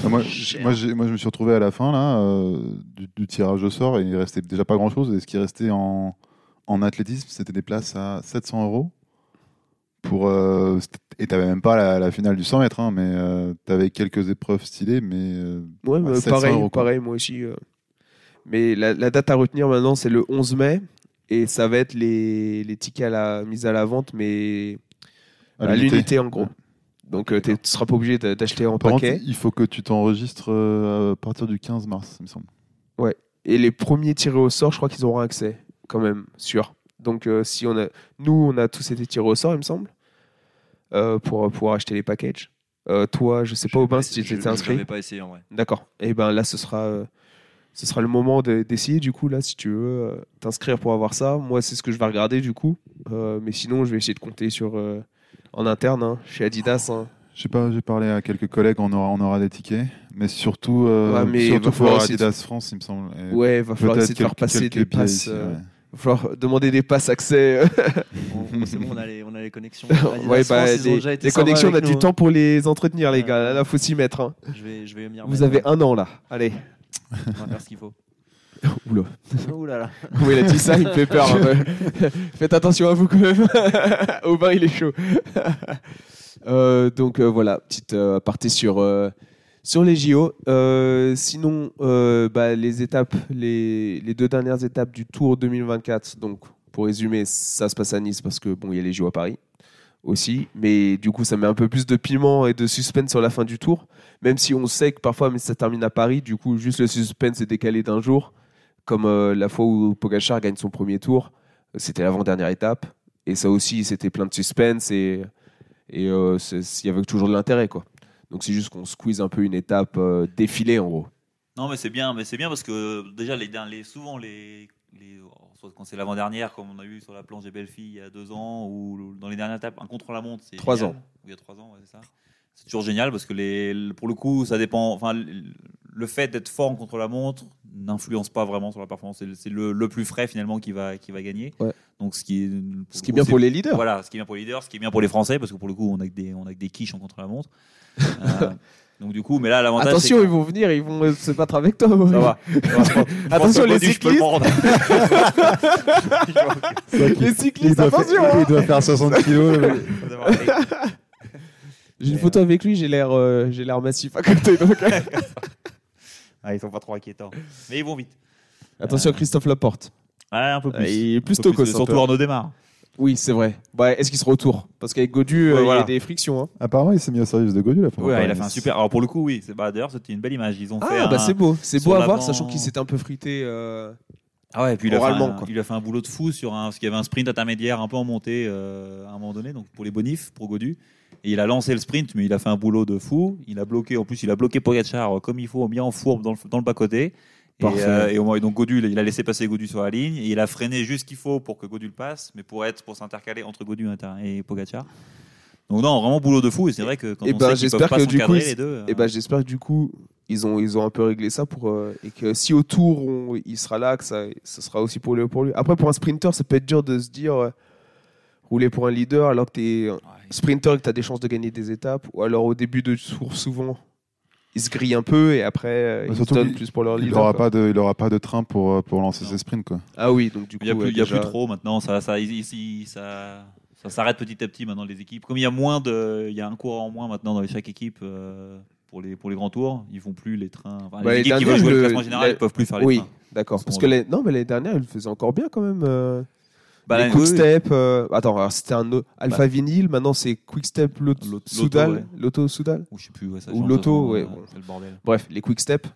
Speaker 2: vois. Ah, moi,
Speaker 5: Cher.
Speaker 2: moi, j'ai- moi, je me suis retrouvé à la fin là, euh, du, du tirage au sort et il restait déjà pas grand chose. Et ce qui restait en, en athlétisme, c'était des places à 700 euros. Pour, euh, c'était- et t'avais même pas la, la finale du 100 mètres, hein, mais euh, t'avais quelques épreuves stylées, mais euh,
Speaker 1: Ouais,
Speaker 2: Ouais,
Speaker 1: bah,
Speaker 2: 700
Speaker 1: pareil,
Speaker 2: euros, quoi.
Speaker 1: pareil, moi aussi. euh. Mais la, la date à retenir maintenant, c'est le 11 mai. Et ça va être les, les tickets à la mise à la vente, mais
Speaker 2: à
Speaker 1: à
Speaker 2: l'unité.
Speaker 1: l'unité en gros. Donc euh, t'es- tu seras pas obligé d'a- d'acheter en
Speaker 2: Par contre,
Speaker 1: paquet.
Speaker 2: il faut que tu t'enregistres euh, à partir du 15 mars, il me semble.
Speaker 1: Et les premiers tirés au sort, je crois qu'ils auront accès, quand même, sûr. Donc, euh, si on a, nous, on a tous été tirés au sort, il me semble, euh, pour euh, pouvoir acheter les packages. Euh, toi, je sais pas, Aubin, si tu étais inscrit.
Speaker 5: J'avais pas essayé en vrai.
Speaker 1: D'accord. Et ben là, ce sera, euh, ce sera le moment de- d'essayer, du coup, là, si tu veux euh, t'inscrire pour avoir ça. Moi, c'est ce que je vais regarder, du coup. Euh, mais sinon, je vais essayer de compter sur euh, en interne, hein, chez Adidas. hein.
Speaker 2: Je sais pas, j'ai parlé à quelques collègues, on aura, on aura des tickets, mais surtout, euh,
Speaker 1: Ouais, mais il va
Speaker 2: surtout
Speaker 1: falloir
Speaker 2: pour
Speaker 1: essayer de-
Speaker 2: Adidas France, il me semble. et
Speaker 1: Ouais, va falloir
Speaker 2: Oh. peut-être
Speaker 1: essayer de faire
Speaker 2: quelques-
Speaker 1: passer
Speaker 2: quelques
Speaker 1: des
Speaker 2: billets
Speaker 1: passes.
Speaker 2: ici,
Speaker 1: euh,
Speaker 2: ouais.
Speaker 1: va falloir demander des passes accès. euh,
Speaker 5: On- C'est bon, on a les, on a les connexions. Adidas
Speaker 1: ouais, bah,
Speaker 5: France, ils ont
Speaker 1: les,
Speaker 5: déjà été
Speaker 1: les
Speaker 5: sympas
Speaker 1: connexions, on a
Speaker 5: avec
Speaker 1: du
Speaker 5: nous, hein.
Speaker 1: temps pour les entretenir, les
Speaker 5: Ouais.
Speaker 1: gars. Là, faut s'y mettre. hein.
Speaker 5: hein. Je vais, je vais m'y
Speaker 1: Vous
Speaker 5: remettre,
Speaker 1: avez un an là. Allez.
Speaker 5: On va faire ce qu'il faut.
Speaker 1: Oula.
Speaker 5: Ouh là là.
Speaker 1: Oui, il a dit ça, il me fait peur. hein, ouais. Faites attention à vous quand même. Aubin, il est chaud. Euh, donc euh, voilà, petite euh, aparté sur, euh, sur les JO. Euh, sinon, euh, bah, les étapes, les, les deux dernières étapes du Tour 2024. Donc, pour résumer, ça se passe à Nice parce que bon, il y a les JO à Paris aussi, mais du coup, ça met un peu plus de piment et de suspense sur la fin du tour. Même si on sait que parfois, mais ça termine à Paris, du coup, juste le suspense est décalé d'un jour comme euh, la fois où Pogachar gagne son premier tour, c'était l'avant-dernière étape. Et ça aussi, c'était plein de suspense et, et euh, c'est- c'est- il y avait toujours de l'intérêt. quoi. Donc c'est juste qu'on squeeze un peu une étape euh, défilée en gros.
Speaker 4: Non, mais c'est bien, mais c'est bien parce que déjà les derniers, souvent les, les soit quand c'est l'avant-dernière, comme on a eu sur la planche des belles filles il y a deux ans ou dans les dernières étapes, un contre la montre, c'est
Speaker 1: Trois
Speaker 4: génial.
Speaker 1: ans.
Speaker 4: Ou Il y a trois ans, ouais, c'est ça. C'est toujours génial parce que les, le- pour le coup, ça dépend. Enfin, le le fait d'être fort en contre la montre n'influence pas vraiment sur la performance. C'est le- C'est le, le plus frais finalement qui va qui va gagner.
Speaker 1: Ouais.
Speaker 4: Donc ce qui est pour
Speaker 1: Ce
Speaker 4: le
Speaker 1: qui est
Speaker 4: coup,
Speaker 1: bien
Speaker 4: c'est-
Speaker 1: pour les leaders.
Speaker 4: voilà, ce qui est bien pour les leaders, ce qui est bien pour les Français, parce que pour le coup, on a que des, on a que des quiches en contre-la-montre. Euh, donc du coup, mais là, l'avantage.
Speaker 1: Attention,
Speaker 4: c'est
Speaker 1: ils vont venir, ils vont euh, se battre avec toi.
Speaker 4: que- Ça va.
Speaker 1: Attention, les
Speaker 4: Je peux le
Speaker 1: cyclistes.
Speaker 4: prendre.
Speaker 1: Les cyclistes, attention hein.
Speaker 2: Il doit faire 60 kilos. le-
Speaker 1: J'ai une photo avec lui, j'ai l'air euh, j'ai l'air massif à côté. donc. hein.
Speaker 4: Ah, ils sont pas trop inquiétants. Mais ils vont vite. Ah,
Speaker 1: attention, Christophe Laporte.
Speaker 4: Ouais, un peu plus.
Speaker 1: Il est plus
Speaker 4: Un peu
Speaker 1: tocos.
Speaker 4: plus,
Speaker 1: un
Speaker 4: Surtout
Speaker 1: peu.
Speaker 4: Arnaud démarre.
Speaker 1: Oui, c'est vrai. Bah, Est-ce qu'il se retourne Parce qu'avec Godu, euh,
Speaker 4: Ouais,
Speaker 1: il y
Speaker 4: voilà.
Speaker 1: a des frictions. hein.
Speaker 2: Apparemment, il s'est mis au service de Godu la première
Speaker 4: Ouais,
Speaker 2: fois,
Speaker 4: il a fait
Speaker 2: mais
Speaker 4: un super. Alors pour le coup, oui. c'est- Bah, D'ailleurs, c'était une belle image. Ils ont fait.
Speaker 1: Ah, bah
Speaker 4: un-
Speaker 1: c'est beau. C'est
Speaker 4: sur
Speaker 1: beau à voir,
Speaker 4: l'avant.
Speaker 1: sachant qu'il s'était un peu frité. euh,
Speaker 4: Ah ouais, et puis il a, fait
Speaker 1: Oralement,
Speaker 4: un,
Speaker 1: quoi.
Speaker 4: il a fait un boulot de fou sur un, parce qu'il y avait un sprint intermédiaire un peu en montée euh, à un moment donné, donc pour les bonifs, pour Godu. Et il a lancé le sprint, mais il a fait un boulot de fou. Il a bloqué, en plus, il a bloqué Pogacar euh, comme il faut, bien en fourbe dans le, dans le bas-côté. Et,
Speaker 1: Parfait.
Speaker 4: euh, et au moins, donc Godu, il a- il a laissé passer Godu sur la ligne et il a freiné juste ce qu'il faut pour que Godu le passe, mais pour être, pour s'intercaler entre Godu et Pogacar. Donc non, vraiment boulot de fou. Et c'est vrai que quand
Speaker 1: Eh
Speaker 4: on
Speaker 1: ben,
Speaker 4: sait qu'ils
Speaker 1: j'espère
Speaker 4: peuvent pas
Speaker 1: que du
Speaker 4: s'encadrer
Speaker 1: coup,
Speaker 4: les deux,
Speaker 1: Et
Speaker 4: euh,
Speaker 1: ben j'espère que du coup, ils ont, ils ont un peu réglé ça pour. euh, et que si au tour, on- il sera là, que ça, ça sera aussi pour lui, pour lui. Après, pour un sprinter, ça peut être dur de se dire euh, rouler pour un leader alors que t'es es
Speaker 4: euh, ouais.
Speaker 1: sprinter et que t'as des chances de gagner des étapes. Ou alors au début de tour, souvent, ils se grillent un peu et après, euh,
Speaker 2: Bah,
Speaker 1: ils se
Speaker 2: surtout
Speaker 1: donnent
Speaker 2: qu'il-
Speaker 1: plus pour leur
Speaker 2: Il
Speaker 1: leader.
Speaker 2: n'aura
Speaker 1: quoi.
Speaker 2: pas, de- il aura pas de train pour, euh, pour lancer
Speaker 4: Non.
Speaker 2: ses sprints. Quoi.
Speaker 1: Ah oui, donc du coup.
Speaker 4: Il n'y a, plus,
Speaker 1: ouais,
Speaker 4: il y a
Speaker 1: déjà-
Speaker 4: plus trop maintenant. Ça, ça, ici, ça, ça s'arrête petit à petit maintenant les équipes. Comme il y a moins de, il y a un coureur en moins maintenant dans chaque équipe euh, pour les pour les grands tours. Ils font plus les trains. Enfin,
Speaker 1: Bah, les
Speaker 4: les équipes
Speaker 1: derniers,
Speaker 4: qui veulent jouer
Speaker 1: le-
Speaker 4: le classement général,
Speaker 1: la-
Speaker 4: ils peuvent plus faire les
Speaker 1: Oui,
Speaker 4: trains.
Speaker 1: d'accord.
Speaker 4: Ils
Speaker 1: Parce
Speaker 4: sont
Speaker 1: que
Speaker 4: là.
Speaker 1: les... non, mais l'année dernière, ils le faisaient encore bien quand même. euh.
Speaker 4: Bah,
Speaker 1: les
Speaker 4: là,
Speaker 1: quick
Speaker 4: oui, Bah.
Speaker 1: step. euh, Attends, alors c'était un autre- Alpha Vinyl. Maintenant c'est quick step l'auto
Speaker 4: L'auto, ouais.
Speaker 1: Soudal, l'auto Soudal.
Speaker 4: Ou je sais plus. ouais, ça
Speaker 1: Ou
Speaker 4: change,
Speaker 1: l'auto,
Speaker 4: ça,
Speaker 1: ouais,
Speaker 4: euh,
Speaker 1: bon.
Speaker 4: C'est le bordel.
Speaker 1: Bref, les quick step.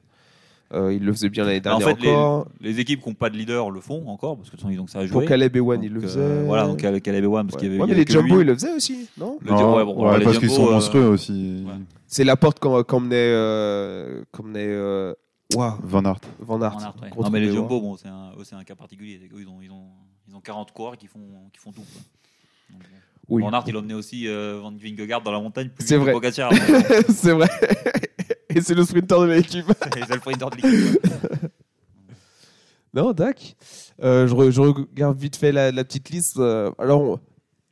Speaker 1: euh, ils le faisaient bien l'année
Speaker 4: Mais en
Speaker 1: dernière
Speaker 4: fait, les,
Speaker 1: encore.
Speaker 4: les équipes qui n'ont pas de leader le font encore parce que de toute façon, ils ont que ça à jouer.
Speaker 1: Pour Caleb et One,
Speaker 4: Donc,
Speaker 1: ils le
Speaker 4: euh,
Speaker 1: faisaient.
Speaker 4: voilà, donc avec Caleb et Wan, parce
Speaker 1: Ouais.
Speaker 4: qu'il y avait.
Speaker 1: Ouais,
Speaker 4: il y
Speaker 1: mais
Speaker 4: avait
Speaker 1: les
Speaker 4: que
Speaker 1: Jumbo,
Speaker 4: lui.
Speaker 1: ils le faisaient aussi, non
Speaker 4: Le Jumbo, ouais, bon, voilà, les
Speaker 2: parce qu'ils
Speaker 4: Jumbo,
Speaker 2: sont
Speaker 4: euh,
Speaker 2: monstrueux aussi.
Speaker 4: ouais.
Speaker 1: C'est la porte quand quand menait euh, quand menait, euh, ouah,
Speaker 2: Van Aert.
Speaker 1: Van
Speaker 4: Van
Speaker 1: Aert.
Speaker 4: Aert, ouais.
Speaker 1: contre
Speaker 4: Non, mais les
Speaker 1: Benoît.
Speaker 4: Jumbo, bon, c'est un, eux, c'est un cas particulier. Eux, Ils ont, ils ont, ils ont 40 coureurs qui font, qui font tout. quoi. Donc, bon.
Speaker 1: Oui.
Speaker 4: Van Aert, il emmenait aussi euh, Van Vingegaard dans la montagne plus
Speaker 1: C'est
Speaker 4: vite
Speaker 1: vrai.
Speaker 4: que Pogacar. c'est
Speaker 1: c'est vrai. et c'est le sprinter de l'équipe.
Speaker 4: le sprinter de l'équipe. quoi.
Speaker 1: Non, Dac. Euh, je, re- je regarde vite fait la, la petite liste. Euh, alors, on,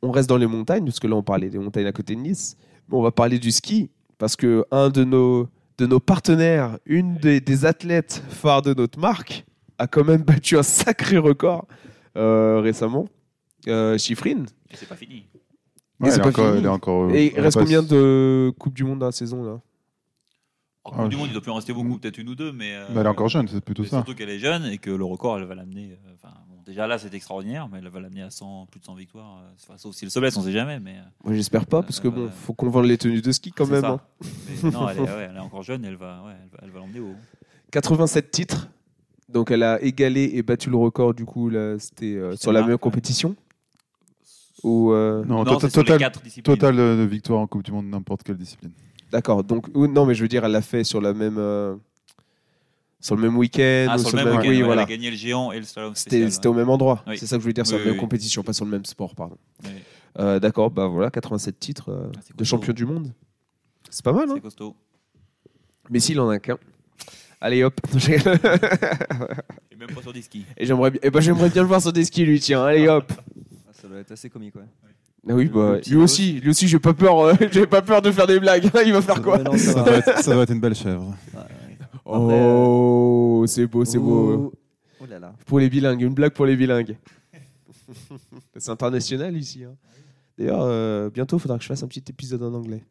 Speaker 1: on reste dans les montagnes, parce que là, on parlait des montagnes à côté de Nice. Mais on va parler du ski, parce que un de nos, de nos partenaires, une des, des athlètes phares de notre marque, a quand même battu un sacré record euh, récemment. Euh, Schifrin.
Speaker 4: Et c'est pas fini.
Speaker 1: Mais
Speaker 2: Ouais,
Speaker 1: c'est
Speaker 2: il, est
Speaker 1: pas
Speaker 2: encore,
Speaker 1: fini.
Speaker 2: il est encore.
Speaker 1: Et il
Speaker 2: on
Speaker 1: reste
Speaker 2: passe-
Speaker 1: combien de Coupes du Monde dans la saison là
Speaker 4: En
Speaker 2: Ah,
Speaker 4: Coupe du
Speaker 2: je-
Speaker 4: Monde, il doit plus en rester beaucoup, peut-être une ou deux, mais. euh,
Speaker 2: Bah, elle est encore jeune, c'est plutôt
Speaker 4: mais
Speaker 2: ça.
Speaker 4: Surtout qu'elle est jeune et que le record, elle va l'amener. euh, Enfin, bon, déjà là, c'est extraordinaire, mais elle va l'amener à 100, plus de 100 victoires. euh, enfin, sauf si elle se blesse, on sait jamais. Mais, euh,
Speaker 1: Moi, j'espère pas, parce que bon,
Speaker 4: Euh,
Speaker 1: faut qu'on vende les tenues de ski quand
Speaker 4: c'est
Speaker 1: même.
Speaker 4: ça.
Speaker 1: hein.
Speaker 4: Mais non, elle est, ouais, elle est encore jeune, elle va, ouais, elle va, elle va l'emmener haut.
Speaker 1: 87 titres. Donc elle a égalé et battu le record du coup là c'était euh, sur la
Speaker 4: marque,
Speaker 1: meilleure
Speaker 4: ouais.
Speaker 1: compétition ou euh,
Speaker 2: Non,
Speaker 4: Non,
Speaker 2: to-
Speaker 4: c'est sur les
Speaker 2: total,
Speaker 4: quatre disciplines.
Speaker 2: total euh, de victoire en Coupe du Monde, n'importe quelle discipline.
Speaker 1: d'accord donc ou- non mais je veux dire elle l'a fait sur la même euh, sur le même week-end
Speaker 4: Ah,
Speaker 1: ou
Speaker 4: sur le même week-end,
Speaker 1: oui,
Speaker 4: ouais,
Speaker 1: voilà
Speaker 4: elle a gagné le géant et le slalom
Speaker 1: c'était
Speaker 4: spécial.
Speaker 1: c'était au même endroit
Speaker 4: Oui.
Speaker 1: c'est ça que je voulais dire sur
Speaker 4: Oui,
Speaker 1: la
Speaker 4: oui,
Speaker 1: même
Speaker 4: oui.
Speaker 1: compétition pas sur le même sport pardon
Speaker 4: Oui.
Speaker 1: Euh, d'accord bah voilà 87 titres euh,
Speaker 4: Ah, c'est
Speaker 1: de
Speaker 4: costaud.
Speaker 1: champion du monde c'est pas mal hein
Speaker 4: C'est costaud.
Speaker 1: mais s'il en a qu'un allez hop
Speaker 4: Et même pas sur des skis.
Speaker 1: et j'aimerais bien eh ben, j'aimerais bien le voir sur des skis lui tiens allez hop
Speaker 5: Ah, ça doit être assez comique, ouais.
Speaker 1: Ah oui,
Speaker 5: Le-
Speaker 1: bah,
Speaker 5: le petit
Speaker 1: lui
Speaker 5: dos.
Speaker 1: aussi, lui aussi, j'ai pas peur, euh, j'ai pas peur de faire des blagues. Il va faire quoi
Speaker 5: Ouais, non,
Speaker 2: Ça
Speaker 5: ça va.
Speaker 2: doit, être, ça doit être une belle chèvre.
Speaker 5: Ouais. Après,
Speaker 1: Oh, c'est beau, c'est beau.
Speaker 5: Ouh. Oh là là.
Speaker 1: Pour les bilingues, une blague pour les bilingues. C'est international ici. hein. D'ailleurs, euh, bientôt, il faudra que je fasse un petit épisode en anglais.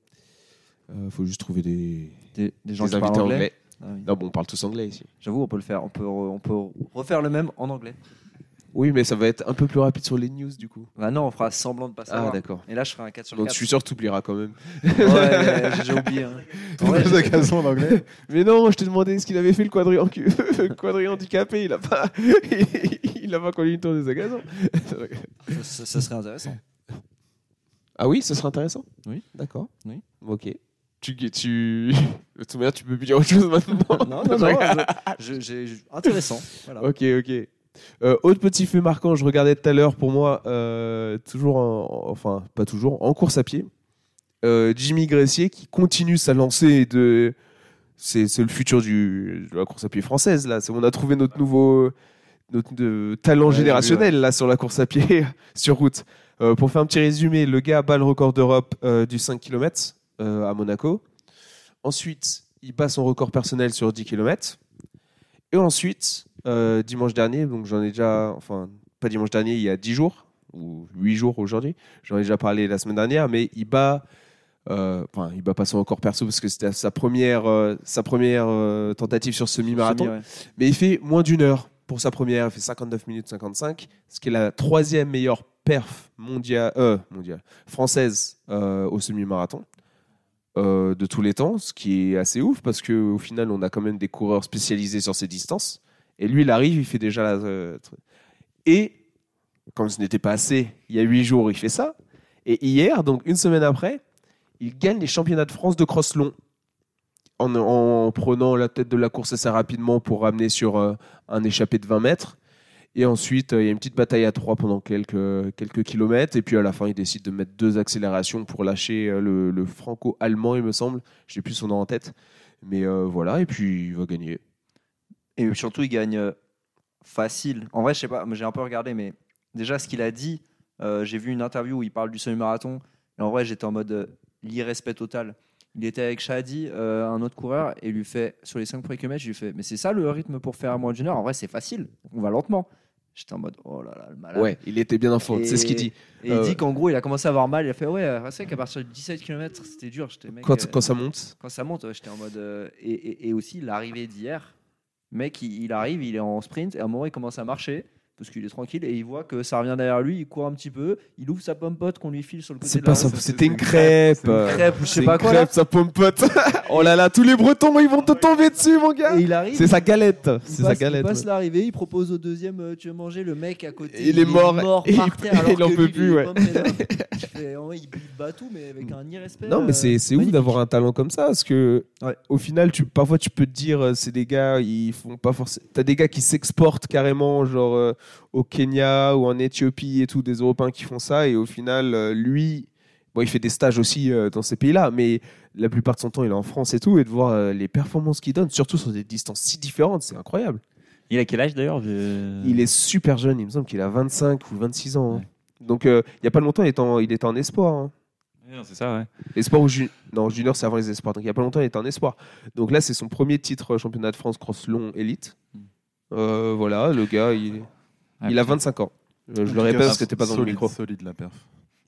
Speaker 1: Il Euh, faut juste trouver des,
Speaker 5: Des, des gens
Speaker 1: des
Speaker 5: qui parlent anglais. Ah oui.
Speaker 1: Non, bon, on parle tous anglais ici.
Speaker 5: J'avoue, on peut le faire. On peut, re- on peut refaire le même en anglais.
Speaker 1: Oui, mais ça va être un peu plus rapide sur les news du coup.
Speaker 5: Bah non, on fera semblant de pas
Speaker 1: Ah,
Speaker 5: savoir.
Speaker 1: d'accord.
Speaker 5: Et là, je ferai un 4 sur
Speaker 1: Donc
Speaker 5: 4.
Speaker 1: je suis sûr que tu oublieras quand même.
Speaker 5: Ouais, j'ai- j'ai oublié. hein. En vrai,
Speaker 2: Des occasions en anglais.
Speaker 1: Mais non, je t'ai demandé ce qu'il avait fait le quadri, en cu- le quadri handicapé. Il a pas, il a pas connu une tour des occasions.
Speaker 5: ça, ça serait intéressant.
Speaker 1: Ah oui, ce serait intéressant.
Speaker 5: Oui.
Speaker 1: D'accord.
Speaker 5: Oui.
Speaker 1: Ok. Tu, tu, de toute manière, tu peux plus dire autre chose maintenant.
Speaker 5: Non, non, non. je- je- j'ai- j'ai- intéressant. Voilà.
Speaker 1: Ok, ok. Euh, autre petit fait marquant, je regardais tout à l'heure pour moi, euh, toujours, en- enfin pas toujours, en course à pied. Euh, Jimmy Gressier qui continue sa lancée de. C'est c'est le futur du, de la course à pied française, là. C'est- On a trouvé notre nouveau notre, de- talent
Speaker 2: Ouais, j'ai vu,
Speaker 1: générationnel, là, sur la course à pied, sur route. Euh, pour faire un petit résumé, le gars bat le record d'Europe euh, du 5 km euh, à Monaco. Ensuite, il bat son record personnel sur 10 km. Et ensuite, euh, dimanche dernier, donc j'en ai déjà, enfin, pas dimanche dernier, il y a 10 jours, ou 8 jours aujourd'hui, j'en ai déjà parlé la semaine dernière, mais il bat, euh, enfin, il bat pas son record perso parce que c'était sa première, euh, sa première euh, tentative sur semi-marathon,
Speaker 5: Semi, ouais.
Speaker 1: mais il fait moins d'une heure pour sa première, il fait 59 minutes 55, ce qui est la troisième meilleure perf mondiale, euh, mondiale française euh, au semi-marathon euh, de tous les temps, ce qui est assez ouf parce qu'au final, on a quand même des coureurs spécialisés sur ces distances. Et lui, il arrive, il fait déjà la. euh, tr- et, comme ce n'était pas assez, il y a huit jours, il fait ça. Et hier, donc une semaine après, il gagne les championnats de France de cross long. En, en prenant la tête de la course assez rapidement pour ramener sur euh, un échappé de 20 mètres. Et ensuite, euh, il y a une petite bataille à trois pendant quelques, quelques kilomètres. Et puis à la fin, il décide de mettre deux accélérations pour lâcher euh, le, le franco-allemand, il me semble. Je n'ai plus son nom en tête. Mais euh, voilà, et puis il va gagner.
Speaker 5: Et surtout, il gagne euh, facile. En vrai, je sais pas, mais j'ai un peu regardé, mais déjà, ce qu'il a dit, euh, j'ai vu une interview où il parle du semi-marathon. Et en vrai, j'étais en mode euh, l'irrespect total. Il était avec Shadi, euh, un autre coureur, et il lui fait, sur les 5 premiers kilomètres, je lui fais, mais c'est ça le rythme pour faire moins d'une heure En vrai, c'est facile, on va lentement. J'étais en mode, oh là là, le malade.
Speaker 1: Ouais, il était bien informé,
Speaker 5: Et-
Speaker 1: c'est ce qu'il dit.
Speaker 5: Et
Speaker 1: Euh,
Speaker 5: il dit qu'en gros, il a commencé à avoir mal. Il a fait, ouais, euh, c'est vrai qu'à partir de 17 km, c'était dur. J'étais, mec,
Speaker 1: Quand,
Speaker 5: euh,
Speaker 1: quand ça monte,
Speaker 5: quand ça monte, ouais, j'étais en mode. euh, et, et- et aussi l'arrivée d'hier, mec, il, il arrive, il est en sprint, et à un moment, il commence à marcher, parce qu'il est tranquille, et il voit que ça revient derrière lui, il court un petit peu, il ouvre sa pompote qu'on lui file sur le côté
Speaker 1: c'est
Speaker 5: de la
Speaker 1: pas
Speaker 5: route.
Speaker 1: ça, c'était une crêpe.
Speaker 5: une crêpe, je
Speaker 1: C'est
Speaker 5: sais pas
Speaker 1: une
Speaker 5: quoi.
Speaker 1: crêpe, ça pompote. oh là là, tous les Bretons, ils vont te tomber dessus, mon
Speaker 5: là.
Speaker 1: gars.
Speaker 5: Et il arrive.
Speaker 1: C'est sa galette.
Speaker 5: il
Speaker 1: C'est sa
Speaker 5: passe-
Speaker 1: galette.
Speaker 5: Il passe
Speaker 1: ouais.
Speaker 5: l'arrivée, il propose au deuxième euh, Tu veux manger le mec à côté
Speaker 1: Il est mort, et
Speaker 5: par
Speaker 1: il-
Speaker 5: terre, alors
Speaker 1: il en
Speaker 5: que
Speaker 1: peut
Speaker 5: lui,
Speaker 1: plus,
Speaker 5: est
Speaker 1: ouais.
Speaker 5: pas malade. Je fais, en vrai, il, il bat tout, mais avec un irrespect.
Speaker 1: Non, mais
Speaker 5: euh,
Speaker 1: c'est c'est ouf
Speaker 5: magnifique.
Speaker 1: d'avoir un talent comme ça parce que
Speaker 5: Ouais.
Speaker 1: au final, tu parfois tu peux te dire euh, c'est des gars ils font pas forcément. T'as des gars qui s'exportent carrément genre euh, au Kenya ou en Éthiopie et tout des Européens qui font ça et au final euh, lui bon il fait des stages aussi euh, dans ces pays-là mais la plupart de son temps il est en France et tout et de voir euh, les performances qu'il donne surtout sur des distances si différentes c'est incroyable.
Speaker 4: Il a quel âge d'ailleurs
Speaker 1: Il est super jeune il me semble qu'il a 25 ou 26 ans. hein.
Speaker 4: Ouais.
Speaker 1: Donc euh, il y a pas longtemps il était en, il était en espoir. hein.
Speaker 4: C'est ça, ouais.
Speaker 1: Espoir ou ju- non, junior, c'est avant les espoirs. Donc il n'y a pas longtemps, il était un espoir. Donc là, c'est son premier titre euh, championnat de France cross long élite. Euh, voilà, le gars, il,
Speaker 4: Ah,
Speaker 1: il a
Speaker 4: putain.
Speaker 1: 25 ans. Euh, Je le
Speaker 2: En tout
Speaker 1: répète
Speaker 2: cas,
Speaker 1: parce que t'es pas dans le
Speaker 2: solide,
Speaker 1: micro.
Speaker 2: Solide la perf.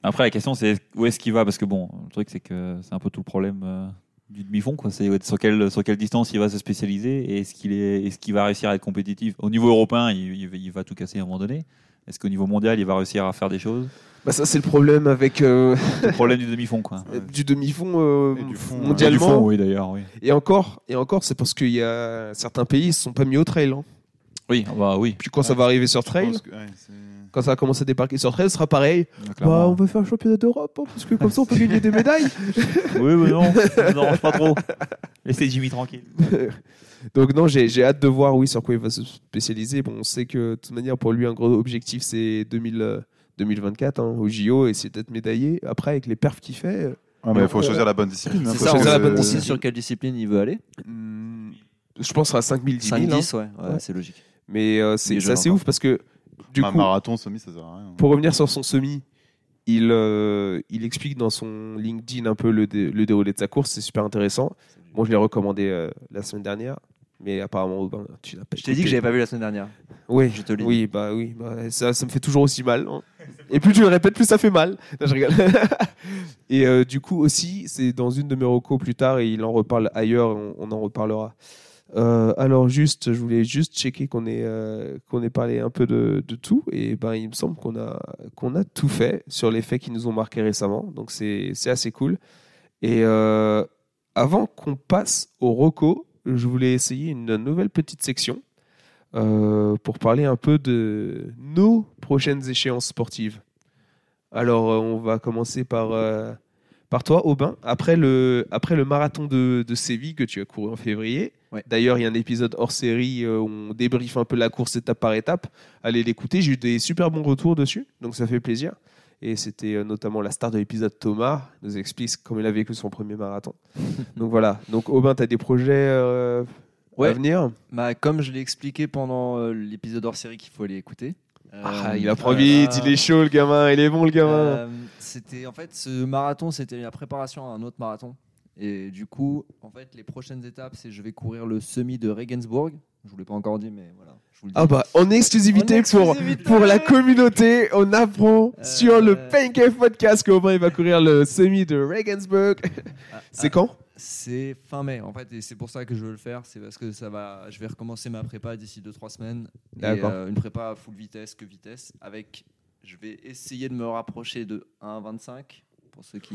Speaker 4: Après, la question, c'est où est-ce qu'il va Parce que bon, le truc, c'est que c'est un peu tout le problème euh, du demi-fond. quoi. C'est sur quelle, sur quelle distance il va se spécialiser et est-ce qu'il est, est qu'il va réussir à être compétitif Au niveau européen, il, il va- il va tout casser à un moment donné. Est-ce qu'au niveau mondial, il va réussir à faire des choses
Speaker 1: Bah, ça, c'est le problème avec euh,
Speaker 4: Le problème du demi-fond, quoi.
Speaker 2: Ouais.
Speaker 1: du demi-fond euh,
Speaker 2: Et du fond,
Speaker 1: mondialement.
Speaker 4: Du fond, oui, d'ailleurs, oui.
Speaker 1: Et encore, et encore c'est parce qu'il y a certains pays, ils se sont pas mis au trail. hein.
Speaker 4: Oui, bah oui.
Speaker 1: Puis quand ça va arriver sur trail,
Speaker 2: Je pense que- ouais, c'est-
Speaker 1: quand ça va commencer à débarquer sur trail, ce sera pareil. Bah,
Speaker 4: clairement.
Speaker 1: on va faire un championnat d'Europe hein, parce que comme ça, on peut gagner des médailles.
Speaker 4: Oui, mais non, ça ne dérange pas trop. Laissez Jimmy tranquille.
Speaker 1: Donc non, j'ai j'ai hâte de voir oui sur quoi il va se spécialiser. Bon, on sait que de toute manière pour lui un gros objectif c'est 2000, euh, 2024 hein, au JO et c'est d'être médaillé. Après avec les perfs qu'il fait, euh,
Speaker 2: Ouais, Ah, mais il faut choisir la bonne discipline. hein,
Speaker 5: C'est
Speaker 2: faut
Speaker 5: ça,
Speaker 1: choisir la bonne
Speaker 5: on sait
Speaker 1: discipline.
Speaker 5: sur quelle discipline il veut aller.
Speaker 1: hmm, je pense à 5000 10 000,
Speaker 5: 5-10,
Speaker 1: hein.
Speaker 5: ouais, ouais,
Speaker 1: Ouais.
Speaker 5: c'est logique.
Speaker 1: Mais euh, c'est
Speaker 5: Il est
Speaker 1: c'est
Speaker 5: jeune
Speaker 1: assez
Speaker 5: encore.
Speaker 1: ouf parce que du
Speaker 2: un
Speaker 1: coup,
Speaker 2: marathon semi, ça sert à rien.
Speaker 1: pour revenir sur son semi, il euh, il explique dans son LinkedIn un peu le, dé- le déroulé de sa course, c'est super intéressant. Bon, je l'ai recommandé euh, la semaine dernière. Mais apparemment, Aubin, tu n'as pas.
Speaker 5: Bah, Je t'ai dit que
Speaker 1: écouté.
Speaker 5: j'avais pas vu la semaine dernière.
Speaker 1: Oui,
Speaker 5: Je te l'ai
Speaker 1: oui, bah oui, bah, ça, ça me fait toujours aussi mal. hein. Et plus tu le répètes, plus ça fait mal. Non, je rigole. et euh, du coup aussi, c'est dans une de mes recos plus tard, et il en reparle ailleurs, on, on en reparlera. Euh, alors juste, je voulais juste checker qu'on ait, euh, qu'on ait parlé un peu de, de tout, et ben il me semble qu'on a, qu'on a tout fait sur les faits qui nous ont marqués récemment, donc c'est c'est assez cool. Et euh, avant qu'on passe aux recos, je voulais essayer une nouvelle petite section euh, pour parler un peu de nos prochaines échéances sportives. Alors, euh, on va commencer par, euh, par toi, Aubin. Après le, après le marathon de, de Séville que tu as couru en février,
Speaker 5: Ouais.
Speaker 1: d'ailleurs, il y a un épisode hors série euh, où on débriefe un peu la course étape par étape. Allez l'écouter, j'ai eu des super bons retours dessus, donc ça fait plaisir. Et c'était euh, notamment la star de l'épisode Thomas, nous explique comment il a vécu son premier marathon. donc voilà, donc Aubin, tu as des projets euh, à
Speaker 5: Ouais.
Speaker 1: venir
Speaker 5: Bah, comme je l'ai expliqué pendant euh, l'épisode hors série qu'il faut aller écouter.
Speaker 1: Ah,
Speaker 5: euh,
Speaker 1: il apprend
Speaker 5: voilà.
Speaker 1: vite, il est chaud le gamin, il est bon le gamin.
Speaker 5: Euh, c'était en fait ce marathon, c'était la préparation à un autre marathon. Et du coup, en fait, les prochaines étapes, c'est je vais courir le semi de Regensburg. Je vous l'ai pas encore dit, mais voilà. Je vous le dis.
Speaker 1: Ah bah, en exclusivité,
Speaker 5: En
Speaker 1: pour,
Speaker 5: exclusivité.
Speaker 1: pour la communauté, on apprend
Speaker 5: Euh,
Speaker 1: sur le Pancake Podcast qu'Aubin il va courir le semi de Regensburg.
Speaker 5: Ah,
Speaker 1: C'est
Speaker 5: ah,
Speaker 1: quand
Speaker 5: C'est fin mai, en fait, et c'est pour ça que je veux le faire. C'est parce que ça va, je vais recommencer ma prépa d'ici 2-3 semaines. Et,
Speaker 1: D'accord.
Speaker 5: euh, une prépa à full vitesse, que vitesse, avec. Je vais essayer de me rapprocher de 1,25 pour ceux qui.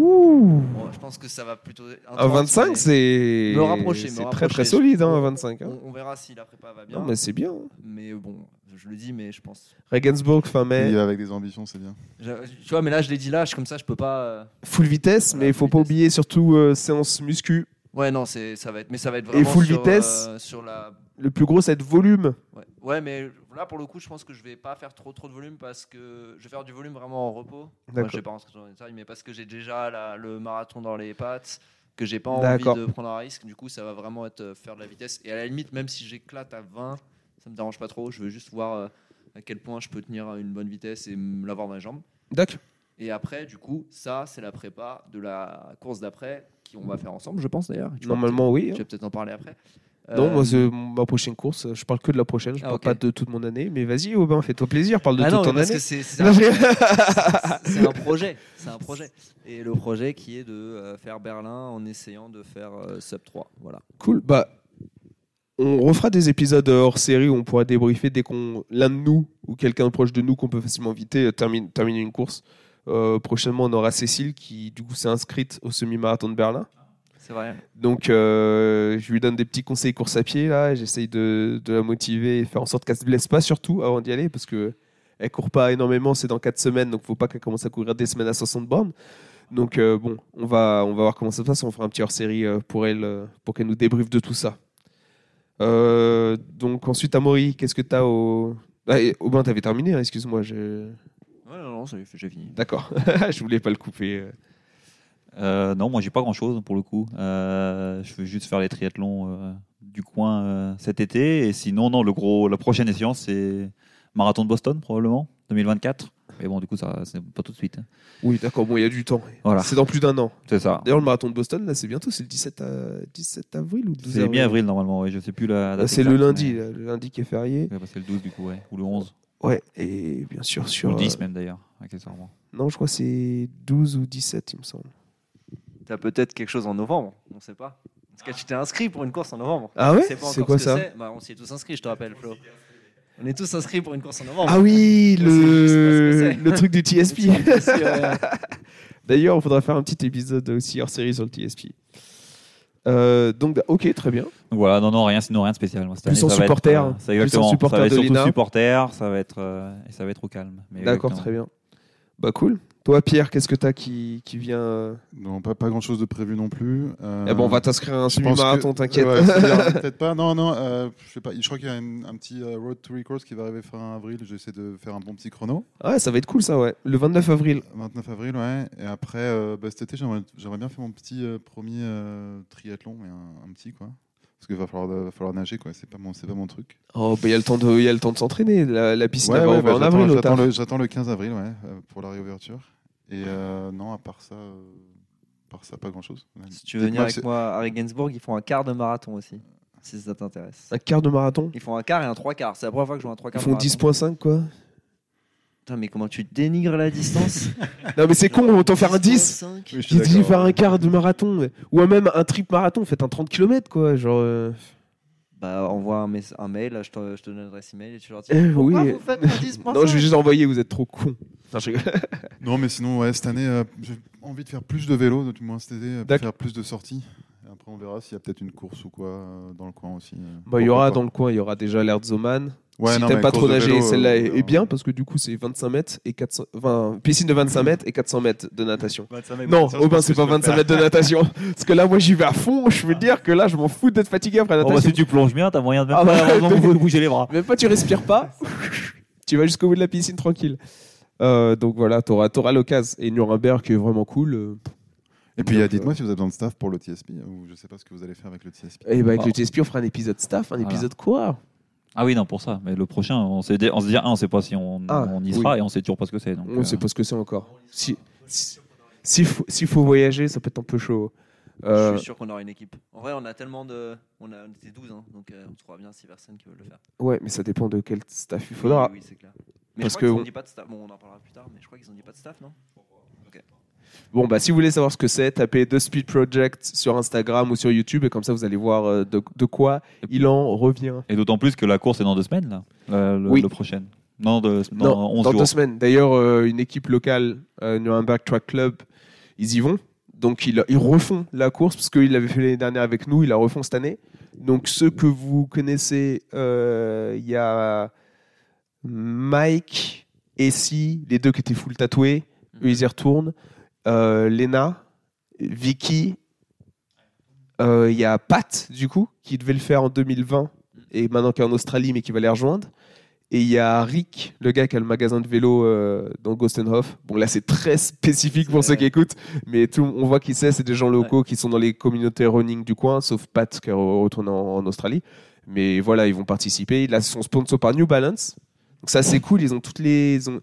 Speaker 1: Ouh
Speaker 5: Bon, je pense que ça va plutôt.
Speaker 1: Un 25, Ah, c'est
Speaker 5: Me rapprocher, me
Speaker 1: c'est très
Speaker 5: rapprocher.
Speaker 1: très solide, hein, un 25. hein.
Speaker 5: On, on verra si la prépa va bien.
Speaker 1: Non, mais c'est bien.
Speaker 5: Mais bon, je le dis, mais je pense.
Speaker 1: Regensburg, fin
Speaker 2: Il
Speaker 1: mai,
Speaker 2: y va avec des ambitions, c'est bien.
Speaker 5: Je- tu vois, mais là, je l'ai dit là, je- comme ça, je peux pas. euh,
Speaker 1: full vitesse,
Speaker 5: Voilà,
Speaker 1: mais il faut
Speaker 5: full
Speaker 1: pas
Speaker 5: vitesse.
Speaker 1: oublier surtout euh, séance muscu.
Speaker 5: Ouais, non, c'est, ça va être, mais ça va être vraiment.
Speaker 1: full
Speaker 5: sur,
Speaker 1: vitesse
Speaker 5: euh, Sur la.
Speaker 1: Le plus gros, c'est être volume.
Speaker 5: Ouais. Ouais, mais là, pour le coup, je pense que je vais pas faire trop, trop de volume parce que je vais faire du volume vraiment en repos. Moi,
Speaker 1: D'accord.
Speaker 5: je vais pas rentrer dans les détails, mais parce que j'ai déjà la- le marathon dans les pattes, que j'ai pas envie
Speaker 1: D'accord.
Speaker 5: de prendre un risque. Du coup, ça va vraiment être euh, faire de la vitesse. Et à la limite, même si j'éclate à 20, ça me dérange pas trop. Je veux juste voir euh, à quel point je peux tenir à une bonne vitesse et me l'avoir dans les jambes.
Speaker 1: D'accord.
Speaker 5: Et après, du coup, ça, c'est la prépa de la course d'après, qui on va faire ensemble, je pense d'ailleurs. Tu vas
Speaker 1: Normalement, oui.
Speaker 5: peut-être-
Speaker 1: hein.
Speaker 5: Tu vas peut-être en parler après.
Speaker 1: Non,
Speaker 5: Euh,
Speaker 1: moi, c'est ma prochaine course. Je parle que de la prochaine. Je
Speaker 5: Ah,
Speaker 1: parle
Speaker 5: ok.
Speaker 1: pas de toute mon année. Mais vas-y, Aubin, fais-toi plaisir. Parle de
Speaker 5: ah
Speaker 1: toute
Speaker 5: non,
Speaker 1: ton
Speaker 5: mais parce
Speaker 1: année.
Speaker 5: que c'est c'est
Speaker 1: Non,
Speaker 5: un,
Speaker 1: je rigole.
Speaker 5: c'est- c'est un projet, c'est un projet. Et le projet qui est de euh, faire Berlin en essayant de faire euh, sub 3, voilà.
Speaker 1: Cool. Bah, on refera des épisodes hors série où on pourra débriefer dès qu'on l'un de nous ou quelqu'un de proche de nous qu'on peut facilement inviter euh, termine, termine une course. Euh, prochainement, on aura Cécile qui, du coup, s'est inscrite au semi-marathon de Berlin.
Speaker 5: C'est vrai.
Speaker 1: Donc, euh, je lui donne des petits conseils course à pied là. J'essaye de, de la motiver et faire en sorte qu'elle se blesse pas surtout avant d'y aller parce que elle court pas énormément. C'est dans 4 semaines, donc faut pas qu'elle commence à courir des semaines à 60 bornes. Donc euh, bon, on va on va voir comment ça se passe. On fera un petit hors série pour elle euh, pour qu'elle nous débriefe de tout ça. Euh, donc ensuite, Amaury, qu'est-ce que t'as au ah, et- Aubin, t'avais terminé, hein, excuse-moi. Je...
Speaker 5: Ouais, non, non, ça y est, j'ai fini.
Speaker 1: D'accord, je voulais pas le couper. euh.
Speaker 4: Euh, non, moi j'ai pas grand chose pour le coup. Euh, je veux juste faire les triathlons euh, du coin euh, cet été. Et sinon, non, le gros, la prochaine échéance c'est marathon de Boston probablement 2024. Mais bon, du coup, ça c'est pas tout de suite. hein.
Speaker 1: Oui, d'accord, bon, il y a du temps.
Speaker 4: Voilà,
Speaker 1: C'est dans plus d'un an.
Speaker 4: c'est ça.
Speaker 1: D'ailleurs, le marathon de Boston, là, c'est bientôt, c'est le 17, à- 17 avril ou 12
Speaker 4: C'est
Speaker 1: avril
Speaker 4: bien avril normalement. Ouais. Je sais plus la.
Speaker 1: Là,
Speaker 4: date
Speaker 1: C'est le
Speaker 4: exacte,
Speaker 1: lundi,
Speaker 4: mais-
Speaker 1: là, le lundi qui est férié.
Speaker 4: Ouais, bah, c'est le 12 du coup, ouais. ou le 11,
Speaker 1: Ouais, et bien sûr
Speaker 4: ou
Speaker 1: sur.
Speaker 4: le 10
Speaker 1: euh,
Speaker 4: même d'ailleurs, accessoirement.
Speaker 1: Non, je crois que c'est 12 ou 17, il me semble.
Speaker 5: T'as peut-être quelque chose en novembre, on sait pas. En tout cas, tu t'es inscrit pour une course en novembre.
Speaker 1: Ah ouais
Speaker 5: Tu sais pas
Speaker 1: C'est
Speaker 5: encore
Speaker 1: quoi
Speaker 5: ce que
Speaker 1: ça
Speaker 5: c'est Bah, On s'y est tous inscrits, je te rappelle, Flo. On est tous inscrits pour une course en novembre.
Speaker 1: Ah oui,
Speaker 5: On sait juste pas
Speaker 1: le,
Speaker 5: ce que c'est.
Speaker 1: le truc du TSP.
Speaker 5: Ouais.
Speaker 1: D'ailleurs, il faudra faire un petit épisode aussi hors série sur le TSP. Euh, donc, ok, très bien.
Speaker 4: Donc voilà, non, non, rien, sinon rien de spécial. Moi, cette
Speaker 1: Plus
Speaker 4: année,
Speaker 1: en
Speaker 4: ça va être,
Speaker 1: supporter, hein.
Speaker 4: euh, ça,
Speaker 1: plus en
Speaker 4: exactement.
Speaker 1: supporter
Speaker 4: ça va être
Speaker 1: de
Speaker 4: surtout
Speaker 1: Lina.
Speaker 4: supporter, ça va être, euh, et ça va être au calme. Mais
Speaker 1: D'accord,
Speaker 4: exactement.
Speaker 1: très bien. Bah, cool. Toi, Pierre, qu'est-ce que t'as qui, qui vient euh,
Speaker 2: Non, pas, pas grand chose de prévu non plus. Euh,
Speaker 1: Eh ben, on va t'inscrire à un
Speaker 2: je pense
Speaker 1: semi-marathon,
Speaker 2: que-
Speaker 1: t'inquiète.
Speaker 2: Ouais, c'est bien, Peut-être pas. Non, non, euh, je sais pas. Je crois qu'il y a une- un petit euh, road to records qui va arriver fin avril. J'essaie de faire un bon petit chrono.
Speaker 1: ouais, ça va être cool, ça, ouais. Le 29 avril.
Speaker 2: 29 avril, ouais. Et après, euh, bah, cet été, j'aimerais j'aimerais bien faire mon petit euh, premier euh, triathlon, mais un, un petit, quoi. Parce qu'il va falloir, va falloir nager, quoi. C'est pas, mon- c'est pas mon truc.
Speaker 1: Oh, bah, il y a le temps de, il y a le temps de s'entraîner. La, la piscine elle va ouvrir en
Speaker 2: bah, j'attends-
Speaker 1: avril, au
Speaker 2: j'attends
Speaker 1: tard.
Speaker 2: le, j'attends le 15 avril, ouais, euh, pour la réouverture. Et euh, non, à part ça, euh, à part ça, pas grand chose.
Speaker 5: Si tu veux
Speaker 2: Dites-moi
Speaker 5: venir avec
Speaker 2: que
Speaker 5: moi à Regensburg, ils font un quart de marathon aussi. si ça t'intéresse.
Speaker 1: Un quart de marathon
Speaker 5: Ils font un quart et un trois quarts. C'est la première fois que je vois un trois
Speaker 1: Ils
Speaker 5: quarts.
Speaker 1: font
Speaker 5: marathon.
Speaker 1: 10.5 quoi
Speaker 5: Putain, mais comment tu dénigres la distance
Speaker 1: Non mais c'est con, autant faire un 10
Speaker 5: 10.5.
Speaker 2: Oui, je suis
Speaker 1: J'ai dit
Speaker 2: d'accord.
Speaker 1: faire un quart de marathon mais- ou même un trip marathon, faites un 30 km quoi, genre euh,
Speaker 5: Bah, envoie un, mes- un mail, je te, je te donne l'adresse email et tu leur dis.
Speaker 1: euh, oui.
Speaker 5: Pourquoi vous faites un 10.5
Speaker 1: Non, je vais juste envoyer, vous êtes trop con.
Speaker 2: Non, mais sinon, ouais, cette année, euh, j'ai envie de faire plus de vélo, donc, du moins cet été, euh, pour
Speaker 1: D'ac-
Speaker 2: faire plus de sorties. Et après, on verra s'il y a peut-être une course ou quoi euh, dans le coin aussi. euh.
Speaker 1: Bah, il y aura
Speaker 2: Pourquoi
Speaker 1: dans le coin, il y aura déjà l'Erzoman.
Speaker 2: pas. Ouais,
Speaker 1: si
Speaker 2: non,
Speaker 1: t'aimes
Speaker 2: mais
Speaker 1: pas
Speaker 2: course
Speaker 1: trop
Speaker 2: de
Speaker 1: nager,
Speaker 2: vélo,
Speaker 1: celle-là
Speaker 2: euh,
Speaker 1: est, est bien parce que du coup c'est 25 mètres et 400, enfin, piscine de 25 mètres et 400 mètres de natation. Non,
Speaker 4: bah,
Speaker 1: Aubin, c'est pas 25 mètres de natation. Parce que là, moi, j'y vais à fond. Je veux dire que là, je m'en fous d'être fatigué après la
Speaker 4: Oh, bah,
Speaker 1: natation.
Speaker 4: si tu plonges bien, t'as moyen de même
Speaker 1: Ah,
Speaker 4: pas
Speaker 1: bah,
Speaker 4: avoir besoin de bouger les bras.
Speaker 1: Même pas, tu respires pas. tu vas jusqu'au bout de la piscine tranquille. Euh, donc voilà, t'auras auras, l'occasion. Et Nuremberg qui est vraiment cool. euh,
Speaker 2: Et puis, il y a-
Speaker 1: Donc,
Speaker 2: dites-moi si vous avez besoin de staff pour le TSP, ou je sais pas ce que vous allez faire avec le TSP.
Speaker 1: Et bah, avec
Speaker 4: Oh.
Speaker 1: le TSP, on fera un épisode staff, un
Speaker 4: Voilà.
Speaker 1: épisode quoi
Speaker 4: Ah oui, non, pour ça. Mais le prochain, on sait, dé- on se dit, ah, on sait pas si on,
Speaker 1: Ah,
Speaker 4: on
Speaker 1: oui.
Speaker 4: y sera et on sait toujours pas ce que c'est. donc,
Speaker 1: On
Speaker 4: euh,
Speaker 1: sait pas ce que c'est encore. Si, si, s'il faut, s'il faut voyager, ça peut être un peu chaud. Euh,
Speaker 5: Je suis sûr qu'on aura une équipe. En vrai, on a tellement de. On, a... on était 12, hein, donc euh, on trouvera bien 6 personnes qui veulent le faire.
Speaker 1: ouais, mais ça dépend de quel staff il faudra.
Speaker 5: Oui, oui, c'est clair. Mais
Speaker 1: Parce
Speaker 5: je crois
Speaker 1: que
Speaker 5: qu'ils
Speaker 1: on-
Speaker 5: ont dit pas de staff. Bon, on en parlera plus tard, mais je crois qu'ils ont dit pas de staff, non
Speaker 1: Bon, bah, si vous voulez savoir ce que c'est, tapez The Speed Project sur Instagram ou sur YouTube, et comme ça, vous allez voir euh, de, de quoi il en revient.
Speaker 4: Et d'autant plus que la course est dans deux semaines, là. Euh, le,
Speaker 1: Oui.
Speaker 4: le prochain. Non, de, dans
Speaker 1: Non,
Speaker 4: 11
Speaker 1: dans
Speaker 4: jours.
Speaker 1: deux semaines. D'ailleurs, euh, une équipe locale, euh, Nuremberg Track Club, ils y vont. Donc, ils, ils refont la course, parce qu'ils l'avaient fait l'année dernière avec nous, ils la refont cette année. Donc, ceux que vous connaissez, euh, il y a Mike, Essie, les deux qui étaient full tatoués, eux, ils y retournent. Euh, Lena, Vicky, euh, il y a Pat, du coup, qui devait le faire en 2020 et maintenant qui est en Australie, mais qui va les rejoindre. Et il y a Rick, le gars qui a le magasin de vélo euh, dans Gostenhof. Bon, là, c'est très spécifique pour
Speaker 5: C'est-
Speaker 1: ceux qui écoutent, mais tout, on voit qui c'est. C'est des gens locaux qui sont dans les communautés running du coin, sauf Pat qui est re- retourné en, en Australie. Mais voilà, ils vont participer. Là, ils sont sponsors par New Balance. Donc ça, c'est cool. Ils ont toutes les... ils ont-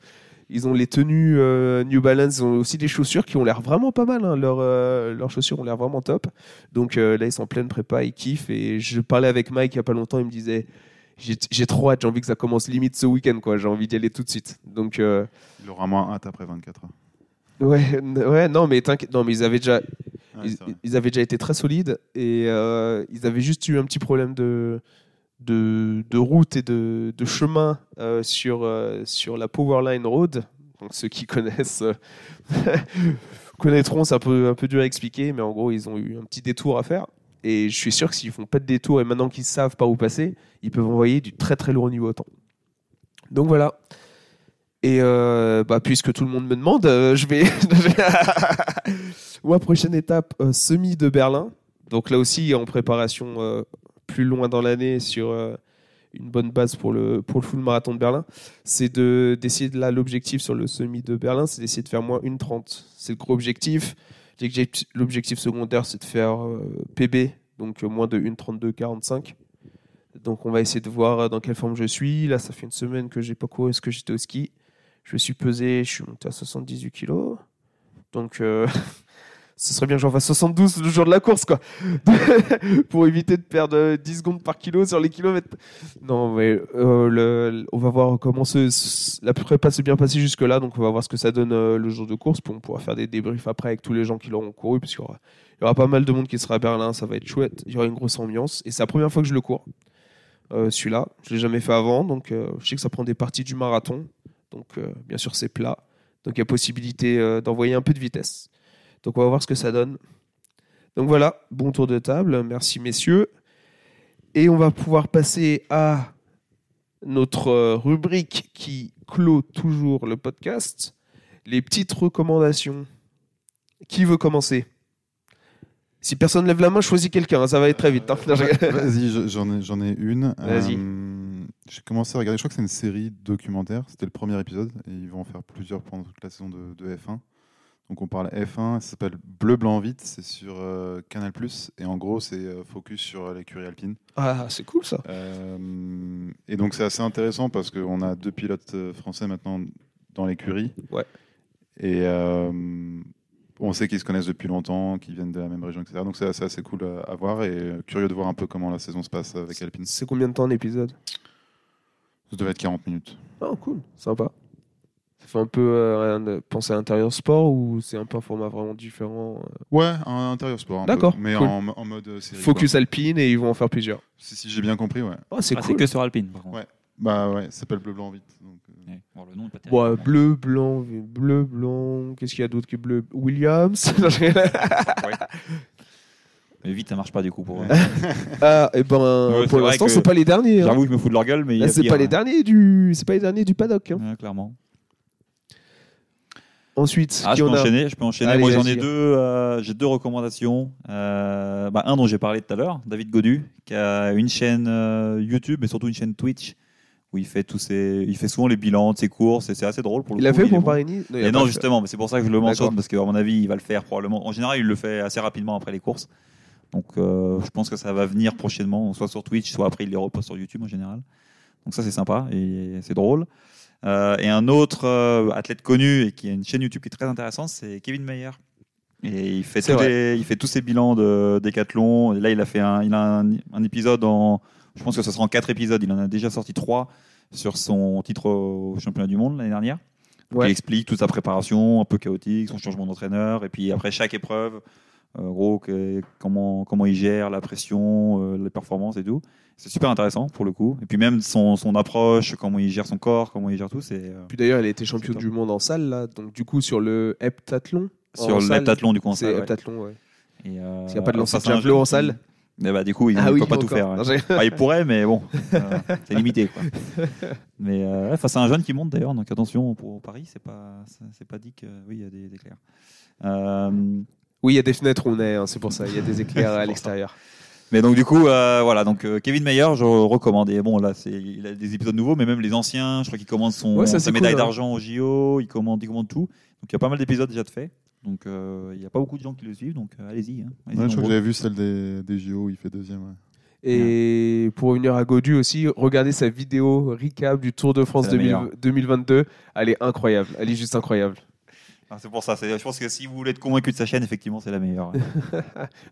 Speaker 1: ils ont les tenues euh, New Balance, ils ont aussi des chaussures qui ont l'air vraiment pas mal. hein. Leurs, euh, leurs chaussures ont l'air vraiment top. Donc euh, là, ils sont en pleine prépa, ils kiffent. Et je parlais avec Mike il y a pas longtemps, il me disait J'ai j'ai trop hâte, j'ai envie que ça commence limite ce week-end, quoi. J'ai envie d'y aller tout de suite. Donc, euh,
Speaker 2: Il aura moins hâte après 24 heures.
Speaker 1: ouais, n- ouais, non, mais t'inquiète, non, mais ils avaient déjà,
Speaker 2: Ouais,
Speaker 1: ils,
Speaker 2: c'est vrai.
Speaker 1: ils avaient déjà été très solides et euh, ils avaient juste eu un petit problème de, de, de route et de, de chemin euh, sur, euh, sur la Powerline Road. Donc ceux qui connaissent euh, connaîtront, c'est un peu, un peu dur à expliquer, mais en gros, ils ont eu un petit détour à faire. Et je suis sûr que s'ils font pas de détour et maintenant qu'ils savent par où passer, ils peuvent envoyer du très très lourd niveau à temps. Donc voilà. Et euh, bah, puisque tout le monde me demande, euh, je vais. Moi, prochaine étape, euh, semi de Berlin. Donc là aussi, en préparation euh, plus loin dans l'année sur euh, une bonne base pour le, pour le full marathon de Berlin, c'est de- d'essayer de. Là, l'objectif sur le semi de Berlin, c'est d'essayer de faire moins 1,30. C'est le gros objectif. L'objectif- L'objectif secondaire, c'est de faire euh, PB, donc euh, moins de 1,32,45. Donc on va essayer de voir euh, dans quelle forme je suis. Là, ça fait une semaine que j'ai pas couru, est-ce que j'étais au ski Je me suis pesé, je suis monté à 78 kilos. Donc euh, ce serait bien que j'en fasse 72 le jour de la course, quoi. Pour éviter de perdre euh, 10 secondes par kilo sur les kilomètres. Non, mais euh, le- on va voir comment se- se- la prépa s'est bien passée jusque-là. Donc on va voir ce que ça donne euh, le jour de course. Puis on pourra faire des débriefs après avec tous les gens qui l'auront couru. Parce qu'il y aura, il y aura pas mal de monde qui sera à Berlin. Ça va être chouette. Il y aura une grosse ambiance. Et c'est la première fois que je le cours. Euh, celui-là, je l'ai jamais fait avant. Donc euh, je sais que ça prend des parties du marathon. Donc euh, bien sûr, c'est plat. Donc il y a possibilité euh, d'envoyer un peu de vitesse. Donc on va voir ce que ça donne. Donc voilà, bon tour de table. Merci messieurs. Et on va pouvoir passer à notre euh, rubrique qui clôt toujours le podcast, les petites recommandations. Qui veut commencer Si personne lève la main, choisis quelqu'un, hein, ça va être très vite. hein. Non, je-
Speaker 2: Vas-y, je- j'en ai, j'en ai une.
Speaker 1: Vas-y.
Speaker 2: Euh, J'ai commencé à regarder, je crois que c'est une série documentaire, c'était le premier épisode, et ils vont en faire plusieurs pendant toute la saison de, de F1. Donc on parle F1, ça s'appelle Bleu, Blanc, Vite, c'est sur euh, Canal ⁇ et en gros c'est euh, focus sur l'écurie alpine.
Speaker 1: Ah, c'est cool ça.
Speaker 2: Euh, et donc c'est assez intéressant parce qu'on a deux pilotes euh, français maintenant dans l'écurie.
Speaker 1: Ouais.
Speaker 2: Et euh, on sait qu'ils se connaissent depuis longtemps, qu'ils viennent de la même région, etc. Donc c'est assez, assez cool à, à voir et euh, curieux de voir un peu comment la saison se passe avec Alpine.
Speaker 1: C'est combien de temps l'épisode
Speaker 2: Ça devait être 40 minutes.
Speaker 1: Oh, cool, sympa. Ça fait un peu euh, un- penser à intérieur sport ou c'est un peu un format vraiment différent euh,
Speaker 2: Ouais, un intérieur sport. un peu,
Speaker 1: D'accord,
Speaker 2: Mais
Speaker 1: cool.
Speaker 2: en, en mode euh, série.
Speaker 1: Focus alpine et ils vont en faire plusieurs.
Speaker 2: quoi. Si, si j'ai bien compris, ouais.
Speaker 1: Oh, c'est
Speaker 4: Ah,
Speaker 1: cool.
Speaker 4: que sur Alpine, par contre.
Speaker 2: Ouais. Bah ouais, ça s'appelle Bleu Blanc Vite. Donc, euh,
Speaker 4: Ouais. Bon, le nom est pas terrible.
Speaker 1: Ouais, Bah, bleu, blanc, bleu, blanc. Qu'est-ce qu'il y a d'autre que bleu Williams
Speaker 4: Mais vite, ça marche pas du coup pour eux.
Speaker 1: Ah, et ben,
Speaker 4: Ouais, c'est
Speaker 1: pour
Speaker 4: vrai
Speaker 1: l'instant,
Speaker 4: que-
Speaker 1: c'est pas les derniers. hein.
Speaker 4: J'avoue, je me fous de leur gueule, mais. il y
Speaker 1: Là,
Speaker 4: a
Speaker 1: c'est
Speaker 4: pire,
Speaker 1: pas les
Speaker 4: hein.
Speaker 1: derniers du, c'est pas les derniers du paddock. hein.
Speaker 4: Ouais, clairement.
Speaker 1: Ensuite,
Speaker 4: Ah,
Speaker 1: qui
Speaker 4: je
Speaker 1: on
Speaker 4: peux
Speaker 1: a
Speaker 4: enchaîner, je peux enchaîner.
Speaker 1: Allez,
Speaker 4: Moi, j'en
Speaker 1: vas-y.
Speaker 4: ai deux. euh, J'ai deux recommandations. Euh, bah, un dont j'ai parlé tout à l'heure, David Godu, qui a une chaîne euh, YouTube et surtout une chaîne Twitch où il fait tous ses, il fait souvent les bilans de ses courses et c'est assez drôle pour le
Speaker 1: Il l'a
Speaker 4: coup,
Speaker 1: fait
Speaker 4: est
Speaker 1: pour
Speaker 4: bon.
Speaker 1: Paris-Nice il a
Speaker 4: Et
Speaker 1: pas
Speaker 4: non,
Speaker 1: fait.
Speaker 4: justement, mais c'est pour ça que je le
Speaker 1: D'accord.
Speaker 4: mentionne, parce qu'à mon avis, il va le faire probablement. En général, il le fait assez rapidement après les courses. Donc, euh, je pense que ça va venir prochainement, soit sur Twitch, soit après, il les repose sur YouTube en général. Donc, ça, c'est sympa et c'est drôle. Euh, et un autre euh, athlète connu et qui a une chaîne YouTube qui est très intéressante, c'est Kevin Mayer. Et il fait,
Speaker 1: C'est
Speaker 4: tous
Speaker 1: vrai.
Speaker 4: les- il fait tous ses bilans de décathlon. Et là, il a fait un, il a un, un épisode en. Je pense que ce sera en quatre épisodes. Il en a déjà sorti trois sur son titre au championnat du monde l'année dernière. Donc,
Speaker 1: Ouais.
Speaker 4: Il explique toute sa préparation un peu chaotique, son changement d'entraîneur, et puis après chaque épreuve, euh, gros, que- comment, comment il gère la pression, euh, les performances et tout. C'est super intéressant pour le coup. Et puis même son, son approche, comment il gère son corps, comment il gère tout, c'est euh,
Speaker 1: Puis d'ailleurs, il a été champion
Speaker 4: C'est top.
Speaker 1: du monde en salle là. Donc du coup, sur le heptathlon. en
Speaker 4: sur
Speaker 1: salle,
Speaker 4: l'heptathlon du conseil.
Speaker 1: Oh, C'est
Speaker 4: Ouais.
Speaker 1: heptathlon. Ouais.
Speaker 4: Et, euh,
Speaker 1: Parce qu'il n'y a pas de
Speaker 4: alors,
Speaker 1: lancer
Speaker 4: ça,
Speaker 1: de
Speaker 4: c'est un
Speaker 1: javelot
Speaker 4: jeu
Speaker 1: en
Speaker 4: qui-
Speaker 1: salle.
Speaker 4: Mais bah, du coup,
Speaker 1: Ah
Speaker 4: il ne peut pas tout faire. ouais.
Speaker 1: Non, j'ai-
Speaker 4: Enfin, il pourrait, mais bon, euh, c'est limité. Quoi. Mais euh, ouais, face à un jeune qui monte d'ailleurs, donc attention pour Paris, c'est pas, c'est- c'est pas dit que oui, il y a des éclairs. Euh,
Speaker 1: Oui, il y a des fenêtres où on est. hein, c'est pour ça. Il y a des éclairs à l'extérieur.
Speaker 4: mais donc du coup, euh, voilà, donc euh, Kevin Mayer, je recommande. Et bon, là, c'est, il a des épisodes nouveaux, mais même les anciens, je crois qu'il commande son
Speaker 1: Ouais, ça,
Speaker 4: sa
Speaker 1: c'est cool,
Speaker 4: médaille
Speaker 1: hein.
Speaker 4: d'argent au JO, il commande, il commande tout. Donc il y a pas mal d'épisodes déjà de fait. Donc euh, il n'y a pas beaucoup de gens qui le suivent, donc euh, allez-y. hein. Allez-y,
Speaker 2: ouais, je crois que
Speaker 4: nombreux.
Speaker 2: j'avais vu celle des, des JO où il fait deuxième. ouais.
Speaker 1: Et pour revenir à Godu aussi, regardez sa vidéo recap du Tour de France
Speaker 4: C'est la
Speaker 1: 2000
Speaker 4: meilleure.
Speaker 1: 2022. Elle est incroyable. Elle est juste incroyable.
Speaker 4: Ah, c'est pour ça. c'est- je pense que si vous voulez être convaincu de sa chaîne, effectivement, c'est la meilleure. ouais.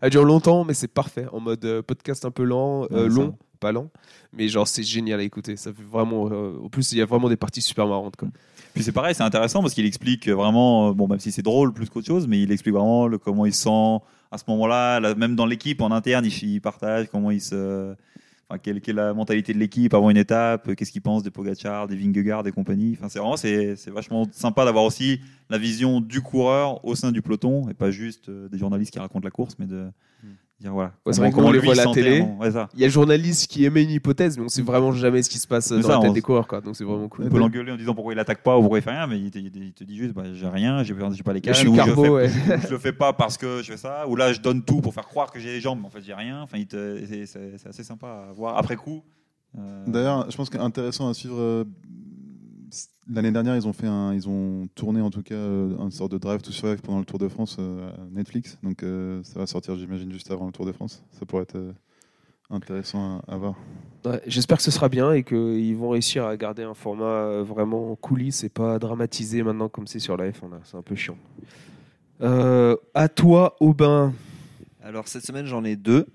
Speaker 1: Elle dure longtemps, mais c'est parfait. En mode euh, podcast un peu lent, euh,
Speaker 4: Ouais, ça
Speaker 1: long,
Speaker 4: va.
Speaker 1: pas lent. Mais genre, c'est génial à écouter. Ça fait vraiment. euh, en plus, il y a vraiment des parties super marrantes. Quoi.
Speaker 4: Puis c'est pareil, c'est intéressant parce qu'il explique vraiment, euh, bon, même si c'est drôle plus qu'autre chose, mais il explique vraiment le, comment il se sent à ce moment-là, là, même dans l'équipe en interne, il, il partage comment il se. Enfin, quelle, quelle est la mentalité de l'équipe avant une étape, euh, qu'est-ce qu'il pense des Pogachar, des Vingegaard, des compagnies. Enfin, c'est vraiment c'est, c'est vachement sympa d'avoir aussi la vision du coureur au sein du peloton et pas juste euh, des journalistes qui racontent la course, mais de dire voilà.
Speaker 1: Ouais, c'est
Speaker 4: comment-
Speaker 1: vrai que nous,
Speaker 4: comment
Speaker 1: on les
Speaker 4: lui,
Speaker 1: voit à
Speaker 4: il
Speaker 1: la
Speaker 4: sentait
Speaker 1: télé.
Speaker 4: avant. Ouais, ça.
Speaker 1: Il y a le journaliste qui émet une hypothèse, mais on sait vraiment jamais ce qui se passe euh,
Speaker 4: Mais
Speaker 1: dans
Speaker 4: ça,
Speaker 1: la tête
Speaker 4: on-
Speaker 1: des coureurs. Quoi. Donc, c'est vraiment
Speaker 4: On
Speaker 1: cool.
Speaker 4: peut l'engueuler en disant pourquoi il attaque pas ou pourquoi il fait rien, mais il te, il te- il te dit juste bah, j'ai rien, j'ai j'ai pas les
Speaker 1: Je
Speaker 4: cannes,
Speaker 1: suis
Speaker 4: ou je,
Speaker 1: carbo,
Speaker 4: fais,
Speaker 1: ouais.
Speaker 4: je le fais pas parce que je fais ça, ou là je donne tout pour faire croire que j'ai les jambes, mais en fait j'ai rien. Enfin, il te- c'est- c'est c'est assez sympa à voir après coup. Euh,
Speaker 2: D'ailleurs, je pense qu'intéressant à suivre. euh, L'année dernière, ils ont fait un, ils ont tourné en tout cas euh, une sorte de drive to survive pendant le Tour de France euh, à Netflix. Donc euh, ça va sortir, j'imagine, juste avant le Tour de France. Ça pourrait être euh, intéressant à, à voir.
Speaker 1: Ouais, J'espère que ce sera bien et qu'ils vont réussir à garder un format euh, vraiment en coulisses et pas dramatisé maintenant comme c'est sur la F1. là. C'est un peu chiant. Euh, à toi, Aubin.
Speaker 5: Alors cette semaine j'en ai deux.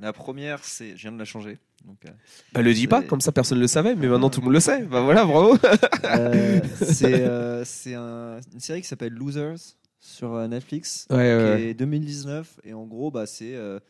Speaker 5: La première c'est, je viens de la changer. Donc, euh,
Speaker 1: Bah, le dis pas,
Speaker 5: C'est-
Speaker 1: comme ça personne le savait, mais maintenant tout le monde le sait. Bah voilà, bravo.
Speaker 5: euh, c'est euh, c'est un- une série qui s'appelle Losers sur euh, Netflix.
Speaker 1: Ouais, ouais, ouais.
Speaker 5: qui est 2019 et en gros bah c'est euh,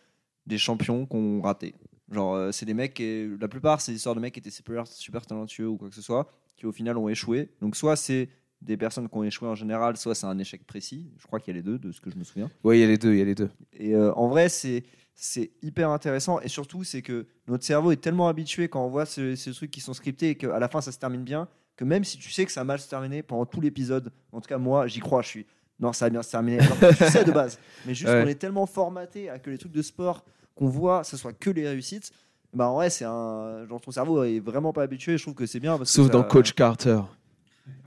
Speaker 5: des champions qu'on raté genre euh, c'est des mecs et la plupart c'est l'histoire de mecs qui étaient super, super talentueux ou quoi que ce soit qui au final ont échoué donc soit c'est des personnes qui ont échoué en général soit c'est un échec précis je crois qu'il y a les deux de ce que je me souviens
Speaker 1: Oui, il y a les deux, il y a les deux.
Speaker 5: et euh, en vrai, c'est c'est hyper intéressant et surtout c'est que notre cerveau est tellement habitué quand on voit ce- ces trucs qui sont scriptés et qu'à la fin ça se termine bien que même si tu sais que ça a mal se terminer pendant tout l'épisode, en tout cas moi j'y crois, je suis non ça va bien se terminer. Alors que tu sais de base, mais juste
Speaker 1: Ouais.
Speaker 5: qu'on est tellement formaté à que les trucs de sport qu'on voit, ce soit que les réussites. Bah en vrai c'est un genre ton cerveau est vraiment pas habitué. Je trouve que c'est bien parce que
Speaker 1: Sauf
Speaker 5: ça-
Speaker 1: dans Coach Carter.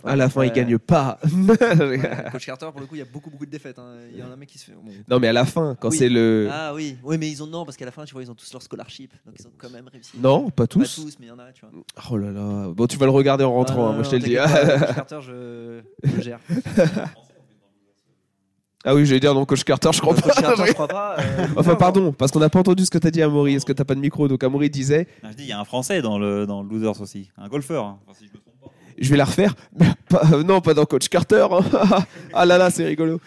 Speaker 1: À la fin,
Speaker 5: Ouais.
Speaker 1: il gagne pas.
Speaker 5: Ouais, Coach Carter pour le coup il y a beaucoup beaucoup de défaites. hein. Il y en a un mec qui se fait. bon,
Speaker 1: non, mais à la fin, quand
Speaker 5: Oui.
Speaker 1: c'est le.
Speaker 5: Ah oui, oui, mais ils ont non parce qu'à la fin, tu vois, ils ont tous leur scholarship, donc ils ont quand même réussi.
Speaker 1: Non, pas
Speaker 5: pas
Speaker 1: tous. Ah,
Speaker 5: tous, mais il y en a, tu vois. Ah,
Speaker 1: Oh là là. Bon, tu vas le regarder en rentrant, hein, moi je te le dis.
Speaker 5: Carter, je, je gère.
Speaker 1: Ah oui, j'allais dire, non, coach Carter, je crois pas.
Speaker 5: Je crois pas. euh,
Speaker 1: Enfin, pardon, parce qu'on n'a pas entendu ce que t'as dit, Amaury. Est-ce que t'as pas de micro Donc, Amaury disait,
Speaker 4: Ah, je dis, il y a un Français dans le, dans le Losers aussi, un golfeur. hein. Enfin, si je me trompe pas.
Speaker 1: je vais la refaire. Mais pas- euh, non, pas dans Coach Carter. hein. ah là là, c'est rigolo.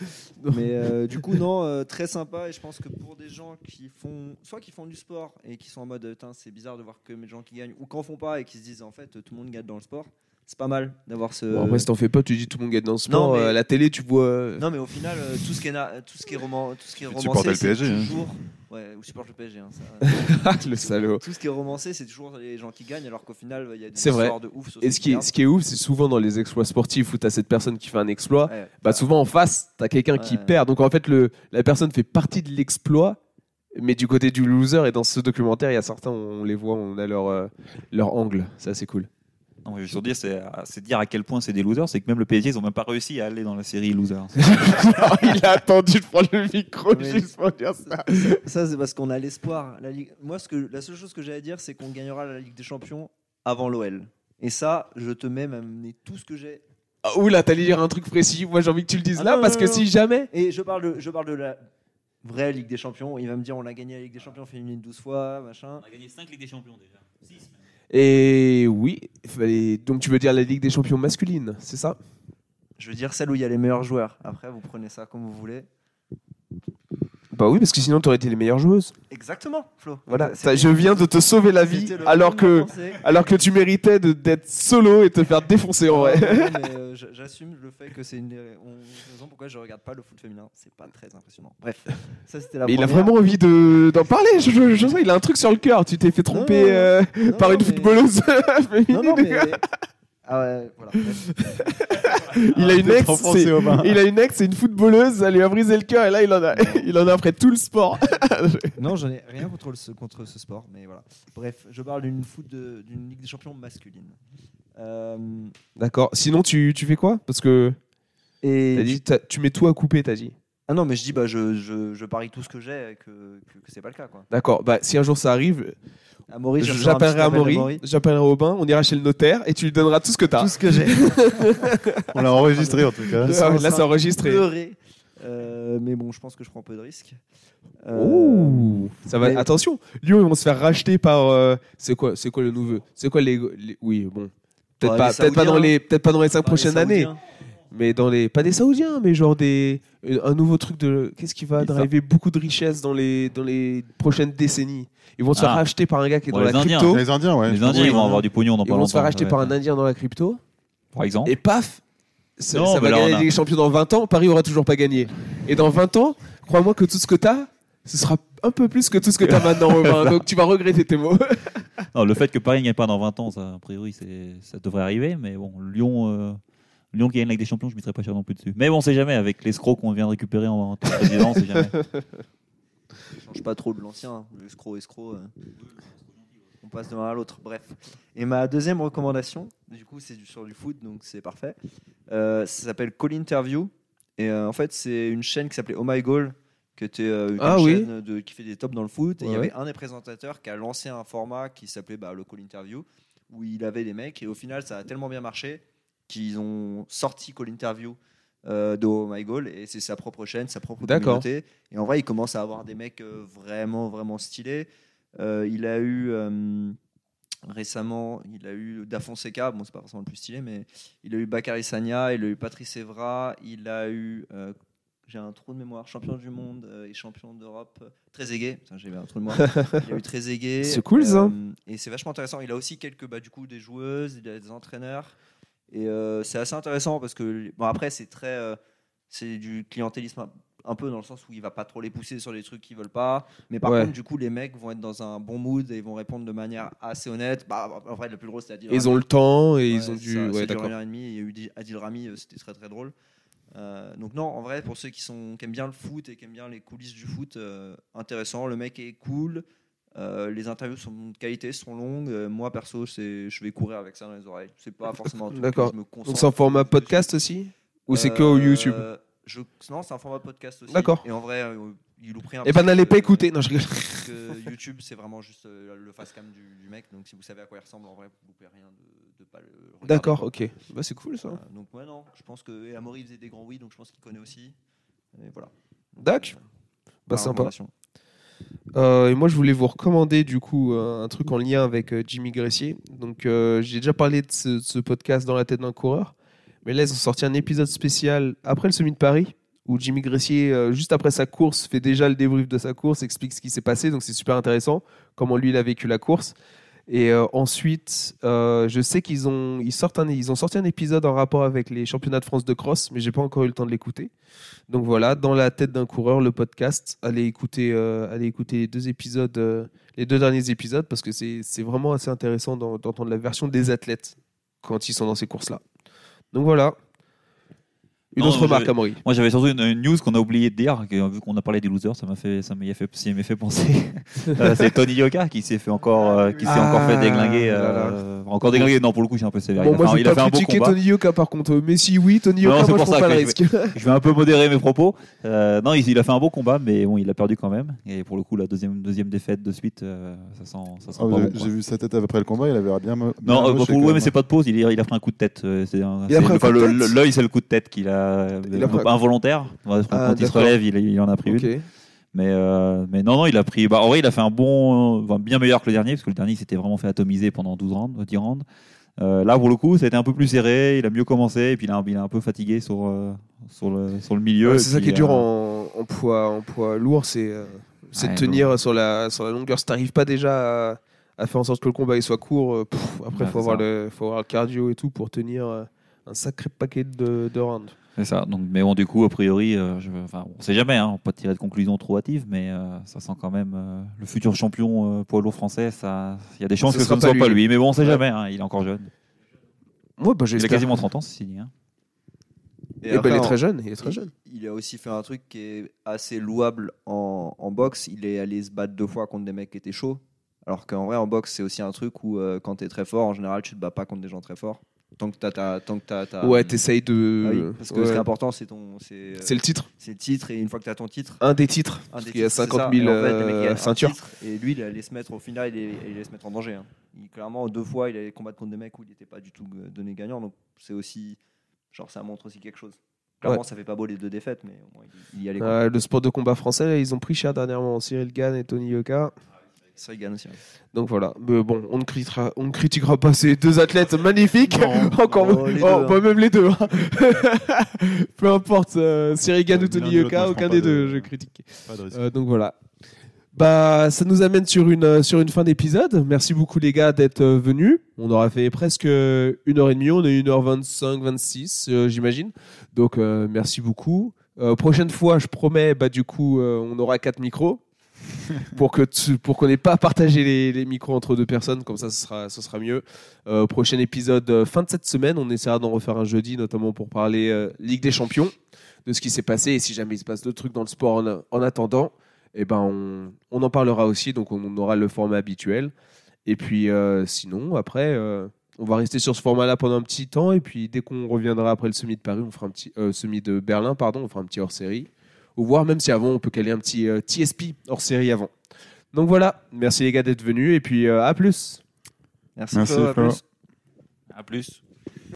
Speaker 5: Mais euh, du coup, non, euh, très sympa. Et je pense que pour des gens qui font, soit qui font du sport et qui sont en mode, Putain, c'est bizarre de voir que mes gens qui gagnent, ou qu'en font pas et qui se disent, en fait, tout le monde gagne dans le sport. C'est pas mal d'avoir ce.
Speaker 1: Bon, après, si t'en fais pas, tu dis tout le monde gagne dans le sport.
Speaker 5: Non, mais-
Speaker 1: Euh, à la télé, tu vois. euh,
Speaker 5: Non, mais au final, euh, tout ce qui est, na- tout ce qui est, roman, tout ce qui est
Speaker 2: Tu supportes
Speaker 5: romancé,
Speaker 2: le
Speaker 5: c'est
Speaker 2: PSG, hein.
Speaker 5: toujours. Ouais, ou supporte le PSG. hein, ça.
Speaker 1: ah, le salaud.
Speaker 5: tout ce qui est romancé, c'est toujours les gens qui gagnent, alors qu'au final, il y a des
Speaker 1: C'est vrai.
Speaker 5: histoires de ouf. sur
Speaker 1: Et
Speaker 5: ceux
Speaker 1: ce qui, est,
Speaker 5: perdent.
Speaker 1: ce qui est ouf, c'est souvent dans les exploits sportifs où t'as cette personne qui fait un exploit,
Speaker 5: Ouais.
Speaker 1: bah souvent en face, t'as quelqu'un qui
Speaker 5: Ouais.
Speaker 1: perd. Donc en fait, le, la personne fait partie de l'exploit, mais du côté du loser. Et dans ce documentaire, il y a certains, on les voit, on a leur, euh, leur angle. Ça, c'est cool.
Speaker 4: Non, mais je veux juste dire, c'est c'est dire à quel point c'est des losers, c'est que même le PSG, ils ont même pas réussi à aller dans la série Losers.
Speaker 1: il a attendu de prendre le micro
Speaker 5: Mais-
Speaker 1: juste pour dire ça.
Speaker 5: Ça, c'est parce qu'on a l'espoir. La Ligue- Moi, ce que... la seule chose que j'ai à dire, c'est qu'on gagnera la Ligue des Champions avant l'OL. Et ça, je te mets à mener tout ce que j'ai.
Speaker 1: Ah, oula, t'allais dire un truc précis. Moi, j'ai envie que tu le dises
Speaker 5: Ah
Speaker 1: là,
Speaker 5: non,
Speaker 1: parce
Speaker 5: non,
Speaker 1: que
Speaker 5: non.
Speaker 1: si jamais.
Speaker 5: Et je parle, de... je parle de la vraie Ligue des Champions. Il va me dire, on a gagné la Ligue des Champions féminine 12 fois, machin.
Speaker 4: a gagné 5 Ligues des Champions déjà.
Speaker 1: Et oui, fallait- donc tu veux dire la Ligue des Champions masculine, c'est ça
Speaker 5: Je veux dire, celle où il y a les meilleurs joueurs. Après, vous prenez ça comme vous voulez.
Speaker 1: Bah oui, parce que sinon, t'aurais été les meilleures joueuses.
Speaker 5: Exactement, Flo.
Speaker 1: Voilà,
Speaker 5: C'était-
Speaker 1: je viens de te sauver la vie,
Speaker 5: c'était le
Speaker 1: alors
Speaker 5: moment
Speaker 1: que.
Speaker 5: pensé.
Speaker 1: Alors que tu méritais de- d'être solo et te faire défoncer en vrai.
Speaker 5: Non, mais, euh, j- J'assume le fait que c'est une des on- des raisons pourquoi je regarde pas le foot féminin. C'est pas très impressionnant. Bref, ça c'était la
Speaker 1: Mais il a
Speaker 5: Ah, première.
Speaker 1: vraiment envie de- d'en parler. Je, je- je sens il a un truc sur le cœur. Tu t'es fait tromper
Speaker 5: non,
Speaker 1: euh,
Speaker 5: Non,
Speaker 1: par
Speaker 5: non,
Speaker 1: une
Speaker 5: mais-
Speaker 1: footballeuse féminine.
Speaker 5: Non, non, mais. Ah ouais, voilà. bref.
Speaker 1: Il a une
Speaker 2: T'es
Speaker 1: ex.
Speaker 2: trop
Speaker 1: c'est-
Speaker 2: français, Aubin.
Speaker 1: Il a une ex, c'est une footballeuse, ça lui a brisé le cœur et là il en a, il en a après tout le sport.
Speaker 5: Non, j'en ai rien contre, le- ce, contre ce sport, mais voilà. Bref, je parle d'une foot de- d'une Ligue des Champions masculine. Euh,
Speaker 1: D'accord. Sinon tu, tu fais quoi Parce que
Speaker 5: et
Speaker 1: t'as dit, t'as- tu mets tout à couper, t'as dit.
Speaker 5: ah non, mais je dis bah je, je, je parie tout ce que j'ai et que, que, que c'est pas le cas quoi.
Speaker 1: D'accord. Bah si un jour ça arrive,
Speaker 5: Amaury, je vais faire un
Speaker 1: j'appellerai
Speaker 5: petit appel à
Speaker 1: Amaury,
Speaker 5: Amaury.
Speaker 1: j'appellerai Aubin, on ira chez le notaire et tu lui donneras tout ce que t'as.
Speaker 5: Tout ce que j'ai.
Speaker 2: On l'a enregistré en tout cas.
Speaker 1: Ah,
Speaker 5: ça,
Speaker 1: là
Speaker 5: ça-
Speaker 1: c'est enregistré.
Speaker 5: Pleurer. Euh, mais bon, je pense que je prends un peu de risque. Euh,
Speaker 1: Ouh, ça va.
Speaker 5: mais-
Speaker 1: Attention, Lyon ils vont se faire racheter par. euh, c'est quoi, c'est quoi le nouveau C'est quoi les, les- Oui, bon, peut-être
Speaker 5: Bah,
Speaker 1: pas,
Speaker 5: les
Speaker 1: peut-être pas
Speaker 5: Saoudiens.
Speaker 1: dans les, peut-être pas dans les cinq
Speaker 5: par les
Speaker 1: prochaines années,
Speaker 5: Saoudiens.
Speaker 1: mais dans les, pas des Saoudiens, mais genre des, un nouveau truc de, qu'est-ce qui va
Speaker 4: Ils
Speaker 1: driver beaucoup de richesses dans les, dans les prochaines décennies Ils vont se faire
Speaker 4: Ah.
Speaker 1: racheter par un gars qui est
Speaker 4: Bon,
Speaker 1: dans la
Speaker 4: les Indiens.
Speaker 1: crypto.
Speaker 2: Les Indiens, ouais.
Speaker 4: Les Indiens, ils vont avoir du pognon dans
Speaker 1: Ils
Speaker 4: pas
Speaker 1: vont se
Speaker 4: longtemps,
Speaker 1: faire racheter
Speaker 4: ça
Speaker 1: par
Speaker 4: va
Speaker 1: un
Speaker 4: être-
Speaker 1: Indien dans la crypto.
Speaker 4: Par exemple.
Speaker 1: Et paf, ça,
Speaker 4: Non,
Speaker 1: ça va
Speaker 4: mais là,
Speaker 1: gagner
Speaker 4: on
Speaker 1: la
Speaker 4: a-
Speaker 1: Ligue des Champions dans 20 ans. Paris aura toujours pas gagné. Et dans 20 ans, crois-moi que tout ce que t'as, ce sera un peu plus que tout ce que t'as maintenant, Romain. Donc tu vas regretter tes mots.
Speaker 4: Non, le fait que Paris ne gagne pas dans 20 ans, ça, a priori, c'est- ça devrait arriver. Mais bon, Lyon, euh, Lyon qui gagne la Ligue des Champions, je ne mettrai pas cher non plus dessus. Mais bon, on sait jamais. Avec l'escroc qu'on vient de récupérer en tant que président, on sait jamais.
Speaker 5: Je change pas trop de l'ancien, hein. le escroc, escroc. euh, On passe de l'un à l'autre, bref. Et ma deuxième recommandation, du coup, c'est du- sur du foot, donc c'est parfait. Euh, ça s'appelle Call Interview. Et euh, en fait, c'est une chaîne qui s'appelait Oh My Goal, qui était euh, une
Speaker 1: Ah oui.
Speaker 5: chaîne de- qui fait des tops dans le foot. Et il y
Speaker 1: Ouais.
Speaker 5: avait un des présentateurs qui a lancé un format qui s'appelait bah, le Call Interview, où il avait des mecs. Et au final, ça a tellement bien marché qu'ils ont sorti Call Interview euh, de Oh My Goal. Et c'est sa propre chaîne, sa propre
Speaker 1: D'accord.
Speaker 5: communauté. Et en vrai, il commence à avoir des mecs euh, vraiment, vraiment stylés. Euh, il a eu euh, récemment, il a eu Da Fonseca, bon, c'est pas forcément le plus stylé, mais il a eu Bakary Sagna, il a eu Patrice Evra, il a eu, euh, j'ai un trou de mémoire, champion du monde euh, et champion d'Europe, Trezeguet, putain, j'avais un trou de mémoire, il a eu Trezeguet. euh,
Speaker 1: C'est cool, ça.
Speaker 5: Et c'est vachement intéressant. Il a aussi quelques, bah, du coup, des joueuses, il a des entraîneurs. Et euh, c'est assez intéressant parce que, bon, après, c'est très. euh, c'est du clientélisme un- un peu dans le sens où il va pas trop les pousser sur les trucs qu'ils veulent pas mais par
Speaker 1: Ouais.
Speaker 5: contre du coup les mecs vont être dans un bon mood et ils vont répondre de manière assez honnête bah en vrai le plus drôle c'est Adil
Speaker 1: Ils
Speaker 5: Rami.
Speaker 1: ont le temps et
Speaker 5: Ouais,
Speaker 1: ils ont
Speaker 5: ça-
Speaker 1: du.
Speaker 5: ça
Speaker 1: Ouais,
Speaker 5: dure
Speaker 1: d'accord.
Speaker 5: une heure et demie il y a eu Di- Adil Rami euh, c'était très très drôle Euh, donc non en vrai pour ceux qui sont qui aiment bien le foot et qui aiment bien les coulisses du foot euh, intéressant le mec est cool euh, les interviews sont de qualité sont longues Euh, moi perso c'est je vais courir avec ça dans les oreilles c'est pas forcément un truc que
Speaker 1: D'accord.
Speaker 5: je me
Speaker 1: Donc
Speaker 5: concentre.
Speaker 1: c'est en format podcast aussi Ou c'est que au
Speaker 5: Euh,
Speaker 1: YouTube
Speaker 5: je... Non, c'est un format podcast aussi.
Speaker 1: D'accord.
Speaker 5: Et en vrai, euh, il nous prie un
Speaker 1: Eh
Speaker 5: peu
Speaker 1: ben n'allez
Speaker 5: que-
Speaker 1: pas écouter. Non, je rigole.
Speaker 5: parce que YouTube, c'est vraiment juste euh, le face cam du, du mec. Donc si vous savez à quoi il ressemble, en vrai, vous ne rien de, de pas le regarder.
Speaker 1: D'accord, ok. Bah, c'est cool ça.
Speaker 5: Euh, donc ouais, non, je pense que et Amaury faisait des grands oui, donc je pense qu'il connaît aussi. Et voilà.
Speaker 1: Dac Bah
Speaker 5: Ma
Speaker 1: sympa.
Speaker 5: recommandation.
Speaker 1: Euh, et moi, je voulais vous recommander du coup euh, un truc en lien avec euh, Jimmy Gressier. Donc, euh, j'ai déjà parlé de ce, de ce podcast dans la tête d'un coureur, mais là, ils ont sorti un épisode spécial après le Semi de Paris où Jimmy Gressier, euh, juste après sa course, fait déjà le débrief de sa course, explique ce qui s'est passé. Donc, c'est super intéressant comment lui il a vécu la course. Et euh, ensuite, euh, je sais qu'ils ont ils sortent un ils ont sorti un épisode en rapport avec les championnats de France de cross, mais j'ai pas encore eu le temps de l'écouter. Donc voilà, dans la tête d'un coureur, le podcast. Allez écouter, euh, allez écouter les deux épisodes, euh, les deux derniers épisodes, parce que c'est c'est vraiment assez intéressant d'en- d'entendre la version des athlètes quand ils sont dans ces courses-là. Donc voilà. Une
Speaker 4: Non,
Speaker 1: autre
Speaker 4: je-
Speaker 1: remarque, Amaury.
Speaker 4: Moi, j'avais surtout une, une news qu'on a oublié de dire, que, vu qu'on a parlé des losers, ça m'a fait, ça m'y a fait, ça m'y a fait penser. Euh, c'est Tony Yoka qui s'est fait encore, euh, qui s'est
Speaker 1: Ah,
Speaker 4: encore fait déglinguer,
Speaker 1: là, là.
Speaker 4: euh, encore déglinguer. Non, pour le coup, je suis un peu sévère.
Speaker 1: Bon,
Speaker 4: il a
Speaker 1: moi,
Speaker 4: fait, un-
Speaker 1: je
Speaker 4: il a
Speaker 1: vais
Speaker 4: fait
Speaker 1: pas
Speaker 4: un bon
Speaker 1: critiquer
Speaker 4: combat.
Speaker 1: Tony Yoka, par contre. Euh, Mais si oui, Tony
Speaker 4: Non,
Speaker 1: Yoka,
Speaker 4: c'est
Speaker 1: moi, je
Speaker 4: pour
Speaker 1: prends
Speaker 4: ça
Speaker 1: pas le
Speaker 4: que
Speaker 1: risque.
Speaker 4: Je vais un peu modérer mes propos. Euh, non, il, il a fait un bon combat, mais bon, il a perdu quand même. Et pour le coup, la deuxième, deuxième défaite de suite, euh, ça sent, ça
Speaker 1: Ah,
Speaker 4: sent
Speaker 2: Oh,
Speaker 4: pas
Speaker 2: j'ai-
Speaker 4: bon. quoi.
Speaker 2: J'ai vu sa tête après le combat, il avait bien. mo- bien
Speaker 4: Non,
Speaker 2: moche,
Speaker 4: euh, pour
Speaker 2: et
Speaker 4: le
Speaker 2: quand
Speaker 4: coup, ouais,
Speaker 2: même-
Speaker 4: mais c'est pas de pause. Il, est- il a pris un coup de tête. euh, c'est un-
Speaker 1: Il a
Speaker 4: c'est-
Speaker 1: pris un
Speaker 4: enfin,
Speaker 1: coup de
Speaker 4: le-
Speaker 1: tête
Speaker 4: le- L'œil, c'est le coup de tête qu'il a,
Speaker 1: Il a
Speaker 4: non,
Speaker 1: pris un
Speaker 4: pas involontaire. Ouais,
Speaker 1: Ah,
Speaker 4: quand il se
Speaker 1: d'accord.
Speaker 4: relève, il, il en a pris une.
Speaker 1: Ok.
Speaker 4: Mais, euh, mais non, non, il a pris. Bah, en vrai, il a fait un bon. enfin, bien meilleur que le dernier, parce que le dernier, il s'était vraiment fait atomiser pendant 12 rounds, 10 rounds. Euh, là, pour le coup, ça a été un peu plus serré. Il a mieux commencé, et puis il a, il a un peu fatigué sur, euh, sur, le, sur le milieu.
Speaker 1: Ouais,
Speaker 4: et
Speaker 1: c'est ça
Speaker 4: puis,
Speaker 1: qui est dur
Speaker 4: euh,
Speaker 1: en, en poids, en poids lourd, c'est euh, c'est
Speaker 4: Ouais,
Speaker 1: de tenir sur, la, sur la longueur. Si t'arrives pas déjà à, à faire en sorte que le combat il soit court, euh, pff, après
Speaker 4: Ouais,
Speaker 1: faut,
Speaker 4: c'est
Speaker 1: avoir
Speaker 4: ça.
Speaker 1: le, faut avoir le cardio et tout pour tenir euh, un sacré paquet de, de rounds.
Speaker 4: C'est ça. Donc, mais bon, du coup, a priori, euh, je, enfin, on sait jamais, hein, on peut pas tirer de conclusion trop hâtive, mais euh, ça sent quand même euh, le futur champion euh, poids lourd français. Ça, il y a des chances
Speaker 1: Ce
Speaker 4: que
Speaker 1: sera
Speaker 4: ce ne
Speaker 1: pas
Speaker 4: soit pas
Speaker 1: lui.
Speaker 4: lui. Mais bon, on sait
Speaker 1: Ouais.
Speaker 4: jamais. hein, il est encore jeune.
Speaker 1: Moi, bah,
Speaker 4: Il a
Speaker 1: j'espère.
Speaker 4: quasiment 30 ans, c'est signé. hein.
Speaker 1: Eh ben,
Speaker 5: après,
Speaker 1: il est
Speaker 5: en-
Speaker 1: très jeune, il est très jeune.
Speaker 5: Il, il a aussi fait un truc qui est assez louable en, en boxe. Il est allé se battre deux fois contre des mecs qui étaient chauds. Alors qu'en vrai, en boxe, c'est aussi un truc où euh, quand t'es très fort, en général, tu te bats pas contre des gens très forts. Tant que t'as. ta- Tant que t'as, ta-
Speaker 1: ouais, t'essayes
Speaker 5: Ah oui,
Speaker 1: de.
Speaker 5: parce que
Speaker 1: ouais.
Speaker 5: ce qui est important, c'est ton. C'est,
Speaker 1: C'est le titre,
Speaker 5: c'est le titre, et une fois que t'as ton titre.
Speaker 1: un des titres.
Speaker 5: un des
Speaker 1: il y a
Speaker 5: titres, c'est
Speaker 1: 50
Speaker 5: ça.
Speaker 1: 000
Speaker 5: Et en fait, le mec, il a
Speaker 1: euh,
Speaker 5: un
Speaker 1: ceintures.
Speaker 5: titre, et lui, il allait se mettre au final, il allait, il allait se mettre en danger. hein. Il- clairement, deux fois, il allait combattre contre des mecs où il n'était pas du tout euh, donné gagnant. Donc, c'est aussi. Genre, ça montre aussi quelque chose. Clairement, ça fait pas beau les deux défaites, mais au moins, il, il y allait. quoi.
Speaker 1: Euh, le sport de combat français, là, ils ont pris cher dernièrement. Cyril Gann et Tony Yoka.
Speaker 5: Ça, il gagne aussi. hein.
Speaker 1: Donc voilà, mais bon, on ne critiquera, on ne critiquera pas ces deux athlètes magnifiques.
Speaker 2: Non.
Speaker 1: Encore
Speaker 5: Non, les deux,
Speaker 1: oh,
Speaker 5: hein.
Speaker 1: bah, même les deux. hein. Peu importe, euh, Sirigan ou
Speaker 2: L'un
Speaker 1: Tony
Speaker 2: de l'autre,
Speaker 1: Yoka,
Speaker 2: moi, je
Speaker 1: aucun
Speaker 2: prends
Speaker 1: des
Speaker 2: pas de-
Speaker 1: deux, je critique.
Speaker 2: Pas de risque.
Speaker 1: Euh, donc voilà. Bah, ça nous amène sur une, euh, sur une fin d'épisode. Merci beaucoup les gars d'être euh, venus. On aura fait presque euh, une heure et demie, on est une heure 25, 26, euh, j'imagine. Donc euh, merci beaucoup. Euh, prochaine fois, je promets, bah du coup, euh, on aura quatre micros pour que tu- pour qu'on n'ait pas à partager les, les micros entre deux personnes. Comme ça, ce sera ce sera mieux. Euh, prochain épisode euh, fin de cette semaine, on essaiera d'en refaire un jeudi, notamment pour parler euh, Ligue des Champions, de ce qui s'est passé et si jamais il se passe d'autres trucs dans le sport en, en attendant eh ben on, on en parlera aussi, donc on aura le format habituel. Et puis euh, sinon, après, euh, on va rester sur ce format-là pendant un petit temps, et puis dès qu'on reviendra après le semi de Paris, on fera un petit euh, semi de Berlin, pardon, on fera un petit hors-série, ou voir même si avant on peut caler un petit euh, TSP hors-série avant. Donc voilà, merci les gars d'être venus, et puis euh, à plus.
Speaker 5: Merci,
Speaker 2: Merci,
Speaker 5: Flo, à
Speaker 2: Flo.
Speaker 5: plus.
Speaker 4: À plus.